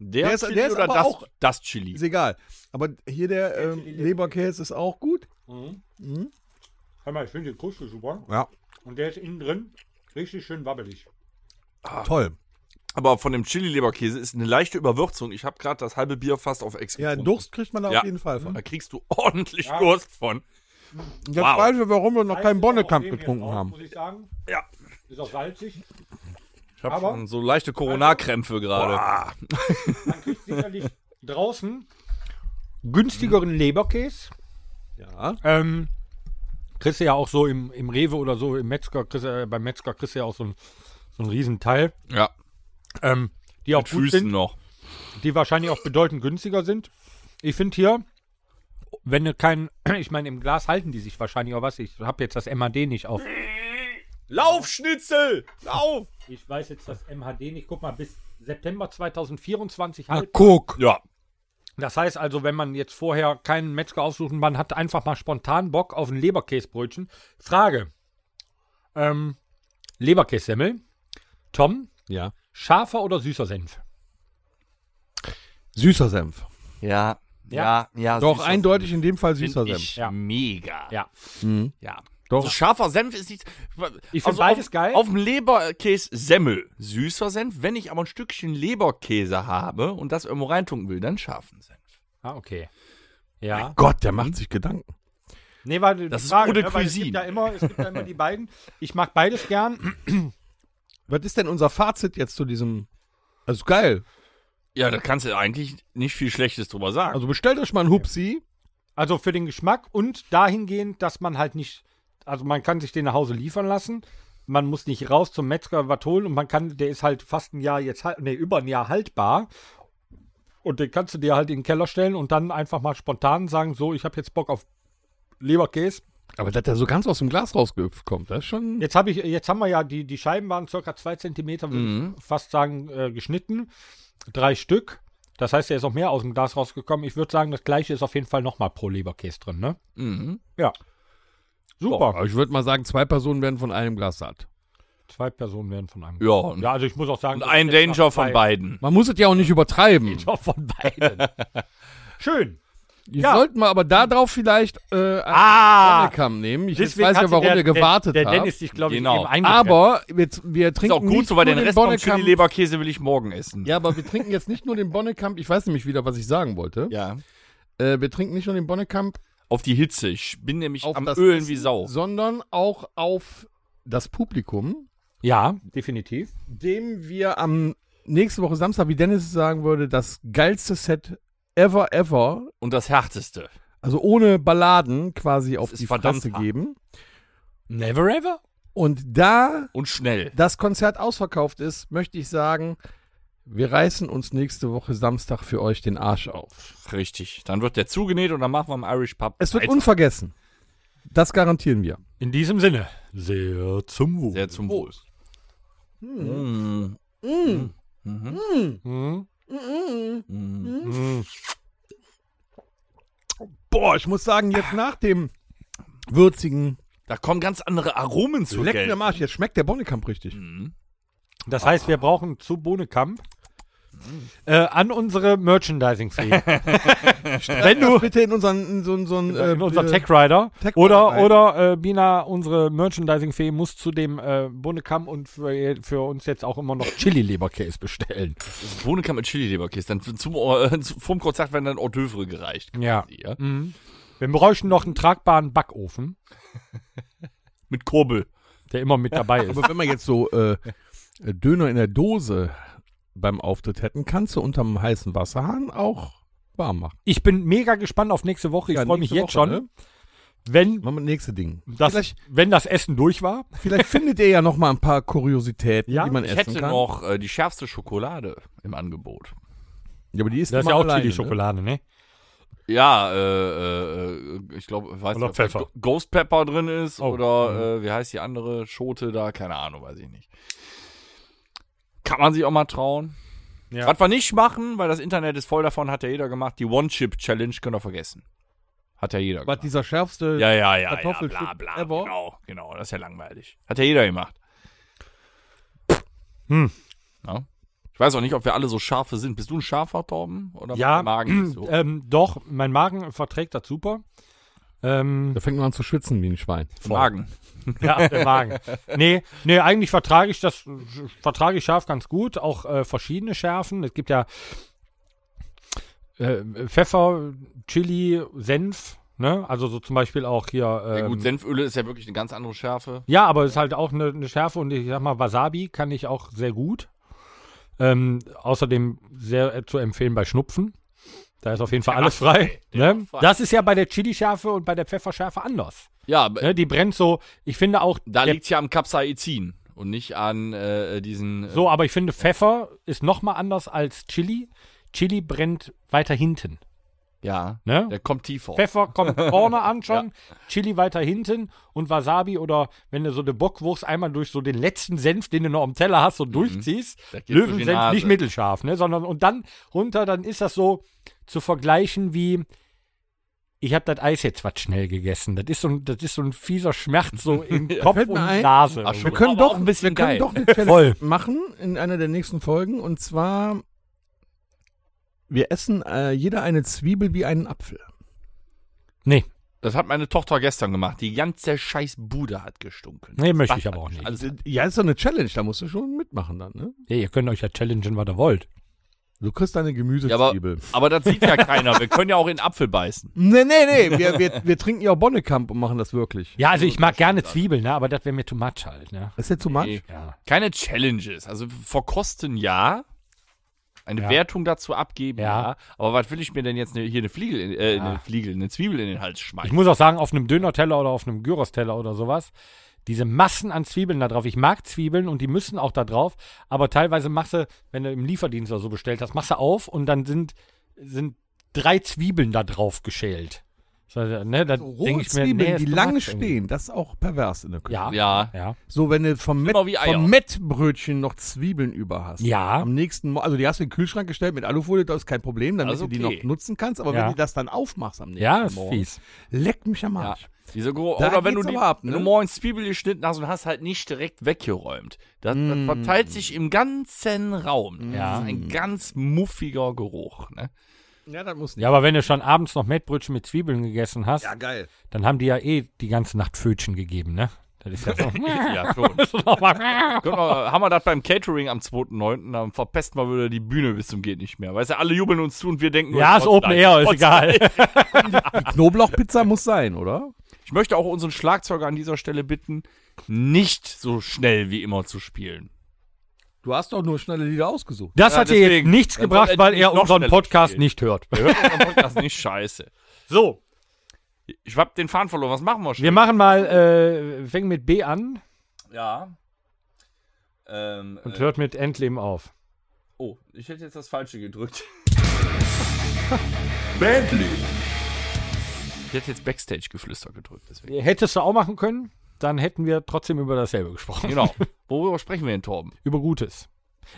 Der,
Der ist-
Chili
der ist
oder
aber
das,
auch-
das
Ist
Chili?
egal. Aber hier der ähm,
Chili
Leberkäse ist auch gut.
Mhm. Hör mal, ich finde den Kruste super.
Ja.
Und der ist innen drin richtig schön wabbelig.
Toll.
Aber von dem Chili-Leberkäse ist eine leichte Überwürzung. Ich habe gerade das halbe Bier fast auf Ex
Ja, Mhm. einen
getrunken.
Durst kriegt man da
Ja.
auf jeden Fall von.
Da kriegst du <laughs> ordentlich
Ja.
Durst von.
Jetzt
Wow.
weiß ich, warum wir noch
Salz ist
keinen Bonnekamp
auch dem hier
getrunken
drauf,
haben.
Muss ich sagen.
Ja.
Ist auch salzig.
Ich habe
Aber-
schon so leichte Corona-Krämpfe gerade.
Man kriegt <laughs> sicherlich draußen günstigeren Leberkäse.
Ja.
Ähm, kriegst du ja auch so im, im Rewe oder so, im Metzger, kriegst, du- äh, beim Metzger kriegst du ja auch so ein, so ein Riesenteil.
Ja,
Ähm, die auch
mit
gut
Füßen
sind,
noch.
die wahrscheinlich auch bedeutend günstiger sind. Ich finde hier, wenn du kein, <clears throat> ich meine, im Glas halten die sich wahrscheinlich auch was. Ich habe jetzt das MHD nicht auf.
Lauf, Schnitzel! Lauf!
Ich weiß jetzt das MHD nicht. Guck mal, bis September 2024
Na
halt.
guck.
Ja,
Das heißt also, wenn man jetzt vorher keinen Metzger aufsuchen, man hat einfach mal spontan Bock auf ein Leberkäsebrötchen. Frage: ähm, Leberkässemmel, Tom,
Ja.
scharfer oder süßer Senf?
Süßer Senf.
Ja,
Ja.
ja, ja.
Doch,
süßer
eindeutig
Senf
in dem Fall
find
süßer Senf.
ich
Ja.
Mega.
Ja.
ja.
Doch.
Also scharfer Senf ist nicht. Also
Ich find
auf,
beides geil.
Auf dem Leberkäse Semmel. Süßer Senf. Wenn ich aber ein Stückchen Leberkäse habe und das irgendwo reintunken will, dann scharfen Senf.
Ah, okay. Ja.
Gott, der
Mhm.
macht sich Gedanken.
Nee, war die
Das ist
Frage,
Eau de
ne, weil es gibt
Cuisine.
ja immer, es gibt ja immer die beiden. Ich mag beides gern.
Was ist denn unser Fazit jetzt zu diesem? Das ist geil.
Ja, da kannst du eigentlich nicht viel Schlechtes drüber sagen.
Also bestellt euch mal einen Hupsi.
Also für den Geschmack und dahingehend, dass man halt nicht, also man kann sich den nach Hause liefern lassen. Man muss nicht raus zum Metzger was holen und man kann, der ist halt fast ein Jahr jetzt halt, nee, über ein Jahr haltbar. Und den kannst du dir halt in den Keller stellen und dann einfach mal spontan sagen, so, ich habe jetzt Bock auf Leberkäse.
Aber dass der so ganz aus dem Glas rausgehüpft kommt, das ist schon.
Jetzt habe ich, jetzt haben wir ja, die, die Scheiben waren circa zwei Zentimeter, würde ich fast sagen, äh, geschnitten. Drei Stück. Das heißt, er ist auch mehr aus dem Glas rausgekommen. Ich würde sagen, das gleiche ist auf jeden Fall nochmal pro Leberkäse drin, ne?
Mhm.
Ja. Super.
Aber ich würde mal sagen, zwei Personen werden von einem Glas satt.
Zwei Personen werden von einem.
Ja, und,
Ja, also ich muss auch sagen.
und ein Danger von
beiden.
beiden.
Man muss es ja auch nicht übertreiben.
Danger <laughs> von beiden. Schön.
Wir
Ja.
sollten mal aber darauf vielleicht äh,
Ah!
Honeycomb nehmen. Ich jetzt
Deswegen
weiß ja,
hatte
warum
der,
ihr gewartet
der, der
habt.
Dennis dich, glaube ich,
Genau.
eben eingeschränkt.
aber wir, wir
Ist
trinken
auch gut
nicht
so, weil
nur
den Rest vom
Bonnekamp-
Chili-Leberkäse will ich morgen essen.
Ja, aber wir trinken jetzt nicht nur den Bonnekamp. Ich weiß nämlich wieder, was ich sagen wollte.
ja.
Äh, wir trinken nicht nur den Bonnekamp,
Auf die Hitze. Ich bin nämlich
Auf
am
das
Ölen
Essen.
wie Sau.
sondern auch auf das Publikum,
Ja, definitiv.
dem wir am nächste Woche Samstag, wie Dennis sagen würde, das geilste Set ever, ever,
Und das Härteste.
also ohne Balladen quasi auf
ist
die
verdammt
Fresse
hart.
geben.
Never ever?
Und da
Und schnell.
das Konzert ausverkauft ist, möchte ich sagen, wir reißen uns nächste Woche Samstag für euch den Arsch auf.
Richtig. Dann wird der zugenäht und dann machen wir im Irish Pub.
Es wird
weiter.
unvergessen. Das garantieren wir.
In diesem Sinne, sehr zum Wohl.
Sehr zum Wohl. Mm.
Hm?
Boah, ich muss sagen, jetzt nach dem würzigen
Da kommen ganz andere Aromen zu
Leck mir
Geld.
Marsch, jetzt schmeckt der Bonnekamp richtig.
Mhm. Das heißt, wir brauchen zu Bohnekamp äh, an unsere Merchandising-Fee. Wenn
Das
du
bitte in unseren in so, so ein
in Ähm, unser
äh,
Tech Rider
Tech
oder
Rider rein.
oder äh, Bina unsere Merchandising Fee muss zu dem äh, Bohnekamp und für, für uns jetzt auch immer noch Chili Leberkäse bestellen.
Bohnenkamm mit Chili-Leberkäse. Dann zum, <laughs> äh, zu- vom Konzert werden dann Hors d'oeuvre gereicht.
Ja.
Ja.
Mhm. Wir bräuchten noch einen tragbaren Backofen,
Mit Kurbel.
der immer mit
<laughs>
dabei ist.
Aber wenn wir jetzt so äh, Döner in der Dose beim Auftritt hätten, kannst du unterm heißen Wasserhahn auch warm machen.
Ich bin mega gespannt auf nächste Woche. Ich
Ja,
freue mich
nächste
jetzt
Woche,
schon,
ne?
wenn
Machen wir das nächste Ding.
das,
vielleicht,
wenn das Essen durch war.
vielleicht findet ihr ja noch mal ein paar Kuriositäten,
Ja,
die man
Ich
essen
hätte
kann.
noch äh, die schärfste Schokolade im Angebot.
ja, aber die ist,
Das ist
immer
ja auch
alleine,
Chili Schokolade, ne?
Ja, äh, äh, äh, ich glaube, weiß
Oder
nicht, ob da
Pfeffer.
Go- Ghost Pepper drin ist
Oh,
oder äh, wie heißt die andere Schote da? Keine Ahnung, weiß ich nicht. Kann man sich auch mal trauen.
Ja.
Was wir nicht machen, weil das Internet ist voll davon, hat ja jeder gemacht. Die One-Chip-Challenge können wir vergessen. Hat ja jeder
Ne? Was
gemacht.
dieser schärfste
Ja, ja, ja, ja,
Kartoffelchip
bla, bla,
ever?
genau, genau, das ist ja langweilig. Hat ja jeder gemacht.
Hm.
Ja. Ich weiß auch nicht, ob wir alle so scharfe sind. Bist du ein scharfer, Torben? Oder
Ja,
Magen nicht
<clears throat>
so?
ähm, doch, mein Magen verträgt das super. Ähm,
Da fängt man an zu schwitzen wie ein Schwein.
Magen.
<laughs> ja, der Magen. Nee, nee, eigentlich vertrage ich das, vertrage ich scharf ganz gut, auch äh, verschiedene Schärfen. Es gibt ja äh, Pfeffer, Chili, Senf, ne? Also so zum Beispiel auch hier. Ähm,
Ja, gut, Senföle ist ja wirklich eine ganz andere Schärfe.
Ja, aber es ist halt auch eine, eine Schärfe und ich sag mal, Wasabi kann ich auch sehr gut. Ähm, außerdem sehr äh, zu empfehlen bei Schnupfen. Da ist auf jeden Fall alles frei.
der
Ne?
macht frei.
Das ist ja bei der Chili-Schärfe und bei der Pfefferschärfe anders.
Ja, aber
Ne? Die brennt so, ich finde auch,
da
der-
liegt's ja am Capsaicin und nicht an äh, diesen. Äh,
so, aber ich finde Pfeffer ist nochmal anders als Chili. Chili brennt weiter hinten.
Ja,
Ne?
der kommt tiefer.
Pfeffer
<laughs>
kommt vorne an schon, Chili weiter hinten und Wasabi oder wenn du so eine Bockwurst einmal durch so den letzten Senf, den du noch am Teller hast, so durchziehst,
Mhm. Da geht's durch die
Löwensenf
Nase.
nicht mittelscharf, ne, sondern und dann runter, dann ist das so zu vergleichen wie ich habe das Eis jetzt was schnell gegessen. Das ist so ein, das ist so ein fieser
<laughs>
Schmerz so im Kopf
fällt mir
und
ein.
Nase.
Ach, schon.
Wir können
Aber
doch
auch ein bisschen
wir können
geil.
doch eine Challenge
Voll.
machen in einer der nächsten Folgen und zwar wir essen äh, jeder eine Zwiebel wie einen Apfel.
Nee,
Das hat meine Tochter gestern gemacht. Die ganze scheiß Bude hat gestunken. Also,
nee, möchte
Was
ich aber auch nicht.
Alles
Ja, ist doch eine Challenge, da musst du schon mitmachen dann, ne?
Nee, ihr könnt euch ja challengen, was ihr wollt.
Du kriegst deine
Ja, aber,
Gemüsezwiebel.
aber das sieht
<laughs>
ja keiner. Wir können ja auch in den Apfel beißen.
nee, nee, nee, wir, wir, wir trinken ja auch Bonnekamp und machen das wirklich.
Ja, also ich mag gerne Zwiebeln, ne, aber das wäre mir too much halt, ne?
Ist ja zu much?
Nee.
Ja.
Keine Challenges. Also verkosten ja. Eine
Ja.
Wertung dazu abgeben, ja.
Ja.
Aber was will ich mir denn jetzt ne, hier eine Fliegel, in, äh, eine Fliegel, eine Zwiebel in den Hals
Ich
schmeißen?
muss auch sagen, auf einem Döner-Teller oder auf einem Gyros-Teller oder sowas, Diese Massen an Zwiebeln da drauf. Ich mag Zwiebeln und die müssen auch da drauf. Aber teilweise machst du, wenn du im Lieferdienst oder so bestellt hast, machst du auf und dann sind, sind drei Zwiebeln da drauf geschält. So, ne, da denk
Rohe
ich mir,
Zwiebeln,
nee,
die
ist
lange
Quatsch irgendwie.
stehen, das ist auch pervers in der Küche.
Ja, ja.
Ja.
ja.
So, wenn du vom, Met,
Schlimmer wie Eier.
vom Mettbrötchen noch Zwiebeln über hast.
Ja.
Am nächsten Morgen, also die hast du in den Kühlschrank gestellt mit Alufolie, das ist kein Problem, damit
Also
du die
okay.
noch nutzen kannst. Aber
Ja.
wenn du das dann aufmachst am nächsten
Ja, ist
Morgen,
fies.
leck mich am
Ja.
Arsch.
Diese Gro
Da
oder wenn du,
geht's
die,
aber ab,
wenn du
ne?
morgens Zwiebel geschnitten hast und hast halt nicht direkt weggeräumt. Das,
Mm.
das verteilt sich im ganzen Raum.
Ja.
Das ist ein ganz muffiger Geruch. Ne?
Ja, das muss
Ja, aber wenn du schon abends noch Mettbrötchen mit Zwiebeln gegessen hast,
geil.
dann haben die ja eh die ganze Nacht Fötchen gegeben, ne? Das ist <laughs> ja so.
Ja, schon. Können wir, haben wir das beim Catering am 2.9., dann verpesten wir wieder die Bühne bis zum geht nicht mehr. Weißt du, alle jubeln uns zu und wir denken...
ja,
uns,
ist
Gott
Open
sei
Air, ist
Gott sei
egal.
Die <laughs> Knoblauchpizza muss sein, oder?
<laughs> Ich möchte auch unseren Schlagzeuger an dieser Stelle bitten, nicht so schnell wie immer zu spielen.
Du hast doch nur schnelle Lieder ausgesucht.
Das
Ja,
hat dir jetzt
deswegen.
nichts
Dann
gebracht,
soll er
weil
nicht
er
noch
unseren
schneller
Podcast
spielen.
nicht hört.
Ihr hört unseren
<laughs>
Podcast nicht scheiße.
So,
Ich hab den Faden verloren. Was machen wir schon?
wir machen mal, äh, wir fangen mit B an
ja. Ähm,
und
äh,
hört mit Endleben auf.
oh, ich hätte jetzt das Falsche gedrückt.
Bandleben.
Ich hätte jetzt Backstage-Geflüster gedrückt. Deswegen.
Hättest du auch machen können, dann hätten wir trotzdem über dasselbe gesprochen.
Genau. Worüber sprechen wir denn, Torben?
Über Gutes.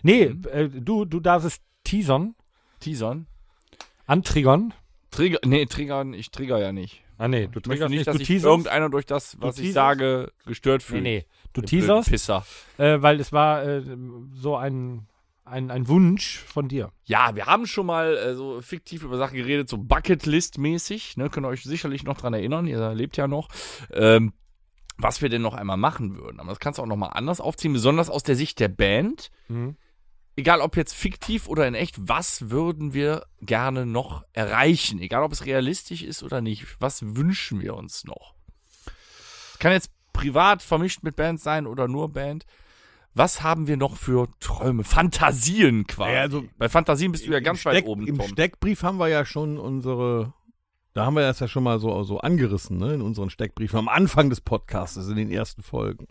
Nee, äh, du, du darfst es teasern,
Teasern?
antriggern.
Trigger, nee, triggern, ich trigger ja nicht.
Ah nee, du
Ich möchte
triggerst
nicht,
nicht,
dass
du
sich
teaserst.
irgendeiner durch das, was ich
teaserst?
sage, gestört
Nee,
fühlt.
nee, du
Ihr blöden
teaserst,
Pisser.
äh, weil es war äh, so ein, ein, ein Wunsch von dir.
Ja, wir haben schon mal äh, so fiktiv über Sachen geredet, so Bucketlist-mäßig. Ne? Könnt ihr euch sicherlich noch dran erinnern, ihr lebt ja noch. Ähm, was wir denn noch einmal machen würden. Aber das kannst du auch noch mal anders aufziehen, besonders aus der Sicht der Band.
Mhm.
Egal ob jetzt fiktiv oder in echt, was würden wir gerne noch erreichen? Egal ob es realistisch ist oder nicht. Was wünschen wir uns noch? Es kann jetzt privat vermischt mit Band sein oder nur Band. Was haben wir noch für Träume? Fantasien quasi.
Ja, also-
Bei Fantasien bist du ja ganz weit
Steck-
oben.
Im
Tom.
Steckbrief haben wir ja schon unsere. Da haben wir das ja schon mal so, so angerissen, ne? In unseren Steckbriefen am Anfang des Podcasts, in den ersten Folgen.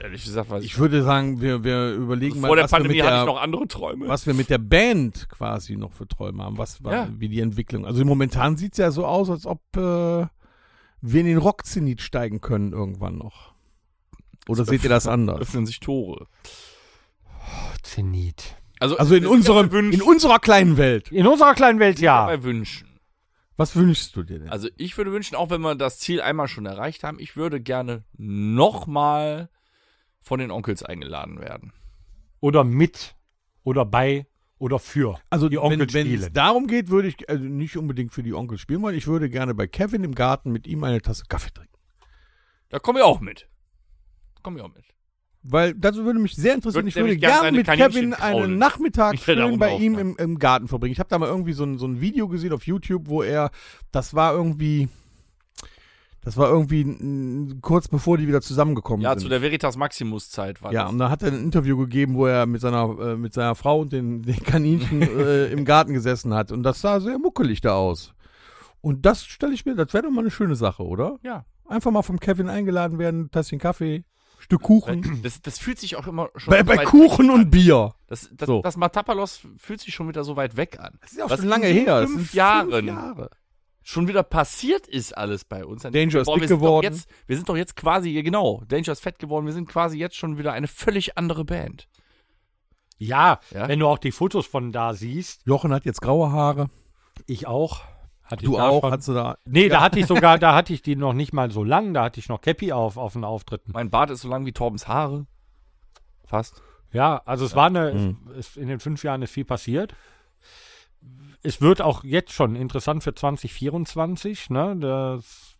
Ehrlich gesagt, weiß ich,
Ich würde sagen, wir, wir überlegen
Also vor der
was wir, mit
Pandemie hatte ich
der,
noch andere Träume.
was wir mit der Band quasi noch für Träume haben, was,
Ja.
wie die Entwicklung. Also momentan sieht es ja so aus, als ob äh, wir in den Rockzenit steigen können irgendwann noch. Oder seht ihr das anders?
Öffnen sich Tore.
Zenit.
Also in
das ist ja
unserem,
bei Wünschen,
in unserer kleinen Welt.
In unserer kleinen Welt, ja.
bei Wünschen.
Was wünschst du dir denn?
Also ich würde wünschen, auch wenn wir das Ziel einmal schon erreicht haben, ich würde gerne nochmal von den Onkels eingeladen werden.
oder mit oder bei oder für
Also
die Onkel
wenn, wenn es
spielen.
darum geht, würde ich also nicht unbedingt für die Onkel spielen wollen. Ich würde gerne bei Kevin im Garten mit ihm eine Tasse Kaffee trinken.
Da komme ich auch mit. Da komme ich auch mit.
Weil das würde mich sehr interessieren.
Würde
ich würde
nämlich gern
gerne
seine
mit
Kaninchen
Kevin einen
kraulen. <laughs>
Nachmittag
Ich werde
schön
auch
bei
drauf,
ihm
ja.
im, im Garten verbringen. Ich habe da mal irgendwie so ein, so ein Video gesehen auf YouTube, wo er, das war irgendwie, das war irgendwie mm, kurz bevor die wieder zusammengekommen
Ja,
sind.
zu der Veritas Maximus Zeit war
ja,
das.
und da hat er ein Interview gegeben, wo er mit seiner, äh, mit seiner Frau und den, den
<laughs>
Kaninchen äh, im Garten gesessen hat. Und das sah sehr muckelig da aus. Und das stelle ich mir, das wäre doch mal eine schöne Sache, oder?
Ja.
Einfach mal vom Kevin eingeladen werden, Tasschen Kaffee, Stück Kuchen.
Das, das fühlt sich auch immer schon
Hm. Bei,
so
bei
weit
Kuchen
weg an.
und Bier.
Das, das,
So.
das Matapalos fühlt sich schon wieder so weit weg an.
Das ist ja auch
Was
schon lange
in
her. Das
Fünf,
sind fünf
Jahren
Jahre.
schon wieder passiert ist alles bei uns. Dann
Danger
denke ich,
ist
boah,
dick
wir sind doch
geworden.
Jetzt, wir sind doch jetzt quasi, ja, genau, Danger ist fett geworden. Wir sind quasi jetzt schon wieder eine völlig andere Band.
Ja,
Ja.
wenn du auch die Fotos von da siehst.
Jochen hat jetzt graue Haare.
Ich auch. Hatte
Du
ich da
auch.
schon.
Hast du da.
Nee, da hatte ich sogar, da hatte ich die noch nicht mal so lang, da hatte ich noch Cappy auf, auf den Auftritten.
Mein Bart ist so lang wie Torbens Haare. Fast.
Ja, also es war eine, es, in den fünf Jahren ist viel passiert. Es wird auch jetzt schon interessant für 2024, ne? Das,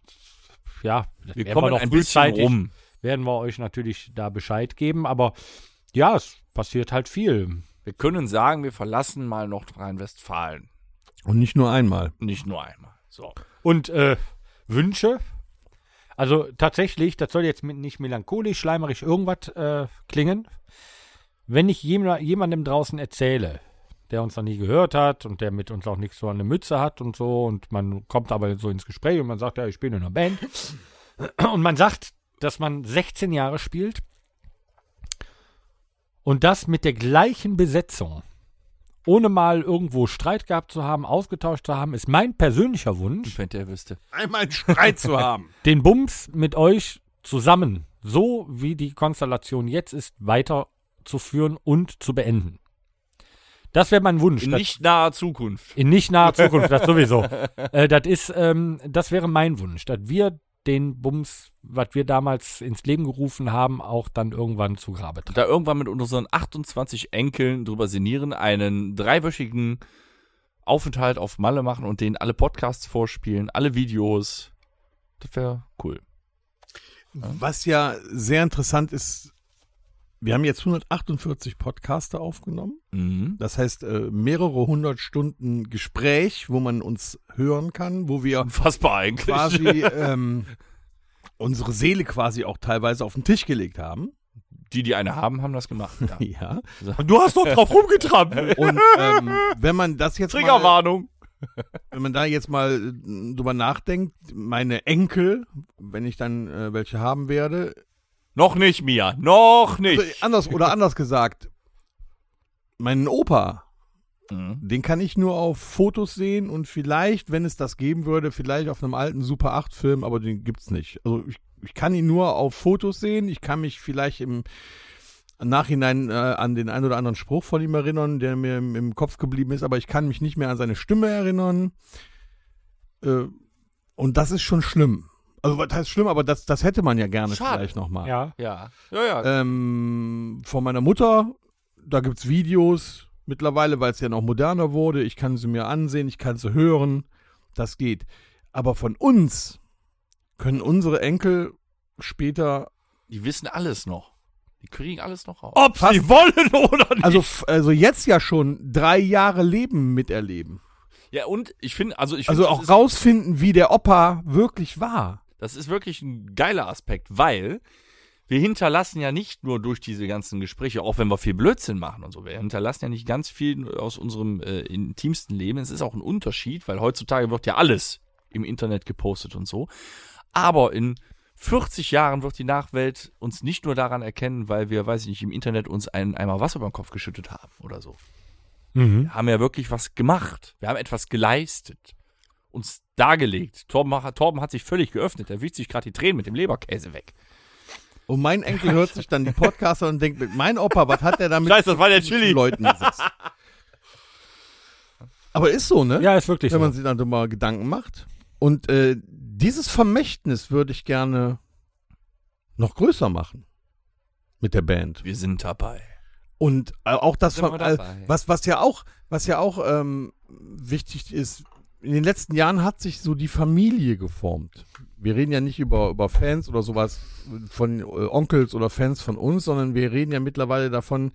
ja, werden frühzeitig- Werden wir euch natürlich da Bescheid geben, aber ja, es passiert halt viel.
Wir können sagen, wir verlassen mal Nordrhein-Westfalen.
Und nicht nur einmal.
Nicht nur einmal. So.
Und äh, Wünsche? Also tatsächlich, das soll jetzt mit- nicht melancholisch, schleimerisch irgendwas äh, klingen. Wenn ich jem, jemandem draußen erzähle, der uns noch nie gehört hat und der mit uns auch nichts so an der Mütze hat und so und man kommt aber so ins Gespräch und man sagt, ja, ich bin in einer Band, Und man sagt, dass man 16 Jahre spielt und das mit der gleichen Besetzung, ohne mal irgendwo Streit gehabt zu haben, ausgetauscht zu haben, ist mein persönlicher Wunsch,
Wenn der wüsste.
Einmal einen Streit zu haben.
den Bums mit euch zusammen, so wie die Konstellation jetzt ist, weiterzuführen und zu beenden. Das wäre mein Wunsch.
In
Das-
nicht naher Zukunft.
in
<laughs>
nicht naher Zukunft, das sowieso. äh, das ist, ähm, das wäre mein Wunsch, dass wir den Bums, was wir damals ins Leben gerufen haben, auch dann irgendwann zu Grabe tragen.
Da irgendwann mit unseren 28 Enkeln drüber sinnieren, einen dreiwöchigen Aufenthalt auf Malle machen und denen alle Podcasts vorspielen, alle Videos. Das wäre cool.
Was ja sehr interessant ist, wir haben jetzt 148 Podcaster aufgenommen.
Mhm.
Das heißt, äh, mehrere hundert Stunden Gespräch, wo man uns hören kann, wo wir
Unfassbar
<laughs>
eigentlich.
quasi ähm, unsere Seele quasi auch teilweise auf den Tisch gelegt haben.
Die, die eine haben, haben das gemacht.
<laughs>
Ja.
Ja.
Du hast doch drauf rumgetrampelt.
Und ähm, wenn man das jetzt mal,
<laughs> Triggerwarnung.
wenn man da jetzt mal äh, drüber nachdenkt, meine Enkel, wenn ich dann äh, welche haben werde,
Noch nicht, Mia. Noch
Also,
nicht.
anders oder anders gesagt, meinen Opa,
Mhm.
den kann ich nur auf Fotos sehen und vielleicht, wenn es das geben würde, vielleicht auf einem alten Super 8 Film, aber den gibt's nicht. Also ich, ich kann ihn nur auf Fotos sehen. Ich kann mich vielleicht im Nachhinein äh, an den einen oder anderen Spruch von ihm erinnern, der mir im, im Kopf geblieben ist, aber ich kann mich nicht mehr an seine Stimme erinnern. Äh, und das ist schon schlimm. Also was heißt schlimm, aber das, das hätte man ja gerne
Schade.
vielleicht nochmal.
Ja.
Ja. Ja,
Äh.
ja.
Ähm, von meiner Mutter, da gibt es Videos mittlerweile, weil es ja noch moderner wurde. Ich kann sie mir ansehen, ich kann sie hören. Das geht. Aber von uns können unsere Enkel später,
Die wissen alles noch. Die kriegen alles noch raus.
Ob sie wollen oder nicht.
also, f- also jetzt ja schon drei Jahre Leben miterleben.
Ja, und ich finde, also ich
Also
find,
auch
das, ist,
rausfinden, wie der Opa wirklich war.
das ist wirklich ein geiler Aspekt, weil wir hinterlassen ja nicht nur durch diese ganzen Gespräche, auch wenn wir viel Blödsinn machen und so, wir hinterlassen ja nicht ganz viel aus unserem äh, intimsten Leben. Es ist auch ein Unterschied, weil heutzutage wird ja alles im Internet gepostet und so. Aber in 40 Jahren wird die Nachwelt uns nicht nur daran erkennen, weil wir, weiß ich nicht, im Internet uns einen Eimer Wasser über den Kopf geschüttet haben oder so.
Mhm.
haben ja wirklich was gemacht. Wir haben etwas geleistet. Uns dargelegt. Torben, hat- Torben hat sich völlig geöffnet. Er wischt sich gerade die Tränen mit dem Leberkäse weg.
Und mein Enkel hört sich dann die Podcaster und denkt, mit mein Opa, was hat der damit
Scheiße, das war der
den Leuten gesagt? Aber ist so, ne?
Ja, ist wirklich
wenn man
so.
sich dann mal Gedanken macht. Und äh, dieses Vermächtnis würde ich gerne noch größer machen mit der Band.
Wir sind dabei.
Und äh, auch das,
Sind wir
Ver- äh,
dabei.
was, was ja auch, was ja auch ähm, wichtig ist, in den letzten Jahren hat sich so die Familie geformt. Wir reden ja nicht über, über Fans oder sowas von äh, Onkels oder Fans von uns, sondern wir reden ja mittlerweile davon,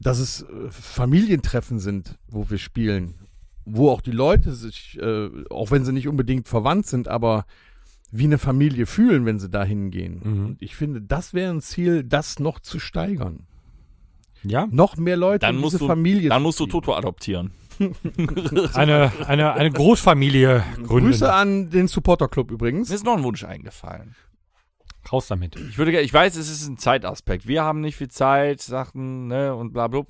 dass es äh, Familientreffen sind, wo wir spielen. Wo auch die Leute sich, äh, auch wenn sie nicht unbedingt verwandt sind, aber wie eine Familie fühlen, wenn sie da hingehen.
Mhm.
Und ich finde, das wäre ein Ziel, das noch zu steigern
Ja.
noch mehr Leute
Dann
in
musst,
diese
du,
Familie.
dann musst du
zu ziehen.
Toto adoptieren.
Eine, eine, eine Großfamilie gründen.
Grüße an den Supporter Club
Mir
übrigens.
ist noch ein Wunsch eingefallen.
Raus damit.
Ich würde, gerne- ich weiß, es ist ein Zeitaspekt. Wir haben nicht viel Zeit, Sachen, ne, und bla, bla.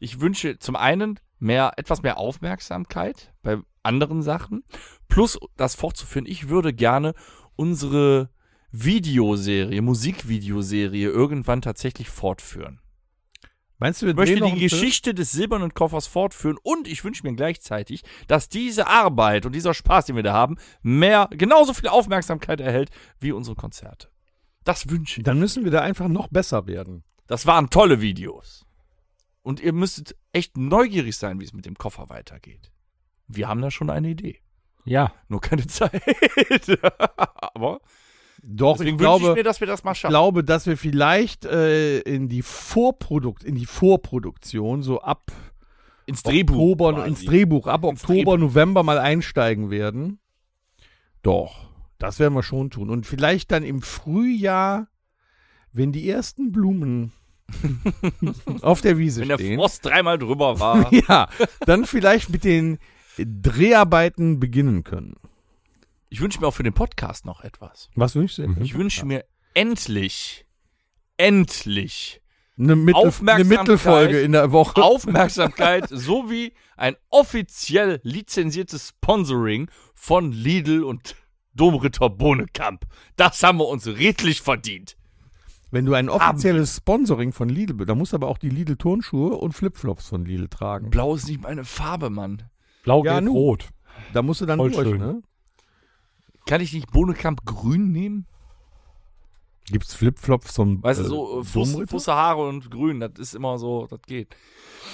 Ich wünsche zum einen mehr, etwas mehr Aufmerksamkeit bei anderen Sachen. Plus das fortzuführen. Ich würde gerne unsere Videoserie, Musikvideoserie irgendwann tatsächlich fortführen.
Meinst du, wir
Ich möchte
drehen noch
die
einen Film?
Geschichte des silbernen Koffers fortführen und ich wünsche mir gleichzeitig, dass diese Arbeit und dieser Spaß, den wir da haben, mehr, genauso viel Aufmerksamkeit erhält wie unsere Konzerte. Das wünsche ich.
Dann müssen wir da einfach noch besser werden.
Das waren tolle Videos. Und ihr müsstet echt neugierig sein, wie es mit dem Koffer weitergeht. Wir haben da schon eine Idee.
Ja.
Nur keine <laughs> Zeit. Aber
Doch,
deswegen
ich
wünsche ich
glaube,
mir, dass wir das mal
ich
schaffen.
glaube, dass wir vielleicht äh, in die Vorprodukt, in die Vorproduktion so ab
Ins
Oktober,
quasi.
ins Drehbuch, ab
Ins
Oktober,
Drehbuch.
November mal einsteigen werden. Doch, das werden wir schon tun. Und vielleicht dann im Frühjahr, wenn die ersten
<laughs>
Blumen auf der Wiese
Wenn der
<laughs> stehen.
Frost dreimal drüber
<laughs>
war.
ja, dann vielleicht mit den Dreharbeiten beginnen können.
Ich wünsche mir auch für den Podcast noch etwas.
Was wünschst du
Ich wünsche mir endlich, endlich
Eine, Mittel, eine
Aufmerksamkeit.
Mittelfolge in der Woche.
<laughs> Aufmerksamkeit sowie ein offiziell lizenziertes Sponsoring von Lidl und Domritter Bohnekamp. Das haben wir uns redlich verdient.
Wenn du ein offizielles Sponsoring von Lidl bist, dann musst du aber auch die Lidl-Turnschuhe und Flipflops von Lidl tragen.
Blau ist nicht meine Farbe, Mann.
Blau,
Ja,
gelb,
nu.
rot.
Da musst du dann
Voll
durch,
schön.
ne?
Kann ich nicht Bohnekamp grün nehmen?
Gibt's Flipflops von
Weißt du, so äh, Fuß,
Domritter?
Fuße, Haare und grün, das ist immer so, das geht.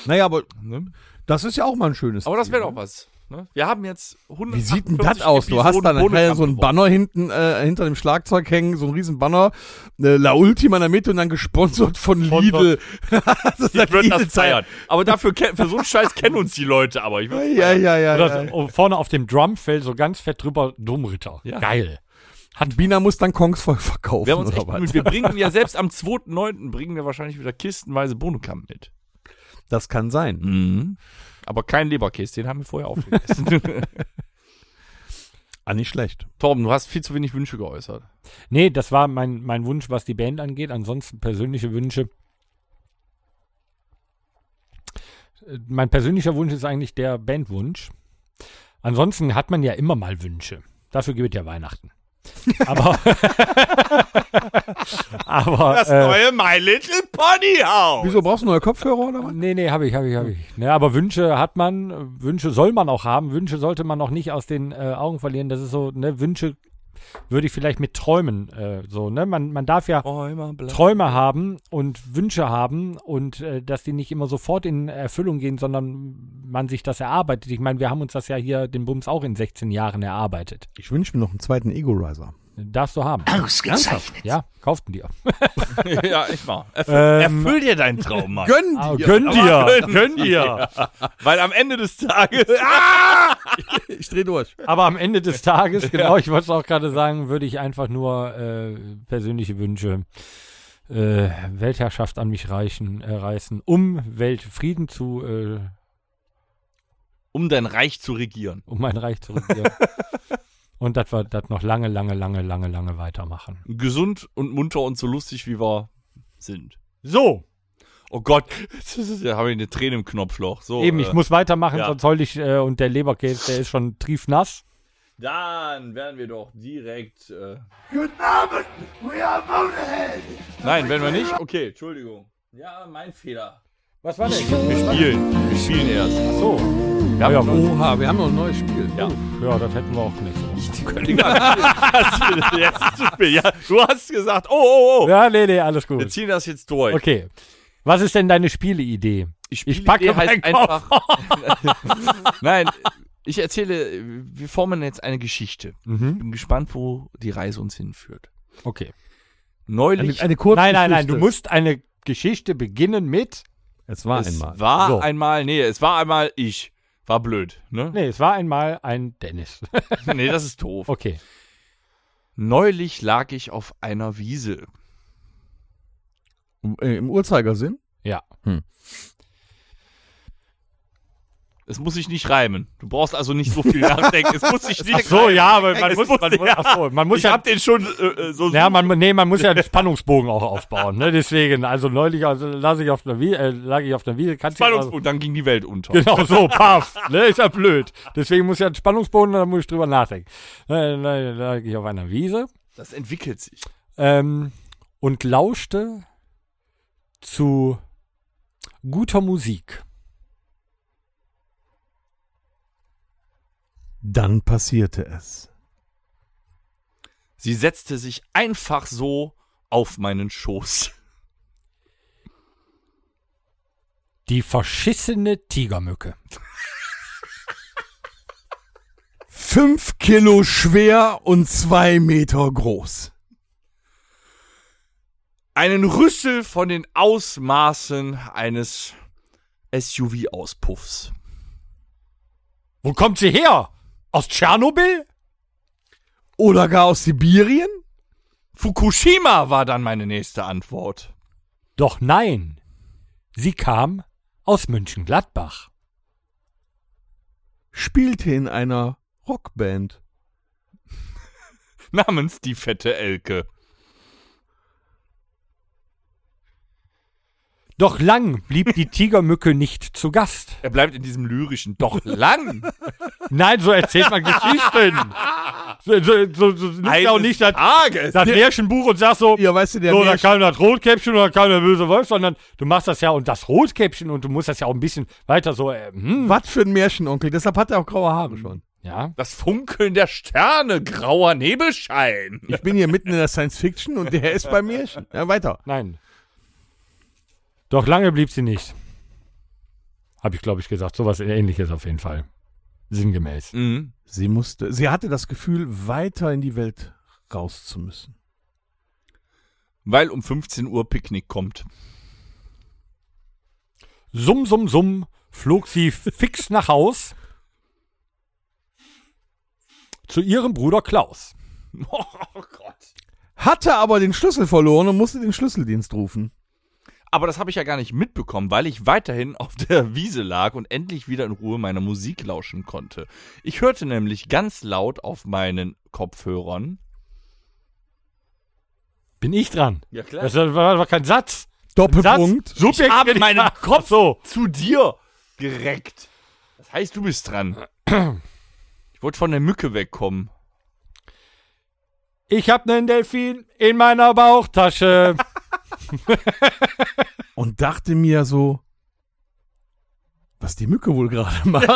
Naja, aber
Ne?
das ist ja auch mal ein schönes.
Aber das
Ziel,
wäre
ne?
doch was. Ne? Wir haben jetzt 100.
Wie sieht
<laughs>
denn das aus? Du hast da nachher so einen Banner hinten äh, hinter dem Schlagzeug hängen, so einen riesen Banner, eine La Ultima in der Mitte und dann gesponsert von
<laughs>
Lidl. das ist
Ich würde das
Lidl-Zeichen.
feiern. Aber dafür, ke- für so einen Scheiß kennen uns die Leute, aber ich würde
Ja, ja, ja.
Oder
ja.
so, vorne auf dem Drumfell so ganz fett drüber Domritter.
Ja.
Geil.
Hat Bina muss dann Kongs voll verkaufen
Wir haben uns
oder
echt
was?
bemüht. Wir bringen ja selbst am 2.9. bringen wir wahrscheinlich wieder kistenweise Bohnenkamp mit.
Das kann sein.
Mhm. Aber kein Leberkäse, den haben wir vorher <laughs> aufgegessen.
Ah, nicht schlecht.
Torben, du hast viel zu wenig Wünsche geäußert.
Nee, das war mein, mein Wunsch, was die Band angeht. Ansonsten persönliche Wünsche. Äh, Mein persönlicher Wunsch ist eigentlich der Bandwunsch. Ansonsten hat man ja immer mal Wünsche. Dafür gibt es ja Weihnachten. Aber, <laughs> aber äh,
My Little Pony House.
Wieso brauchst du neue Kopfhörer oder was?
Nee, nee, habe ich, habe ich, habe ich. Ne, aber Wünsche hat man, äh, Wünsche soll man auch haben, Wünsche sollte man auch nicht aus den äh, Augen verlieren. Das ist so, ne, Wünsche würde ich vielleicht mit Träumen äh, so, ne? Man, man darf ja Träume haben und Wünsche haben und äh, dass die nicht immer sofort in Erfüllung gehen, sondern man sich das erarbeitet. Ich meine, wir haben uns das ja hier, den Bums, auch in 16 Jahren erarbeitet.
Ich wünsche mir noch einen zweiten Ego Riser.
Darfst du haben.
Ausgezeichnet.
Ja, kauften dir.
<laughs> ja, ich mal. Erfüll,
Ähm,
erfüll dir deinen Traum, Mann.
Gönn
Ah, gönn dir! Gönn dir!
Weil am Ende des <laughs> Tages. Ah!
Ich dreh durch.
Aber am Ende des <laughs> Tages, genau, ich wollte es auch gerade sagen, würde ich einfach nur äh, persönliche Wünsche, äh, Weltherrschaft an mich reichen, äh, reißen, um Weltfrieden zu, äh,
Um dein Reich zu regieren.
um mein Reich zu <laughs> regieren. Und dass wir das noch lange, lange, lange, lange, lange weitermachen.
Gesund und munter und so lustig, wie wir sind. So. Oh Gott, <laughs> da habe ich eine Träne im Knopfloch. So,
Eben, ich
äh,
muss weitermachen,
ja.
sonst heul ich, äh, und der Leberkäse, der ist schon triefnass.
Dann werden wir doch direkt. Äh Nein, werden wir nicht? Okay, Entschuldigung. Ja, mein Fehler.
Was war denn?
Wir spielen. Wir spielen erst.
Ach so.
Wir
ja,
haben noch-
Oha, wir haben noch ein neues Spiel.
Ja.
Ja, das hätten wir auch nicht.
Egal. jetzt ist zu spät. <laughs> Ja, du hast gesagt, oh, oh, oh.
Ja, nee, nee, alles
Wir
gut.
ziehen das jetzt durch.
Okay. Was ist denn deine Spieleidee?
Spielidee
packe meinen
halt
<laughs>
einfach. Nein, ich erzähle, wir formen jetzt eine Geschichte. Ich
Mhm.
bin gespannt, wo die Reise uns hinführt.
Okay.
Neulich
Eine, eine kurze
Nein, nein, nein,
Geschichte.
du musst eine Geschichte beginnen mit.
Es war
es
einmal.
war
So.
einmal, nee, es war einmal ich. War blöd, ne?
Nee, es war einmal ein Dennis. <laughs>
<laughs> Nee, das ist doof.
Okay.
Neulich lag ich auf einer Wiese.
Äh, Im Uhrzeigersinn?
Ja.
Es muss sich nicht reimen. Du brauchst also nicht so viel nachdenken. Es muss
<laughs>
sich nicht
ja, aber
man muss- man muss-
ach so, man muss
Ich hab
ja.
den schon äh, äh, so.
Ja, man, nee, man muss ja den Spannungsbogen auch aufbauen, ne? Deswegen, also neulich also, las ich auf einer Wiese, äh, lag ich auf einer Wiese, kannst du-
Spannungs und dann ging die Welt unter.
Genau so, paff. Ne, ist ja blöd. Deswegen muss ja ein Spannungsbogen, da muss ich drüber nachdenken. Ne, ne, Da lag ich auf einer Wiese
Das entwickelt sich.
ähm, und lauschte zu guter Musik.
Dann passierte es.
Sie setzte sich einfach so auf meinen Schoß.
Die verschissene Tigermücke.
Fünf Kilo schwer und zwei Meter groß.
Einen Rüssel von den Ausmaßen eines SUV-Auspuffs.
Wo kommt sie her? Aus Tschernobyl?
Oder gar aus Sibirien?
Fukushima war dann meine nächste Antwort.
Doch nein. Sie kam aus Mönchengladbach.
Spielte in einer Rockband.
namens die fette Elke.
Doch lang blieb die Tigermücke nicht zu Gast.
Er bleibt in diesem lyrischen doch lang.
Nein, so erzählt man Geschichten. So, so, so, so nimmt ja auch nicht das,
Tages.
das Märchenbuch und sagst so,
Ja, weißt du, der
so, da
Märchen-
kam das Rotkäppchen und da kam der böse Wolf, sondern du machst das ja und das Rotkäppchen und du musst das ja auch ein bisschen weiter so, äh, hm,
was für ein Märchenonkel. Deshalb hat er auch graue Haare schon.
ja.
Das Funkeln der Sterne, grauer Nebelschein.
Ich bin hier mitten in der Science Fiction und der ist beim Märchen. Ja, weiter.
Nein. Doch lange blieb sie nicht. Habe ich, glaube ich, gesagt. Sowas ähnliches auf jeden Fall. Sinngemäß.
Mhm.
Sie musste, sie hatte das Gefühl, weiter in die Welt raus zu müssen.
Weil um 15 Uhr Picknick kommt.
Summ, summ, summ flog sie fix nach Haus zu ihrem Bruder Klaus.
Oh Gott.
Hatte aber den Schlüssel verloren und musste den Schlüsseldienst rufen.
Aber das habe ich ja gar nicht mitbekommen, weil ich weiterhin auf der Wiese lag und endlich wieder in Ruhe meiner Musik lauschen konnte. Ich hörte nämlich ganz laut auf meinen Kopfhörern.
Bin ich dran?
Ja, klar.
Das war, war kein Satz.
Doppelpunkt.
Satz. Subjekt
ich habe
bin
meinen
Ach
Kopf
So.
zu dir gereckt. Das heißt, du bist <clears throat> dran. Ich wollte von der Mücke wegkommen.
Ich habe einen Delfin in meiner Bauchtasche.
Und dachte mir so, was die Mücke wohl gerade <laughs> macht.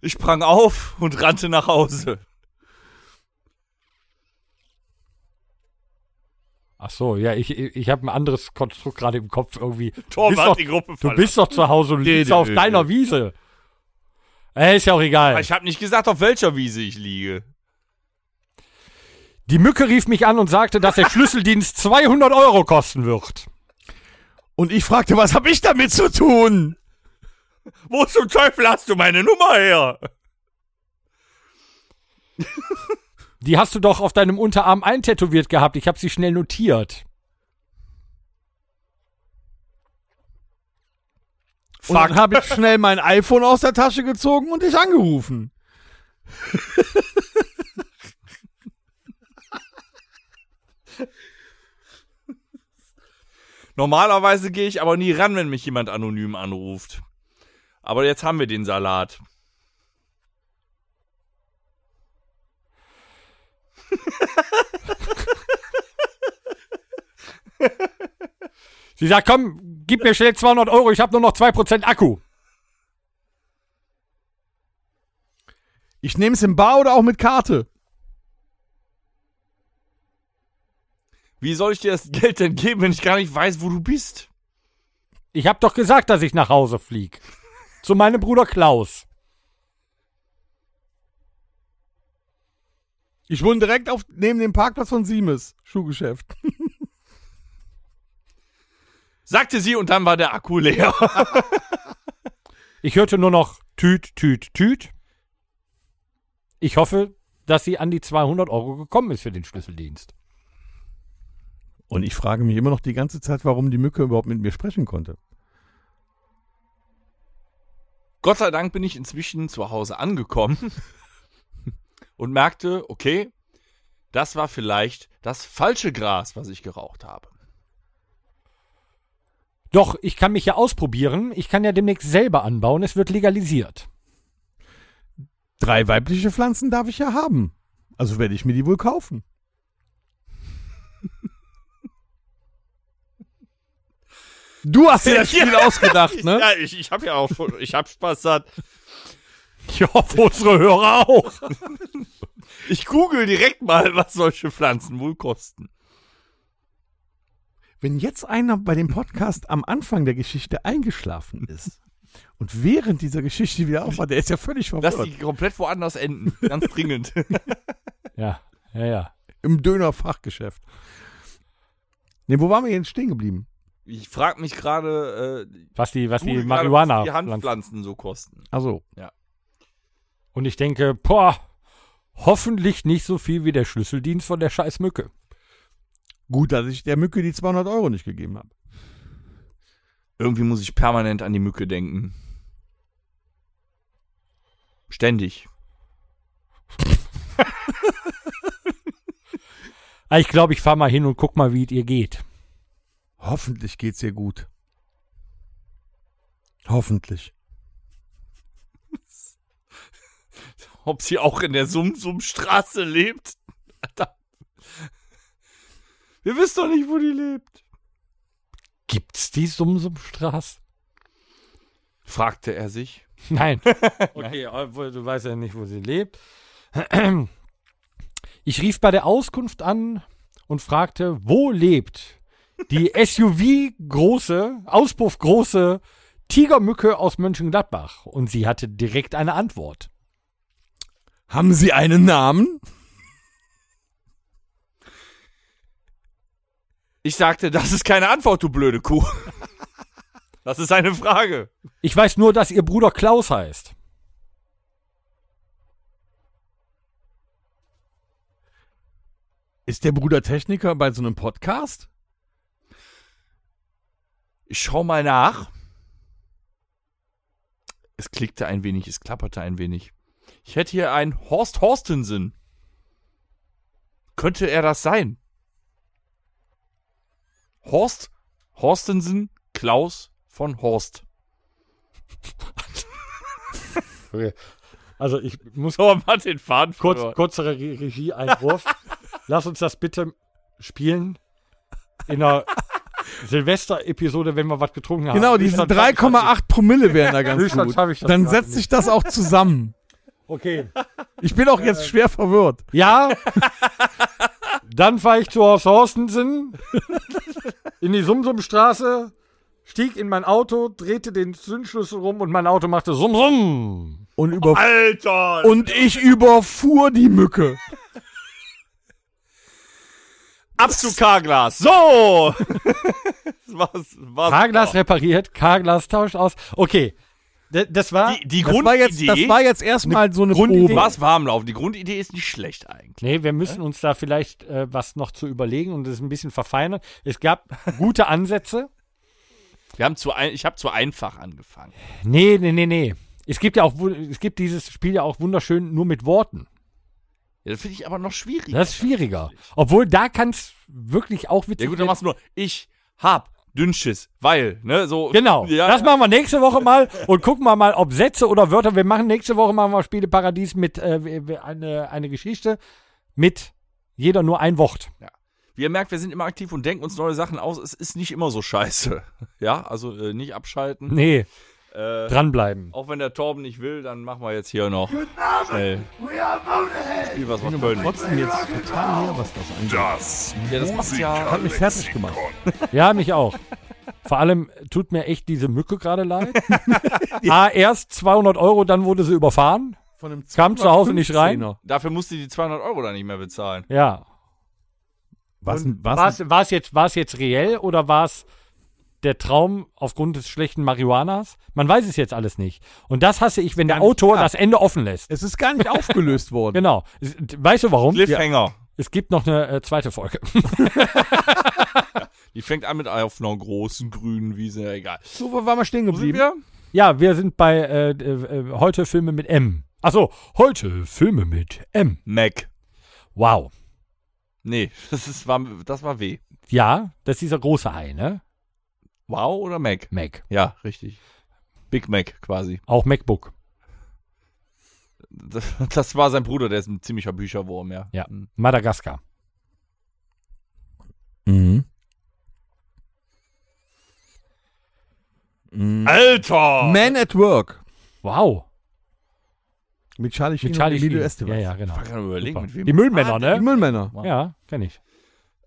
Ich sprang auf und rannte nach Hause.
Ach so, ja, ich, ich habe ein anderes Konstrukt gerade im Kopf irgendwie. Du bist,
Torwart,
doch,
die Gruppe
du
verlassen.
bist doch zu Hause und liegst
nee,
auf
nee,
deiner Wiese. Äh, ist ja auch egal.
Ich habe nicht gesagt, auf welcher Wiese ich liege.
Die Mücke rief mich an und sagte, dass
<laughs>
der Schlüsseldienst 200 Euro kosten wird.
Und ich fragte, was habe ich damit zu tun?
Wo zum Teufel hast du meine Nummer her?
Die hast du doch auf deinem Unterarm eintätowiert gehabt. Ich habe sie schnell notiert.
Und dann habe ich schnell mein iPhone aus der Tasche gezogen und dich angerufen.
Normalerweise gehe ich aber nie ran, wenn mich jemand anonym anruft. Aber jetzt haben wir den Salat.
Sie sagt, komm, gib mir schnell 200 Euro. Oh, Ich habe nur noch 2% Akku.
Ich nehme es im Bar oder auch mit Karte.
Wie soll ich dir das <laughs> Geld denn geben, wenn ich gar nicht weiß, wo du bist?
Ich habe doch gesagt, dass ich nach Hause flieg. Zu meinem Bruder Klaus.
Ich wohne direkt auf, neben dem Parkplatz von Siemes, Schuhgeschäft.
Sagte sie und dann war der Akku leer. <laughs>
Ich hörte nur noch Tüt, Tüt, Tüt. Ich hoffe, dass sie an die 200 Euro gekommen ist für den Schlüsseldienst.
Und ich frage mich immer noch die ganze Zeit, warum die Mücke überhaupt mit mir sprechen konnte.
Gott sei Dank bin ich inzwischen zu Hause angekommen <laughs> und merkte, okay, das war vielleicht das falsche Gras, was ich geraucht habe.
Doch, ich kann mich ja ausprobieren. Ich kann ja demnächst selber anbauen. Es wird legalisiert.
Drei weibliche Pflanzen darf ich ja haben. Also werde ich mir die wohl kaufen. Du hast dir das Spiel ausgedacht, ne?
Ja, ich, ich habe ja auch, ich habe Spaß <laughs> gehabt.
Ich hoffe, unsere
<laughs>
Hörer auch.
Ich google direkt mal, was solche Pflanzen wohl kosten.
Wenn jetzt einer bei dem Podcast am Anfang der Geschichte eingeschlafen ist und während dieser Geschichte wieder aufwacht, der ist ja völlig
Oh
Lass
verwirrt.
die komplett woanders enden. Ganz dringend.
Ja, ja, ja.
Im Dönerfachgeschäft. Ne, wo waren wir jetzt stehen geblieben?
<laughs> Ich frage mich gerade, äh,
Was die, was die
google gerade,
Marihuana.
was die Handpflanzen so kosten.
Also,
Und ich denke, boah, hoffentlich nicht so viel wie der Schlüsseldienst von der Scheißmücke.
gut, dass ich der Mücke die 200 Euro nicht gegeben habe.
Irgendwie muss ich permanent an die Mücke denken. Ständig.
Ah, Ich glaube, ich fahre mal hin und guck mal, wie es ihr geht.
Hoffentlich geht's ihr gut. Hoffentlich.
Ob sie auch in der Sum-Sum-Straße lebt? <laughs> Alter. Wir wissen doch nicht, wo die lebt.
Gibt's die Sumsumstraße? <laughs>
Fragte er sich.
Nein. Okay, obwohl du weißt ja nicht, wo sie lebt. <clears throat> Ich rief bei der Auskunft an und fragte, wo lebt <laughs> die SUV-große, auspuffgroße Tigermücke aus Mönchengladbach? Und sie hatte direkt eine Antwort.
Haben Sie einen Namen?
Ich sagte, das ist keine Antwort, du blöde Kuh. <laughs> Das ist eine Frage.
Ich weiß nur, dass ihr Bruder Klaus heißt.
Ist der Bruder Techniker bei so einem Podcast?
Ich schau mal nach. Es klickte ein wenig, es klapperte ein wenig. Ich hätte hier einen Horst Horstensen. Könnte er das sein? Horst Horstensen Klaus von Horst.
Also ich muss
So, man hat den Faden
Kurz,
verloren.
kurzer Re- Regieeinwurf. Lass uns das bitte spielen in der Silvester-Episode, wenn wir was getrunken haben.
Genau, diese
Höchstens schaff ich das
3,8
nicht.
Promille wären da ganz
Höchstens
gut.
schaff ich das
Dann
gerade
setzt
nicht.
sich das auch zusammen.
Okay.
Ich bin auch jetzt schwer verwirrt.
Ja. Dann fahre ich zu Horst Horstensen in die Sumsumstraße, stieg in mein Auto, drehte den Zündschlüssel rum und mein Auto machte Sumsum.
Und, über
Alter!
und ich überfuhr die Mücke.
Ab zu Karglas. So! <laughs> das war's, war's.
K-Glas repariert, K-Glas tauscht aus. Okay. D das war.
Die, die
Das
Grundidee.
war jetzt, das war jetzt erstmal so eine
Grundidee.
Probe.
Was warm laufen. Die Grundidee ist nicht schlecht eigentlich.
Nee, wir müssen uns da vielleicht äh, was noch zu überlegen und es ein bisschen verfeinern. Es gab gute Ansätze.
Wir haben zu ein, ich habe zu einfach angefangen.
Nee, nee, nee, nee. Es gibt ja auch, wu- es gibt dieses Spiel ja auch wunderschön nur mit Worten.
Ja, das finde ich aber noch schwierig.
Das ist schwieriger. Obwohl, da kann es wirklich auch witzig
ja gut, dann machst du nur, ich hab Dünnschiss, weil, ne, so.
Genau.
<laughs> Ja,
das machen wir nächste Woche mal und gucken wir mal, ob Sätze oder Wörter. Wir machen nächste Woche machen wir Spieleparadies mit äh, w- w- eine, eine Geschichte mit jeder nur ein Wort.
Wie ihr merkt, wir sind immer aktiv und denken uns neue Sachen aus. Es ist nicht immer so scheiße. <laughs> Ja, also äh, nicht abschalten.
Nee,
Äh,
dranbleiben.
auch wenn der Torben nicht will, dann machen wir jetzt hier noch schnell. Spiel was wir Köln.
Trotzdem jetzt total leer, was das angeht.
Das
Ja, das macht's ja.
Hat mich fertig gemacht.
Ja, mich auch. Vor allem tut mir echt diese Mücke gerade
<laughs>
leid. Ah, erst 200 Euro, dann wurde sie überfahren.
Von einem
Kam zu Hause nicht rein.
15er.
Dafür musst du die 200 Euro dann nicht mehr bezahlen.
Ja.
Was, was,
War es jetzt, war's jetzt reell oder war es der Traum aufgrund des schlechten Marihuanas? Man weiß es jetzt alles nicht. Und das hasse ich, wenn der
Gar nicht
Autor
klar.
das Ende offen lässt.
es ist gar nicht aufgelöst worden.
Genau. Es- Weißt du warum?
Cliffhanger.
Es gibt noch eine äh, zweite Folge.
Die fängt an mit auf einer großen grünen Wiese, ja, egal.
So, wo waren wir stehen geblieben?
ja, wir sind bei äh, äh, äh, heute Filme mit M. Achso, heute Filme mit M.
Mac.
Wow.
Nee, <laughs> das ist, war, das war W.
Ja, das ist dieser große Hai, ne?
Wow oder Mac?
Mac.
Ja, richtig. Big Mac quasi.
Auch MacBook.
Das, <laughs> das war sein Bruder, der ist ein ziemlicher Bücherwurm, ja.
Ja.
Mhm.
Madagaskar.
<laughs> Mhm. Mhm.
Alter!
Man at Work.
Wow.
Mit Charlie Sheen
Mit Charlie
und Emilio
Sheen.
Estevez.
Ja, ja, genau.
Ich kann überlegen,
Super.
mit wem.
Die Müllmänner,
Die
ne?
Müllmänner.
Ja, kenne ich.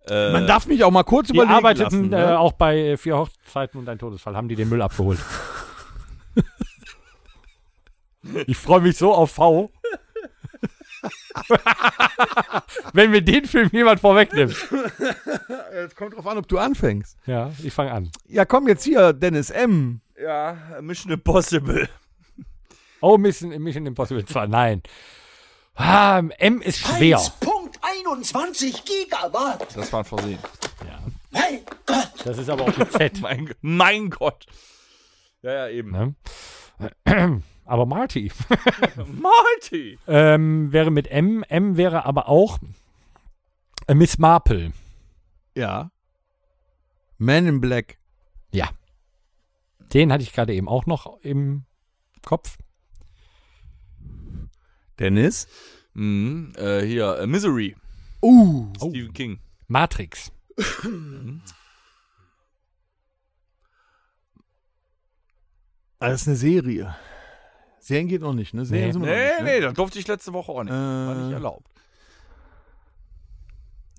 äh,
Man darf mich auch mal kurz
Die
überlegen
arbeiteten
lassen.
äh,
ne?
auch bei äh, vier Hochzeiten und ein Todesfall, haben die den Müll abgeholt. <laughs> ich freue mich so auf V. <laughs> Wenn mir den Film jemand vorwegnimmt.
Es kommt drauf an, ob du anfängst.
Ja, ich fange an.
Ja, komm jetzt hier, Dennis M.
äh, ja, Mission Impossible.
Oh, Mission, Mission Impossible 2. Nein. Ah,
Ähm,
M ist schwer.
1.21 Gigawatt.
Das war ein Versehen.
Mein Gott.
Das ist aber auch mit Z.
<laughs> Mein, G- mein Gott. Ja, ja, eben.
ne? Aber Marty
Marty!
ähm, wäre mit M. M wäre aber auch äh, Miss Marple.
Ja. Man in Black.
Den hatte ich gerade eben auch noch im Kopf.
Dennis?
Mhm, äh, hier, äh, Misery,
Uh.
Stephen King.
Matrix.
Ah, Das ist eine Serie. Serien geht noch nicht, ne? Serien
Nee.
sind wir
Nee,
noch
nee,
nicht,
das durfte ich letzte Woche auch nicht. War nicht
ne? Äh,
erlaubt.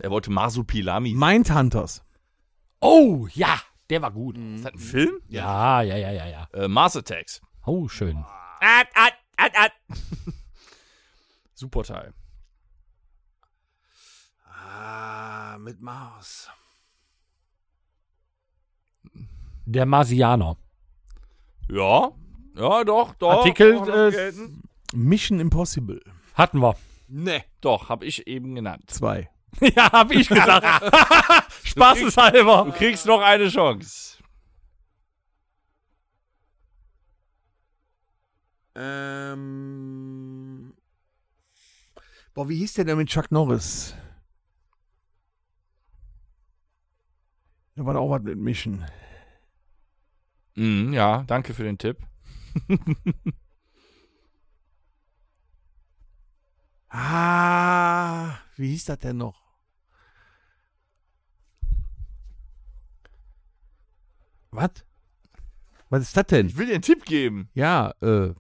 Er wollte Masupilami.
Mindhunters.
Oh, ja, der war gut.
Ist das ein Film?
Ja, ja, ja, ja, ja.
Äh, Mars Attacks.
Oh, schön.
Ad, ad, ad, ad. <laughs> Super Teil.
Ah, mit Mars.
Der Marsianer.
Ja, ja, doch, doch.
Oh,
Artikel,
doch,
äh,
gelten.
Mission Impossible.
Hatten wir.
nee, doch, habe ich eben genannt.
Zwei.
<laughs> ja, hab ich gesagt. Spaßeshalber.
Du kriegst noch eine Chance.
Ähm. Boah, wie hieß der denn mit Chuck Norris? Da war doch auch was mit Mission.
Mhm, ja, danke für den Tipp.
Ah, wie hieß das denn noch? Was? Was ist das denn?
Ich will dir einen Tipp geben.
Ja, äh.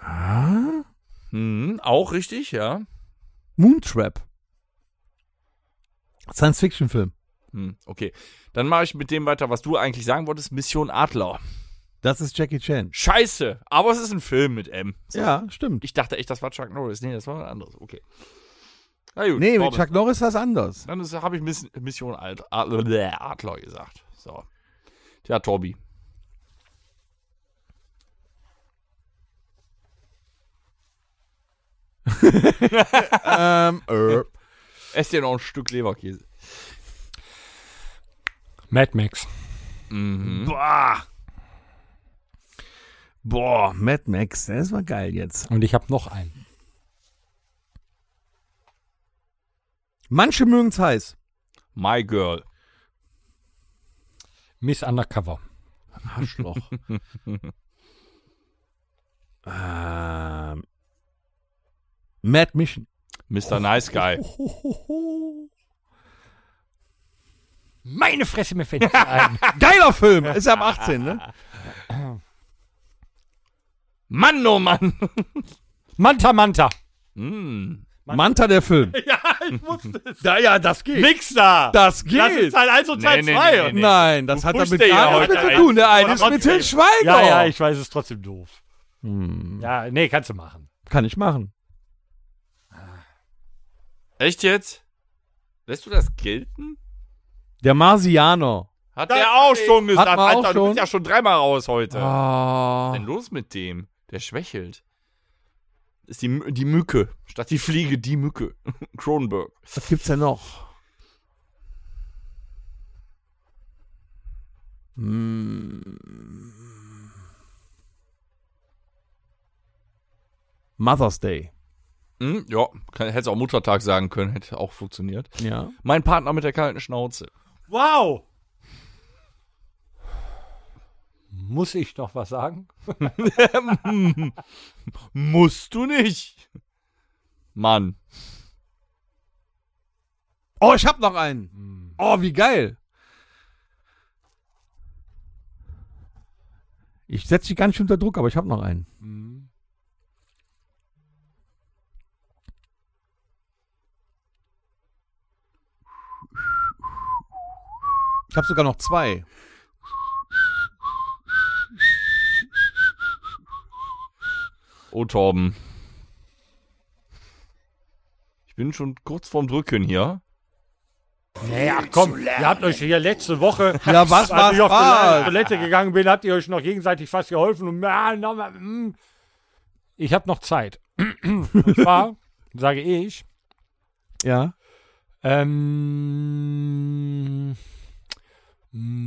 Ah?
Mhm, auch richtig, ja.
Moontrap. Science-Fiction-Film.
Hm, okay. Dann mache ich mit dem weiter, was du eigentlich sagen wolltest. Mission Adler.
Das ist Jackie Chan.
Scheiße, aber es ist ein Film mit M. So.
Ja, stimmt.
Ich dachte echt, das war Chuck Norris. Nee, das war ein anderes. Okay. Na gut.
Nee, mit
Robin.
Chuck Norris war es anders.
Dann habe ich Miss- Mission Ad- Adler, bläh, Adler gesagt. So. Ja, Torbi.
ähm, äh,
Ess dir noch ein Stück Leberkäse.
Mad Max.
Mhm.
boah. Boah, Mad Max, das war geil jetzt.
Und ich habe noch einen.
Manche mögen's heiß.
My Girl.
Miss Undercover.
Arschloch. ähm, Mad Mission.
Mr. Nice Guy.
<laughs> Meine Fresse, mir fällt nicht ein.
Geiler Film. Ist ab 18, ne?
Mann, oh Mann.
Manta Manta.
Mhm.
Manta der Film.
Da, ja, das geht. Nix da.
Das geht.
halt
Teil 1 halt und
Teil Nee, nee, zwei. nee, nee, nee.
Nein, das hat
pusht
damit
dir ja
gar
heute
nichts mit zu
ein.
tun. Der eine
Aber
ist mit
trotzdem.
Til Schweiger. Hm.
Ja, ja, ich weiß, es ist trotzdem doof. Ja, nee, kannst du machen.
Kann ich machen.
Echt jetzt? Lässt du das gelten?
Der Marsianer.
Hat er auch schon gesagt,
man auch
Alter, du
schon.
bist ja schon dreimal raus heute. Was
Ah.
ist denn los mit dem? Der schwächelt. Ist die, M- die Mücke. Statt die Fliege, die Mücke. <laughs> Kronberg.
Was gibt's denn noch? Hm. Mother's Day.
Hm, ja, kann- hätte auch Muttertag sagen können, hätte auch funktioniert.
Ja.
Mein Partner mit der kalten Schnauze.
Wow. Muss ich noch was sagen?
Musst du nicht. Mann.
Oh, ich hab noch einen. Oh, wie geil. Ich setze dich gar nicht unter Druck, aber ich hab noch einen. Ich habe sogar noch zwei.
Oh, Torben. Ich bin schon kurz vorm Drücken hier.
Naja, komm, ihr habt euch hier letzte Woche,
<laughs> Ja, was
als
war's?
ich auf die
Was?
Toilette gegangen bin, habt ihr euch noch gegenseitig fast geholfen. Und, ah, noch mal, mm. <clears throat> Ich habe noch Zeit. Und zwar sage ich,
Ja.
Ähm, mm,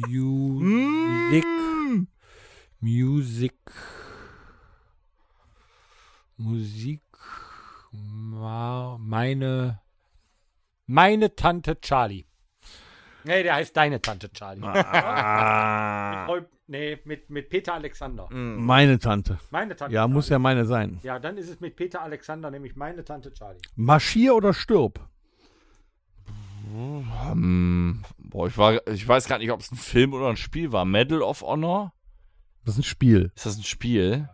Music. Music. Musik. Ma- Meine. Meine Tante Charlie. Nee, der heißt deine Tante Charlie.
Ah, Mhm.
Mit Holp- nee, mit, mit Peter Alexander.
meine Tante.
Meine Tante
Ja,
Charlie.
muss ja meine sein.
Ja, dann ist es mit Peter Alexander, nämlich meine Tante Charlie.
Marschier oder stirb?
Ähm, boah, ich, war, ich weiß gar nicht, ob es ein Film oder ein Spiel war. Medal of Honor?
Das ist ein Spiel.
Ist das ein Spiel?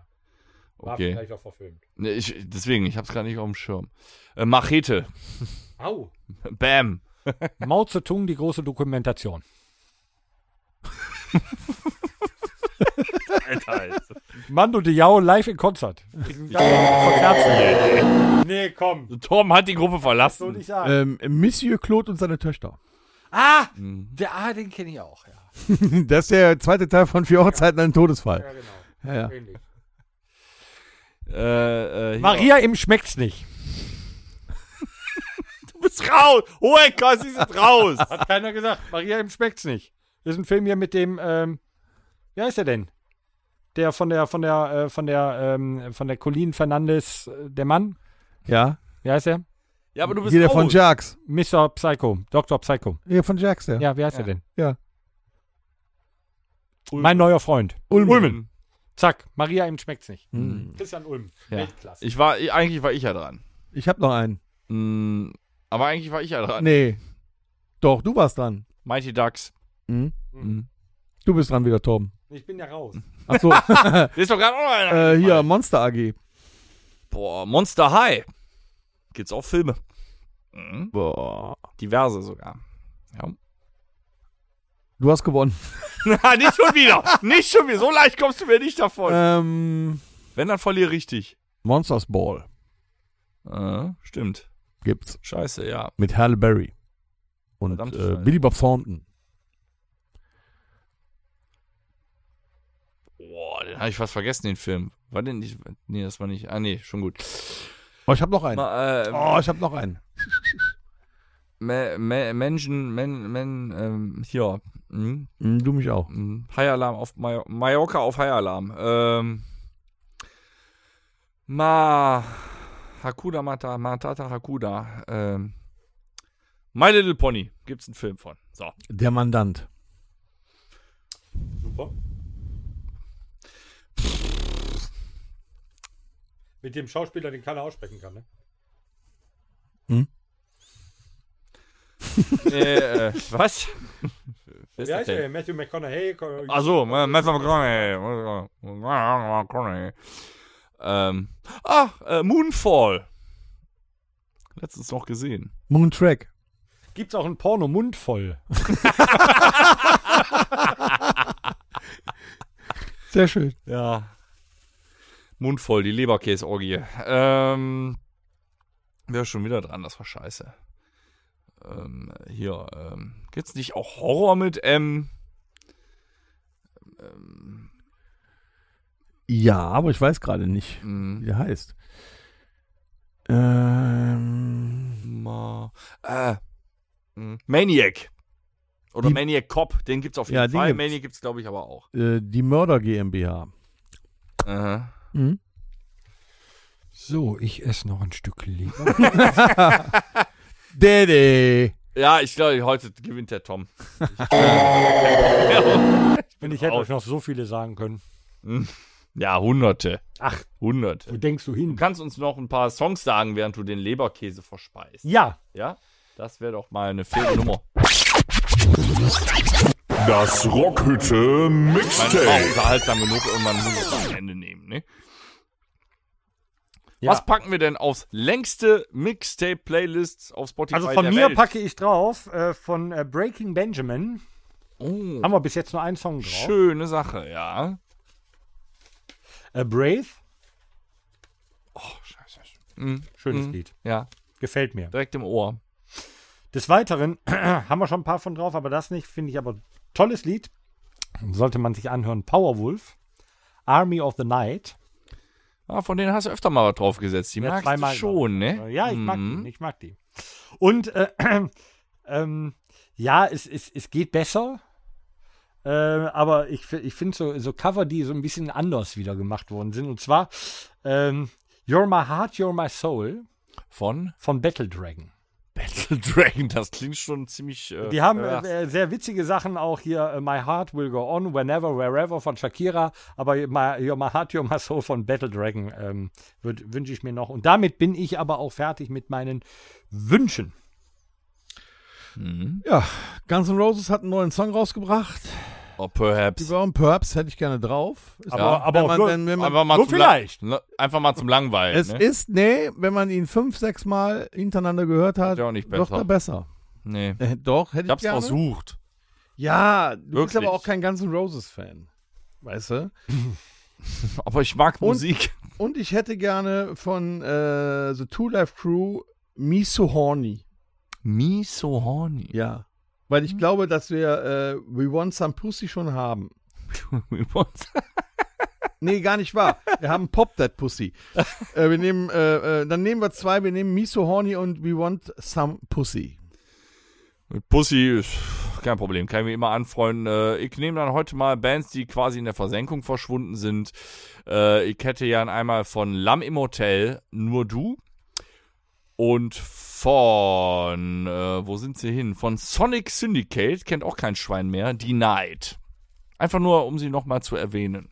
War
Okay.
vielleicht auch verfilmt.
Nee, Ne, ich, deswegen, ich hab's gerade nicht auf dem Schirm. Äh, Machete.
Au.
Bam.
Mao Zedong, die große Dokumentation.
<laughs>
Mando Diao live in Konzert. Konzertserie. Nee, komm.
Tom hat die Gruppe
Soll
verlassen.
ich sagen.
Ähm, Monsieur Claude und seine Töchter.
ah! Der A, den kenne ich auch, ja.
Das ist der zweite Teil von Vier Hochzeiten, ein Todesfall.
genau.
Ja, ja.
Ähnlich.
Äh, äh, hier.
Maria im Schmeckt's nicht.
du bist raus. Hoher Klaus, sie sind raus.
Hat keiner gesagt. Maria im Schmeckt's nicht. Das ist ein Film hier mit dem, ähm, wie heißt er denn? Der von der, von der, äh, von der, ähm, von der Colleen Fernandes, äh, der Mann.
Ja.
Wie heißt er?
<laughs> Ja, aber du bist
Hier der
raus.
von Jax.
Mr. Psycho, Dr. Psycho.
Hier von Jax, der.
Ja, wie heißt er denn?
Ja.
Mein neuer Freund.
Ulmen.
Ulmen.
Zack, Maria ihm schmeckt's nicht.
Hm.
Christian Ulm.
Ja.
Weltklasse.
Ich war, ich- eigentlich war ich ja dran.
Ich hab noch einen.
Mm, aber eigentlich war ich ja dran.
Nee. Doch, du warst dran.
Mighty Ducks.
Mhm.
Mhm.
Du bist dran wieder, Torben.
Ich bin ja raus.
Ach
<laughs>
so.
Das ist doch gerade auch noch einer.
äh, hier, Monster AG.
Boah, Monster High. Gibt's auch Filme. Mhm. Boah. Diverse sogar.
Du hast gewonnen.
Na, <laughs> nicht schon wieder. Nicht schon wieder. So leicht kommst du mir nicht davon.
Ähm,
Wenn, dann verliere richtig.
Monsters Ball
Äh, stimmt.
gibt's.
Scheiße, ja.
Mit Halle Berry. Und
Verdammte
äh,
Scheiße.
Billy Bob Thornton.
Boah, den habe ich fast vergessen, den Film. War denn nicht. Nee, das war nicht. Ah, nee, schon gut.
Oh, ich hab noch einen.
Ma, äh,
Oh, ich hab noch einen.
Me- Me- Menschen, Men, Men, ähm, hier. Hm?
Hm, du mich auch.
Hm. High Alarm auf Mallorca, Mallorca auf High Alarm. Ähm, Ma. Hakuda Mata, Matata Hakuda. Ähm, My Little Pony. Gibt's einen Film von. So. <laughs>
Der Mandant.
Super. Mit dem Schauspieler, den keiner aussprechen kann, ne?
Nee, äh, was? Wer ist
Wie
das
heißt
denn? Ah.
er? Matthew McConaughey. Co-
Achso, Messer McConaughey. McConaughey. Ähm. Ah, äh, Moonfall. Letztens noch gesehen.
Moontrack.
äh, Gibt's auch einen Porno mundvoll?
Sehr schön.
Ja. Mundvoll, die Leberkäsorgie. Ähm. Wäre schon wieder dran, das war scheiße. Ähm, hier, ähm. Gibt's nicht auch Horror mit M? Ähm,
Ja, aber ich weiß gerade nicht, wie
Hm,
der heißt. Ähm,
ma, äh. hm, Maniac. Oder
Die-
Maniac Cop, den gibt's auf jeden
Ja, den
Fall.
gibt's.
Maniac gibt's, glaube ich, aber auch.
äh, die Mörder GmbH.
Aha.
Mhm.
So, ich esse noch ein Stück Leber.
Daddy.
Ja, ich glaube, heute gewinnt der Tom.
Und ich hätte
Raus.
euch noch so viele sagen können.
Ja, Hunderte. Ach.
Wo
Hunderte.
denkst du
Du
hin?
kannst uns noch ein paar Songs sagen, während du den Leberkäse verspeist.
Ja,
Ja? Das wäre doch mal eine faire Nummer.
Das Rockhütte
Meine war
Mixtape.
unterhaltsam genug und man muss es am Ende nehmen, ne?
Ja.
Was packen wir denn aufs längste Mixtape-Playlist auf Spotify?
also von
der
mir
Welt?
packe ich drauf, äh, von äh, Breaking Benjamin.
Oh,
Haben wir bis jetzt nur einen Song drauf.
schöne Sache, ja.
Äh, Brave, Oh,
Mhm.
schönes
Mhm.
Lied.
Ja,
Gefällt mir.
direkt im Ohr.
Des Weiteren <clears throat> haben wir schon ein paar von drauf, aber das nicht, finde ich aber tolles Lied. Sollte man sich anhören. Powerwolf, Army of the Night.
Ah, von denen hast du öfter mal was draufgesetzt. Die
Ja,
magst
zweimal
du schon,
war.
ne?
Äh, Ja, ich mag
Mhm.
die. Ich mag die. Und äh, <clears throat> ähm, ja, es, es, es geht besser. Äh, aber ich, fi- ich finde so, so Cover, die so ein bisschen anders wieder gemacht worden sind. Und zwar ähm, You're My Heart, You're My Soul <laughs>
Von
von Battle Dragon.
Battle Dragon. Das klingt schon ziemlich. Äh,
Die haben
krass.
äh, äh, sehr witzige Sachen auch hier. Äh, My Heart Will Go On, Whenever, Wherever von Shakira. Aber my, Your My Heart, Your My Soul von Battle Dragon ähm, wird- wünsche ich mir noch. Und damit bin ich aber auch fertig mit meinen Wünschen.
Mhm.
Ja, Guns N' Roses hat einen neuen Song rausgebracht.
Oh, perhaps.
Über und Perhaps hätte ich gerne drauf. Ist
Aber,
Ja.
aber
wenn
auch
man,
nur-
wenn, wenn man,
Einfach mal,
Nur
zum La-
vielleicht.
La- einfach mal zum Langweilen.
es
ne?
ist, nee, wenn man ihn fünf, sechs Mal hintereinander gehört hat,
ja auch nicht
doch da besser.
besser. nee.
Äh, doch, hätte
Ich
ich,
hab's
gerne.
versucht.
Ja, du bist
Wirklich.
aber auch kein Guns N' Roses Fan. Weißt du?
Aber ich mag
Und-
Musik. <laughs>
Und ich hätte gerne von äh, The Two Life Crew Me So Horny.
Me so horny.
<laughs>
Ja. Weil
Mhm.
ich glaube, dass wir äh, We Want Some Pussy schon haben. Nee, gar nicht
<laughs>
wahr. Wir haben Pop That Pussy. äh, wir nehmen, äh, äh, dann nehmen wir zwei. Wir nehmen Me So Horny und We Want Some Pussy.
Mit Pussy ist kein Problem, kann ich mir immer anfreunden. Äh, ich nehme dann heute mal Bands, die quasi in der Versenkung verschwunden sind. Äh, ich hätte ja einmal von Lamm im Hotel, Nur Du. Und von, äh, wo sind sie hin? Von Sonic Syndicate, kennt auch kein Schwein mehr, Die Night. Einfach nur, um sie nochmal zu erwähnen.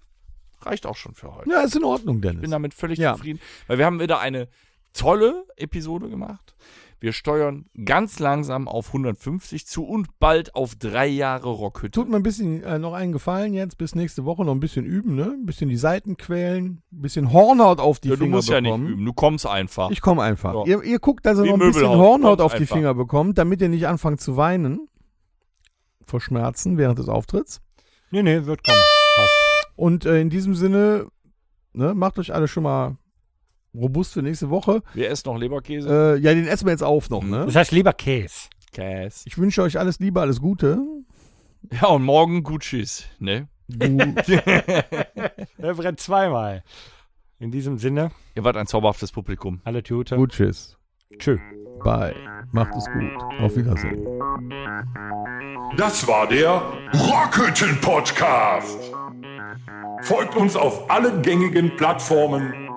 Reicht auch schon für heute.
Ja, ist in Ordnung, Dennis.
bin damit völlig
Ja.
zufrieden, weil wir haben wieder eine tolle Episode gemacht. Wir steuern ganz langsam auf 150 zu und bald auf drei Jahre Rockhütte.
Tut mir ein bisschen äh, noch einen Gefallen jetzt, bis nächste Woche noch ein bisschen üben, ne? Ein bisschen die Seiten quälen, ein bisschen Hornhaut auf die
Ja, du
Finger
musst ja
bekommen.
nicht üben, du kommst einfach.
Ich komme einfach.
Ja.
Ihr, ihr guckt, dass ihr
Wie
noch ein bisschen
Möbelhaus,
Hornhaut
ganz
auf die
einfach.
Finger bekommt, damit ihr nicht anfangt zu weinen. Vor Schmerzen während des Auftritts.
Nee, nee, wird kommen.
Und äh, in diesem Sinne, ne, macht euch alle schon mal robust für nächste Woche.
Wir essen noch Leberkäse.
Äh, ja, den essen wir jetzt auf noch, ne?
Das heißt lieber Käse.
Käse.
Ich wünsche euch alles Liebe, alles
<laughs>
Gute.
Ja, und morgen Gucci's, ne?
Du,
Der brennt zweimal. In diesem Sinne,
Ihr wart ein zauberhaftes Publikum.
alle Tüte.
gut, tschüss.
Tschö.
Bye. Macht es gut. Auf Wiedersehen.
Das war der Rockhütten Podcast. Folgt uns auf allen gängigen Plattformen